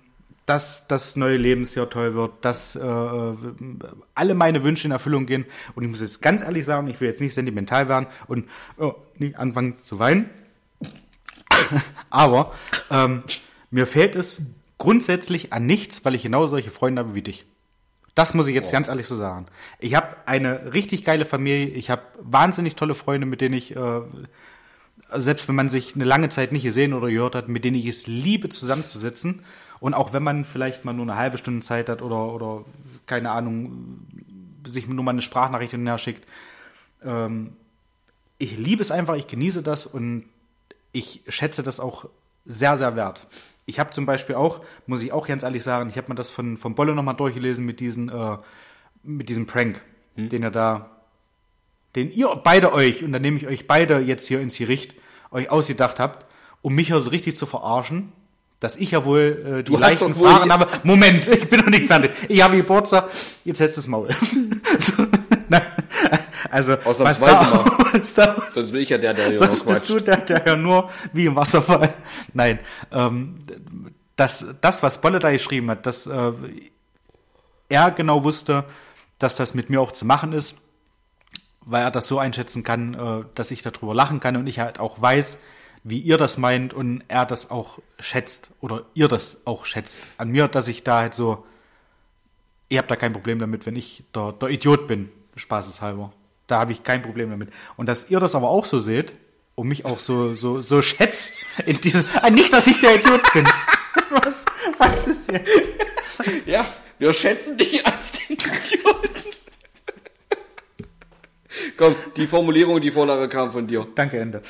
Speaker 2: dass das neue Lebensjahr toll wird, dass äh, alle meine Wünsche in Erfüllung gehen. Und ich muss jetzt ganz ehrlich sagen, ich will jetzt nicht sentimental werden und oh, nie anfangen zu weinen. Aber ähm, mir fehlt es grundsätzlich an nichts, weil ich genau solche Freunde habe wie dich. Das muss ich jetzt ganz ehrlich so sagen. Ich habe eine richtig geile Familie, ich habe wahnsinnig tolle Freunde, mit denen ich, äh, selbst wenn man sich eine lange Zeit nicht gesehen oder gehört hat, mit denen ich es liebe, zusammenzusitzen. Und auch wenn man vielleicht mal nur eine halbe Stunde Zeit hat oder, oder keine Ahnung, sich nur mal eine Sprachnachricht hin und her schickt. Ähm, ich liebe es einfach, ich genieße das und ich schätze das auch sehr, sehr wert. Ich habe zum Beispiel auch, muss ich auch ganz ehrlich sagen, ich habe mir das von, von Bolle nochmal durchgelesen mit, diesen, äh, mit diesem Prank,
Speaker 1: Hm?
Speaker 2: den er da, den ihr beide euch, und dann nehme ich euch beide jetzt hier ins Gericht, euch ausgedacht habt, um mich hier so richtig zu verarschen, dass ich ja wohl äh, die
Speaker 1: Du hast
Speaker 2: leichten
Speaker 1: doch wohl-
Speaker 2: Fahren habe. Moment, ich bin noch nicht fertig. Ich habe Geburtstag, jetzt hältst du das Maul. so, nein, also, was da,
Speaker 1: Ausnahmsweise
Speaker 2: was da
Speaker 1: Sonst bin ich ja der, der hier
Speaker 2: Sonst
Speaker 1: nur
Speaker 2: bist du der, der ja nur wie im Wasserfall. Nein, ähm, das, das, was Bolle da geschrieben hat, dass äh, er genau wusste, dass das mit mir auch zu machen ist, weil er das so einschätzen kann, äh, dass ich darüber lachen kann und ich halt auch weiß, wie ihr das meint und er das auch schätzt oder ihr das auch schätzt an mir, dass ich da halt so, ihr habt da kein Problem damit, wenn ich der, der Idiot bin, spaßeshalber. Da habe ich kein Problem damit. Und dass ihr das aber auch so seht und mich auch so, so, so schätzt, in diese, ah, nicht, dass ich der Idiot bin. Was, was ist hier?
Speaker 1: Ja, wir schätzen dich als den Idioten. Komm, die Formulierung, die Vorlage kam von dir.
Speaker 2: Danke, Ende.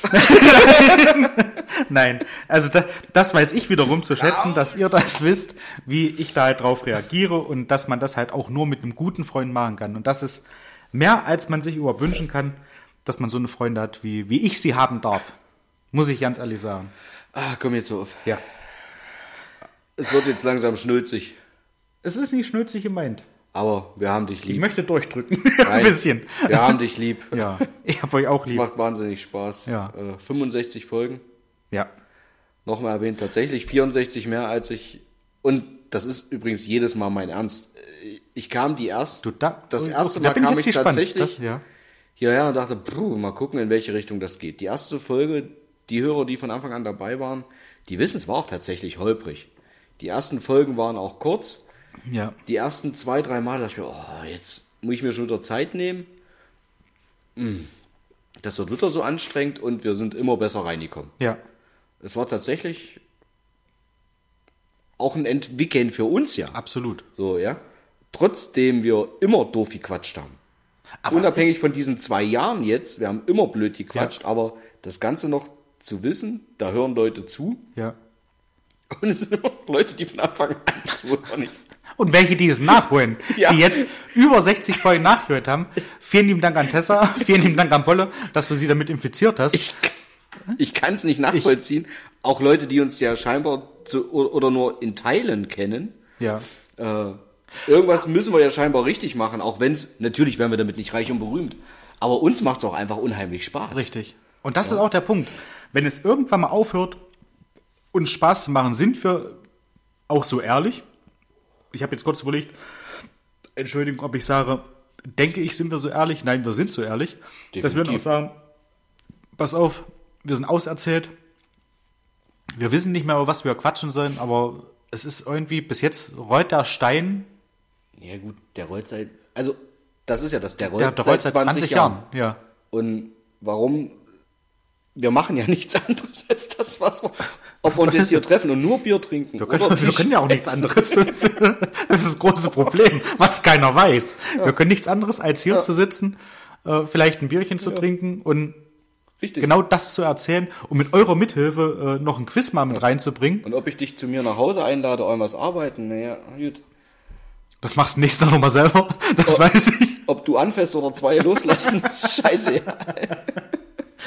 Speaker 2: Nein, also da, das weiß ich wiederum zu schätzen, dass ihr das wisst, wie ich da halt drauf reagiere und dass man das halt auch nur mit einem guten Freund machen kann. Und das ist mehr, als man sich überhaupt wünschen kann, dass man so eine Freunde hat, wie, wie ich sie haben darf. Muss ich ganz ehrlich sagen.
Speaker 1: Ah, komm jetzt auf.
Speaker 2: Ja.
Speaker 1: Es wird jetzt langsam schnulzig.
Speaker 2: Es ist nicht schnulzig gemeint.
Speaker 1: Aber wir haben dich
Speaker 2: Ich
Speaker 1: lieb.
Speaker 2: möchte durchdrücken. Ein
Speaker 1: Nein,
Speaker 2: bisschen.
Speaker 1: Wir haben dich lieb.
Speaker 2: Ja. Ich hab euch auch
Speaker 1: Es
Speaker 2: lieb.
Speaker 1: macht wahnsinnig Spaß.
Speaker 2: Ja.
Speaker 1: Äh, 65 Folgen.
Speaker 2: Ja.
Speaker 1: Nochmal erwähnt, tatsächlich 64 mehr als ich. Und das ist übrigens jedes Mal mein Ernst. Ich kam die erst.
Speaker 2: Du, da,
Speaker 1: das
Speaker 2: oh,
Speaker 1: erste
Speaker 2: da
Speaker 1: Mal
Speaker 2: bin
Speaker 1: kam
Speaker 2: jetzt
Speaker 1: ich
Speaker 2: gespannt.
Speaker 1: tatsächlich.
Speaker 2: Das, ja.
Speaker 1: hierher und dachte, puh, mal gucken, in welche Richtung das geht. Die erste Folge, die Hörer, die von Anfang an dabei waren, die wissen, es war auch tatsächlich holprig. Die ersten Folgen waren auch kurz.
Speaker 2: ja.
Speaker 1: Die ersten zwei, drei Mal dachte ich mir, oh, jetzt muss ich mir schon wieder Zeit nehmen. Hm, Das wird wieder so anstrengend und wir sind immer besser reingekommen.
Speaker 2: Ja.
Speaker 1: Es war tatsächlich auch ein Entwickeln für uns ja.
Speaker 2: Absolut.
Speaker 1: So, ja. Trotzdem wir immer doof gequatscht haben.
Speaker 2: Aber es
Speaker 1: Unabhängig
Speaker 2: ist-
Speaker 1: von diesen zwei Jahren jetzt, wir haben immer blöd gequatscht, aber das Ganze noch zu wissen, da hören Leute zu.
Speaker 2: Ja.
Speaker 1: Und es sind immer Leute, die von Anfang an zuhören. Ich-
Speaker 2: Und welche, die es nachholen,
Speaker 1: Ja.
Speaker 2: die jetzt über 60 Folgen nachgehört haben. Vielen lieben Dank an Tessa, vielen lieben Dank an Bolle, dass du sie damit infiziert hast.
Speaker 1: Ich kann es nicht nachvollziehen. Auch Leute, die uns ja scheinbar zu, o- oder nur in Teilen kennen.
Speaker 2: ja.
Speaker 1: Äh, irgendwas müssen wir ja scheinbar richtig machen, auch wenn es, natürlich werden wir damit nicht reich und berühmt. Aber uns macht es auch einfach unheimlich Spaß.
Speaker 2: Richtig. Und das ist auch der Punkt. Wenn es irgendwann mal aufhört, uns Spaß zu machen, sind wir auch so ehrlich. Ich habe jetzt kurz überlegt, Entschuldigung, ob ich sage, denke ich, sind wir so ehrlich? Nein, wir sind so ehrlich. Dass wir dann auch
Speaker 1: Definitiv.
Speaker 2: sagen, pass auf, wir sind auserzählt. Wir wissen nicht mehr, über was wir quatschen sollen, aber es ist irgendwie, bis jetzt rollt der Stein,
Speaker 1: Ja gut, der rollt seit, also das ist ja das, der rollt,
Speaker 2: der, der rollt seit 20 Jahren. Ja.
Speaker 1: Und warum? Wir machen ja nichts anderes als das, was wir. Ob wir uns jetzt hier treffen und nur Bier trinken.
Speaker 2: Wir können, wir können ja auch nichts anderes. Das ist das, ist das große Problem, was keiner weiß. Wir können nichts anderes, als hier zu sitzen, äh, vielleicht ein Bierchen zu trinken und
Speaker 1: Richtig. Genau.
Speaker 2: genau das zu erzählen und mit eurer Mithilfe äh, noch ein Quiz mal mit reinzubringen.
Speaker 1: Und ob ich dich zu mir nach Hause einlade, irgendwas arbeiten, naja, gut.
Speaker 2: Das machst du nächstes Mal nochmal selber. Das
Speaker 1: Oh.
Speaker 2: weiß ich.
Speaker 1: Ob du anfährst oder zwei loslassen, scheiße. ja.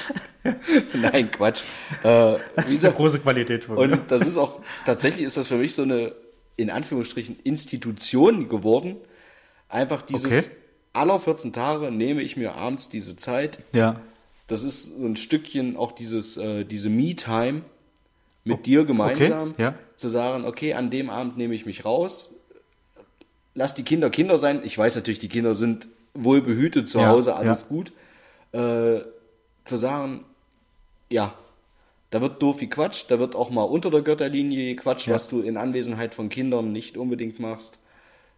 Speaker 1: Nein, Quatsch. Äh,
Speaker 2: Das
Speaker 1: wie
Speaker 2: ist eine
Speaker 1: gesagt,
Speaker 2: große Qualität von mir.
Speaker 1: Und das ist auch, tatsächlich ist das für mich so eine, in Anführungsstrichen, Institution geworden. Einfach dieses,
Speaker 2: Okay.
Speaker 1: aller 14 Tage nehme ich mir abends diese Zeit.
Speaker 2: Ja.
Speaker 1: Das ist so ein Stückchen auch dieses, äh, diese Me-Time, mit dir gemeinsam
Speaker 2: Oh, ja.
Speaker 1: zu sagen, okay, an dem Abend nehme ich mich raus, lass die Kinder Kinder sein. Ich weiß natürlich, die Kinder sind wohlbehütet zu
Speaker 2: Ja,
Speaker 1: Hause, alles
Speaker 2: ja.
Speaker 1: gut. Äh, zu sagen, ja, da wird doof gequatscht, da wird auch mal unter der Götterlinie gequatscht, was du in Anwesenheit von Kindern nicht unbedingt machst.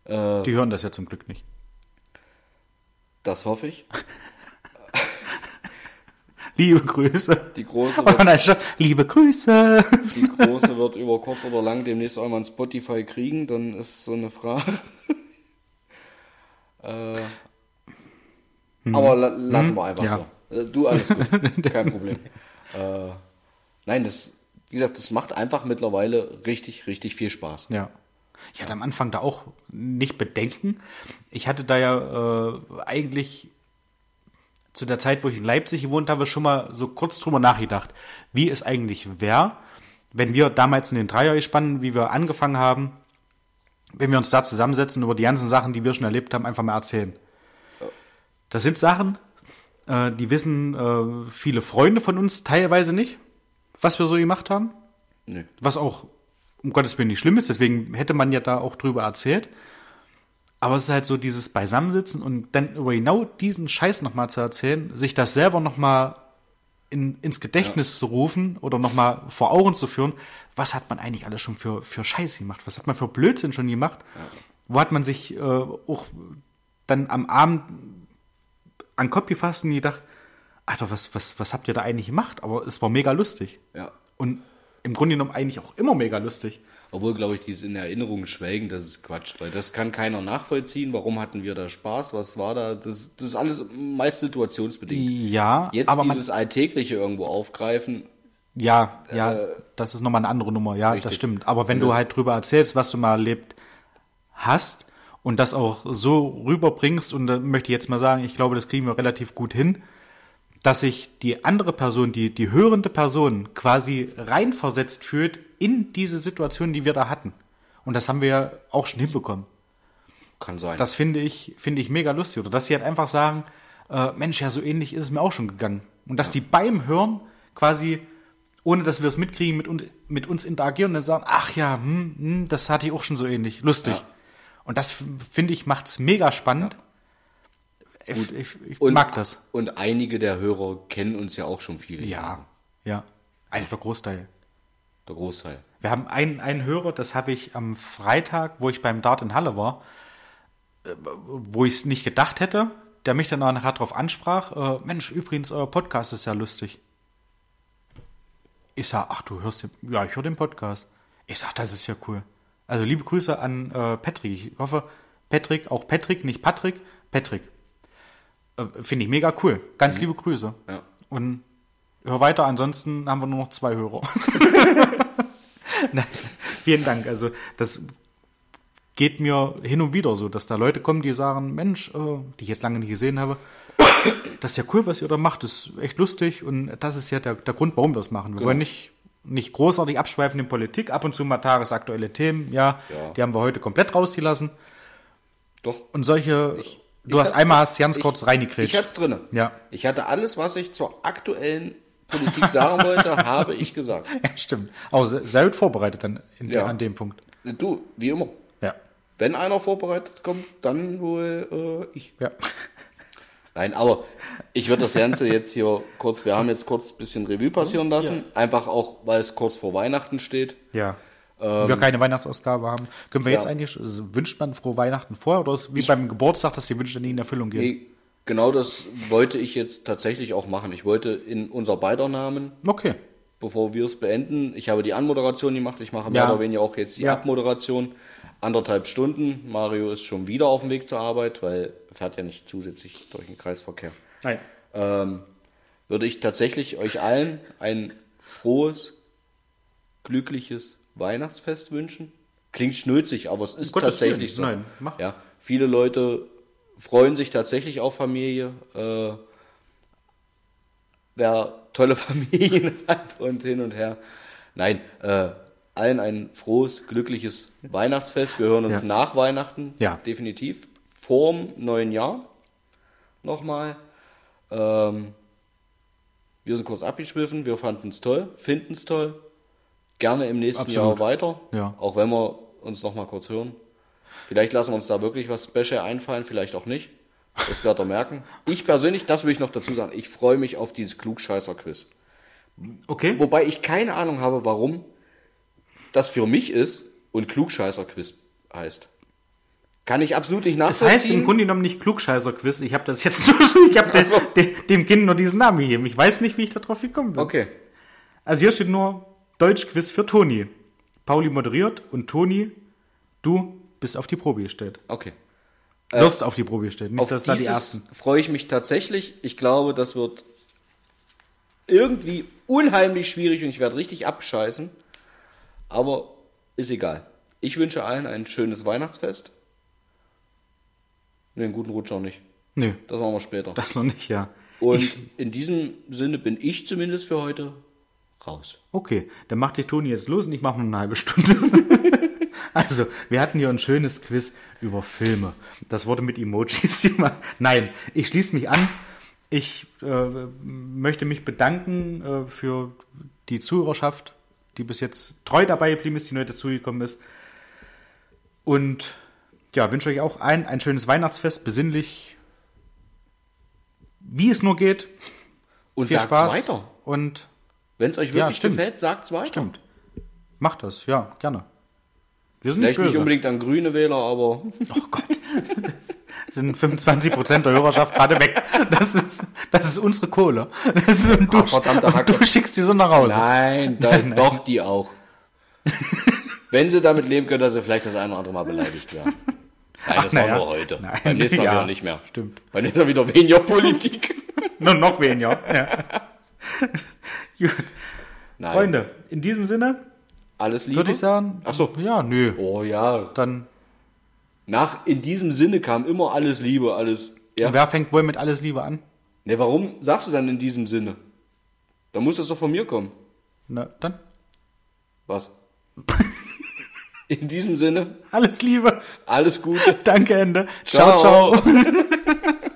Speaker 2: Die hören das ja zum Glück nicht.
Speaker 1: Das hoffe ich.
Speaker 2: Liebe Grüße.
Speaker 1: Die große
Speaker 2: Oh
Speaker 1: wird,
Speaker 2: nein, schon. Liebe Grüße.
Speaker 1: die große wird über kurz oder lang demnächst auch mal ein Spotify kriegen, dann ist so eine Frage. äh, Aber la lassen wir einfach
Speaker 2: Mhm. Ja.
Speaker 1: so. Äh, Du alles gut, kein Problem. Äh, nein, das, wie gesagt, das macht einfach mittlerweile richtig, richtig viel Spaß.
Speaker 2: Ja. Ich hatte am Anfang da auch nicht Bedenken. Ich hatte da ja äh, eigentlich zu der Zeit, wo ich in Leipzig gewohnt habe, schon mal so kurz drüber nachgedacht, wie es eigentlich wäre, wenn wir damals in den Dreier gespannen, wie wir angefangen haben, wenn wir uns da zusammensetzen, über die ganzen Sachen, die wir schon erlebt haben, einfach mal erzählen. Das sind Sachen, äh, die wissen äh, viele Freunde von uns teilweise nicht, was wir so gemacht haben
Speaker 1: Nö.
Speaker 2: was auch um Gottes Willen nicht schlimm ist, deswegen hätte man ja da auch drüber erzählt. Aber es ist halt so dieses Beisammensitzen und dann über genau diesen Scheiß nochmal zu erzählen, sich das selber nochmal in, ins Gedächtnis zu rufen oder nochmal vor Augen zu führen, was hat man eigentlich alles schon für, für Scheiß gemacht, was hat man für Blödsinn schon gemacht, wo hat man sich äh, auch dann am Abend an den Kopf gefasst und gedacht, Alter, was, was, was habt ihr da eigentlich gemacht? Aber es war mega lustig.
Speaker 1: Ja.
Speaker 2: Und im Grunde genommen eigentlich auch immer mega lustig.
Speaker 1: Obwohl, glaube ich, dieses in Erinnerung schwelgen, das ist Quatsch, weil das kann keiner nachvollziehen. Warum hatten wir da Spaß? Was war da? Das, das ist alles meist situationsbedingt.
Speaker 2: Ja,
Speaker 1: Jetzt
Speaker 2: aber man,
Speaker 1: dieses Alltägliche irgendwo aufgreifen,
Speaker 2: ja, ja, das ist nochmal eine andere Nummer. Ja, das
Speaker 1: richtig.
Speaker 2: stimmt. Aber wenn du halt drüber erzählst, was du mal erlebt hast und das auch so rüberbringst, und da möchte ich jetzt mal sagen, ich glaube, das kriegen wir relativ gut hin, dass sich die andere Person, die, die hörende Person quasi reinversetzt fühlt in diese Situation, die wir da hatten. Und das haben wir ja auch schon hinbekommen.
Speaker 1: kann sein.
Speaker 2: Das finde ich, finde ich mega lustig. Oder dass sie halt einfach sagen, äh, Mensch, ja, so ähnlich ist es mir auch schon gegangen. Und dass die beim Hören quasi, ohne dass wir es mitkriegen, mit, un- mit uns interagieren und dann sagen, ach ja, hm, hm, das hatte ich auch schon so ähnlich. Lustig.
Speaker 1: Ja.
Speaker 2: Und das, f- finde ich, macht's mega spannend. Ich, ich, ich
Speaker 1: und,
Speaker 2: mag das.
Speaker 1: Und einige der Hörer kennen uns ja auch schon viele.
Speaker 2: Ja, ja. Eigentlich der Großteil.
Speaker 1: Der Großteil.
Speaker 2: Wir haben einen, einen Hörer, das habe ich am Freitag, wo ich beim Dart in Halle war, äh, wo ich es nicht gedacht hätte, der mich dann auch nachher darauf ansprach, äh, Mensch, übrigens, euer Podcast ist ja lustig. Ich sag, ach, du hörst den, ja, ich höre den Podcast. Ich sag, das ist ja cool. Also liebe Grüße an äh, Patrick. Ich hoffe, Patrick, auch Patrick, nicht Patrick, Patrick. Äh, Finde ich mega cool. Ganz liebe Grüße.
Speaker 1: Ja.
Speaker 2: Und hör weiter, ansonsten haben wir nur noch zwei Hörer. Nein, vielen Dank. Also das geht mir hin und wieder so, dass da Leute kommen, die sagen, Mensch, äh, die ich jetzt lange nicht gesehen habe, das ist ja cool, was ihr da macht, das ist echt lustig und das ist ja der, der Grund, warum wir es machen. Wir wollen nicht, nicht großartig abschweifen in Politik, ab und zu mal tagesaktuelle Themen, ja,
Speaker 1: Ja.
Speaker 2: die haben wir heute komplett rausgelassen
Speaker 1: Doch.
Speaker 2: und solche, du
Speaker 1: ich
Speaker 2: hast
Speaker 1: hab's-
Speaker 2: einmal hast ganz
Speaker 1: Ich
Speaker 2: kurz
Speaker 1: hatte es
Speaker 2: reingekriegt.
Speaker 1: drin.
Speaker 2: Ja.
Speaker 1: Ich hatte alles, was ich zur aktuellen Politik sagen wollte, habe ich gesagt.
Speaker 2: Ja, stimmt. Aber se- sehr gut vorbereitet dann in der,
Speaker 1: Ja.
Speaker 2: an dem Punkt.
Speaker 1: Du, wie immer.
Speaker 2: Ja,
Speaker 1: Wenn einer vorbereitet kommt, dann wohl äh, ich.
Speaker 2: ja.
Speaker 1: Nein, aber ich würde das Ganze jetzt hier kurz, wir haben jetzt kurz ein bisschen Revue passieren lassen. Einfach auch, weil es kurz vor Weihnachten steht.
Speaker 2: Ja. Wenn wir keine Weihnachtsausgabe haben. Können wir
Speaker 1: Ähm, ja.
Speaker 2: jetzt eigentlich, also wünscht man frohe Weihnachten vorher oder ist wie beim Geburtstag, dass die Wünsche nie in Erfüllung gehen?
Speaker 1: Nee, Genau das wollte ich jetzt tatsächlich auch machen. Ich wollte in unser beider Namen
Speaker 2: Okay.
Speaker 1: bevor wir es beenden, ich habe die Anmoderation gemacht, ich mache mehr
Speaker 2: Ja.
Speaker 1: oder weniger auch jetzt die
Speaker 2: Ja.
Speaker 1: Abmoderation. Anderthalb Stunden. Mario ist schon wieder auf dem Weg zur Arbeit, weil er fährt ja nicht zusätzlich durch den Kreisverkehr.
Speaker 2: Nein.
Speaker 1: Ähm, würde ich tatsächlich euch allen ein frohes, glückliches Weihnachtsfest wünschen. Klingt schnulzig, aber es ist
Speaker 2: Um Gottes
Speaker 1: tatsächlich
Speaker 2: Willen,
Speaker 1: so.
Speaker 2: nein, mach.
Speaker 1: Ja, viele Leute freuen sich tatsächlich auf Familie. Äh, wer tolle Familien hat und hin und her. Nein, äh, allen ein frohes, glückliches Weihnachtsfest. Wir hören uns
Speaker 2: Ja.
Speaker 1: nach Weihnachten.
Speaker 2: Ja.
Speaker 1: Definitiv. Vorm neuen Jahr. Nochmal. Ähm, wir sind kurz abgeschwiffen. Wir fanden es toll, finden es toll. gerne im nächsten Jahr
Speaker 2: Absolut.
Speaker 1: weiter.
Speaker 2: Ja.
Speaker 1: Auch wenn wir uns noch mal kurz hören. Vielleicht lassen wir uns da wirklich was Special einfallen, vielleicht auch nicht. Das werdet ihr merken. Ich persönlich, das will ich noch dazu sagen, ich freue mich auf dieses Klugscheißer-Quiz.
Speaker 2: Okay.
Speaker 1: Wobei ich keine Ahnung habe, warum das für mich ist und Klugscheißer-Quiz heißt. Kann ich absolut nicht
Speaker 2: Das heißt im
Speaker 1: nachvollziehen.
Speaker 2: Grunde genommen nicht Klugscheißer-Quiz. Ich habe das jetzt nur so, ich habe de-
Speaker 1: so.
Speaker 2: de, dem Kind nur diesen Namen gegeben. Ich weiß nicht, wie ich da drauf gekommen bin.
Speaker 1: okay.
Speaker 2: Also hier steht nur Deutschquiz für Toni. Pauli moderiert und Toni, du bist auf die Probe gestellt.
Speaker 1: Okay.
Speaker 2: Wirst auf die Probe gestellt, nicht
Speaker 1: Äh. Auf
Speaker 2: dass
Speaker 1: das
Speaker 2: da die
Speaker 1: dieses
Speaker 2: ersten.
Speaker 1: freue ich mich tatsächlich. Ich glaube, das wird irgendwie unheimlich schwierig und ich werde richtig abscheißen. Aber ist egal. Ich wünsche allen ein schönes Weihnachtsfest. Nee, einen guten Rutsch noch nicht.
Speaker 2: Nö,
Speaker 1: Das machen wir später.
Speaker 2: das noch nicht, ja.
Speaker 1: Und
Speaker 2: ich,
Speaker 1: in diesem Sinne bin ich zumindest für heute raus.
Speaker 2: okay, dann macht dich Toni jetzt los und ich mache nur eine halbe Stunde. also, wir hatten hier ein schönes Quiz über Filme. Das wurde mit Emojis gemacht. Nein, ich schließe mich an. Ich äh, möchte mich bedanken äh, für die Zuhörerschaft, die bis jetzt treu dabei geblieben ist, die neu dazugekommen ist. Und ja, wünsche euch auch ein, ein schönes Weihnachtsfest, besinnlich, wie es nur geht.
Speaker 1: Und
Speaker 2: Viel
Speaker 1: sagt's
Speaker 2: Spaß
Speaker 1: weiter.
Speaker 2: und
Speaker 1: Wenn es euch
Speaker 2: Ja,
Speaker 1: wirklich
Speaker 2: stimmt.
Speaker 1: gefällt, sagt's weiter.
Speaker 2: stimmt. Macht das, ja, gerne. Wir sind
Speaker 1: Vielleicht
Speaker 2: nicht
Speaker 1: nicht
Speaker 2: böse.
Speaker 1: unbedingt an grüne Wähler, aber
Speaker 2: Oh Gott. Das sind 25% der Hörerschaft gerade weg. Das ist, das ist unsere Kohle. Das ist, und du,
Speaker 1: Ah, verdammte
Speaker 2: und du
Speaker 1: Hacke.
Speaker 2: schickst die so nach Hause.
Speaker 1: Nein, da, doch die auch. Wenn sie damit leben können, dass sie vielleicht das eine oder andere Mal beleidigt werden. Nein, das
Speaker 2: na
Speaker 1: war
Speaker 2: ja.
Speaker 1: nur heute.
Speaker 2: Nein,
Speaker 1: Beim nächsten Mal
Speaker 2: ja,
Speaker 1: wieder nicht mehr.
Speaker 2: stimmt.
Speaker 1: Beim nächsten Mal wieder weniger Politik.
Speaker 2: Nur noch weniger. Ja. Gut.
Speaker 1: Nein,
Speaker 2: Freunde, in diesem Sinne
Speaker 1: alles Liebe.
Speaker 2: würde ich sagen.
Speaker 1: Ach so.
Speaker 2: Ja, nö.
Speaker 1: Oh ja.
Speaker 2: Dann,
Speaker 1: Nach, in diesem Sinne kam immer alles Liebe, alles. Ja.
Speaker 2: wer fängt wohl mit alles Liebe an?
Speaker 1: Ne, warum sagst du dann in diesem Sinne? Da muss das doch von mir kommen.
Speaker 2: Na, dann
Speaker 1: Was? In diesem Sinne,
Speaker 2: alles Liebe.
Speaker 1: alles Gute.
Speaker 2: Danke, Ende.
Speaker 1: Ciao.
Speaker 2: ciao. ciao.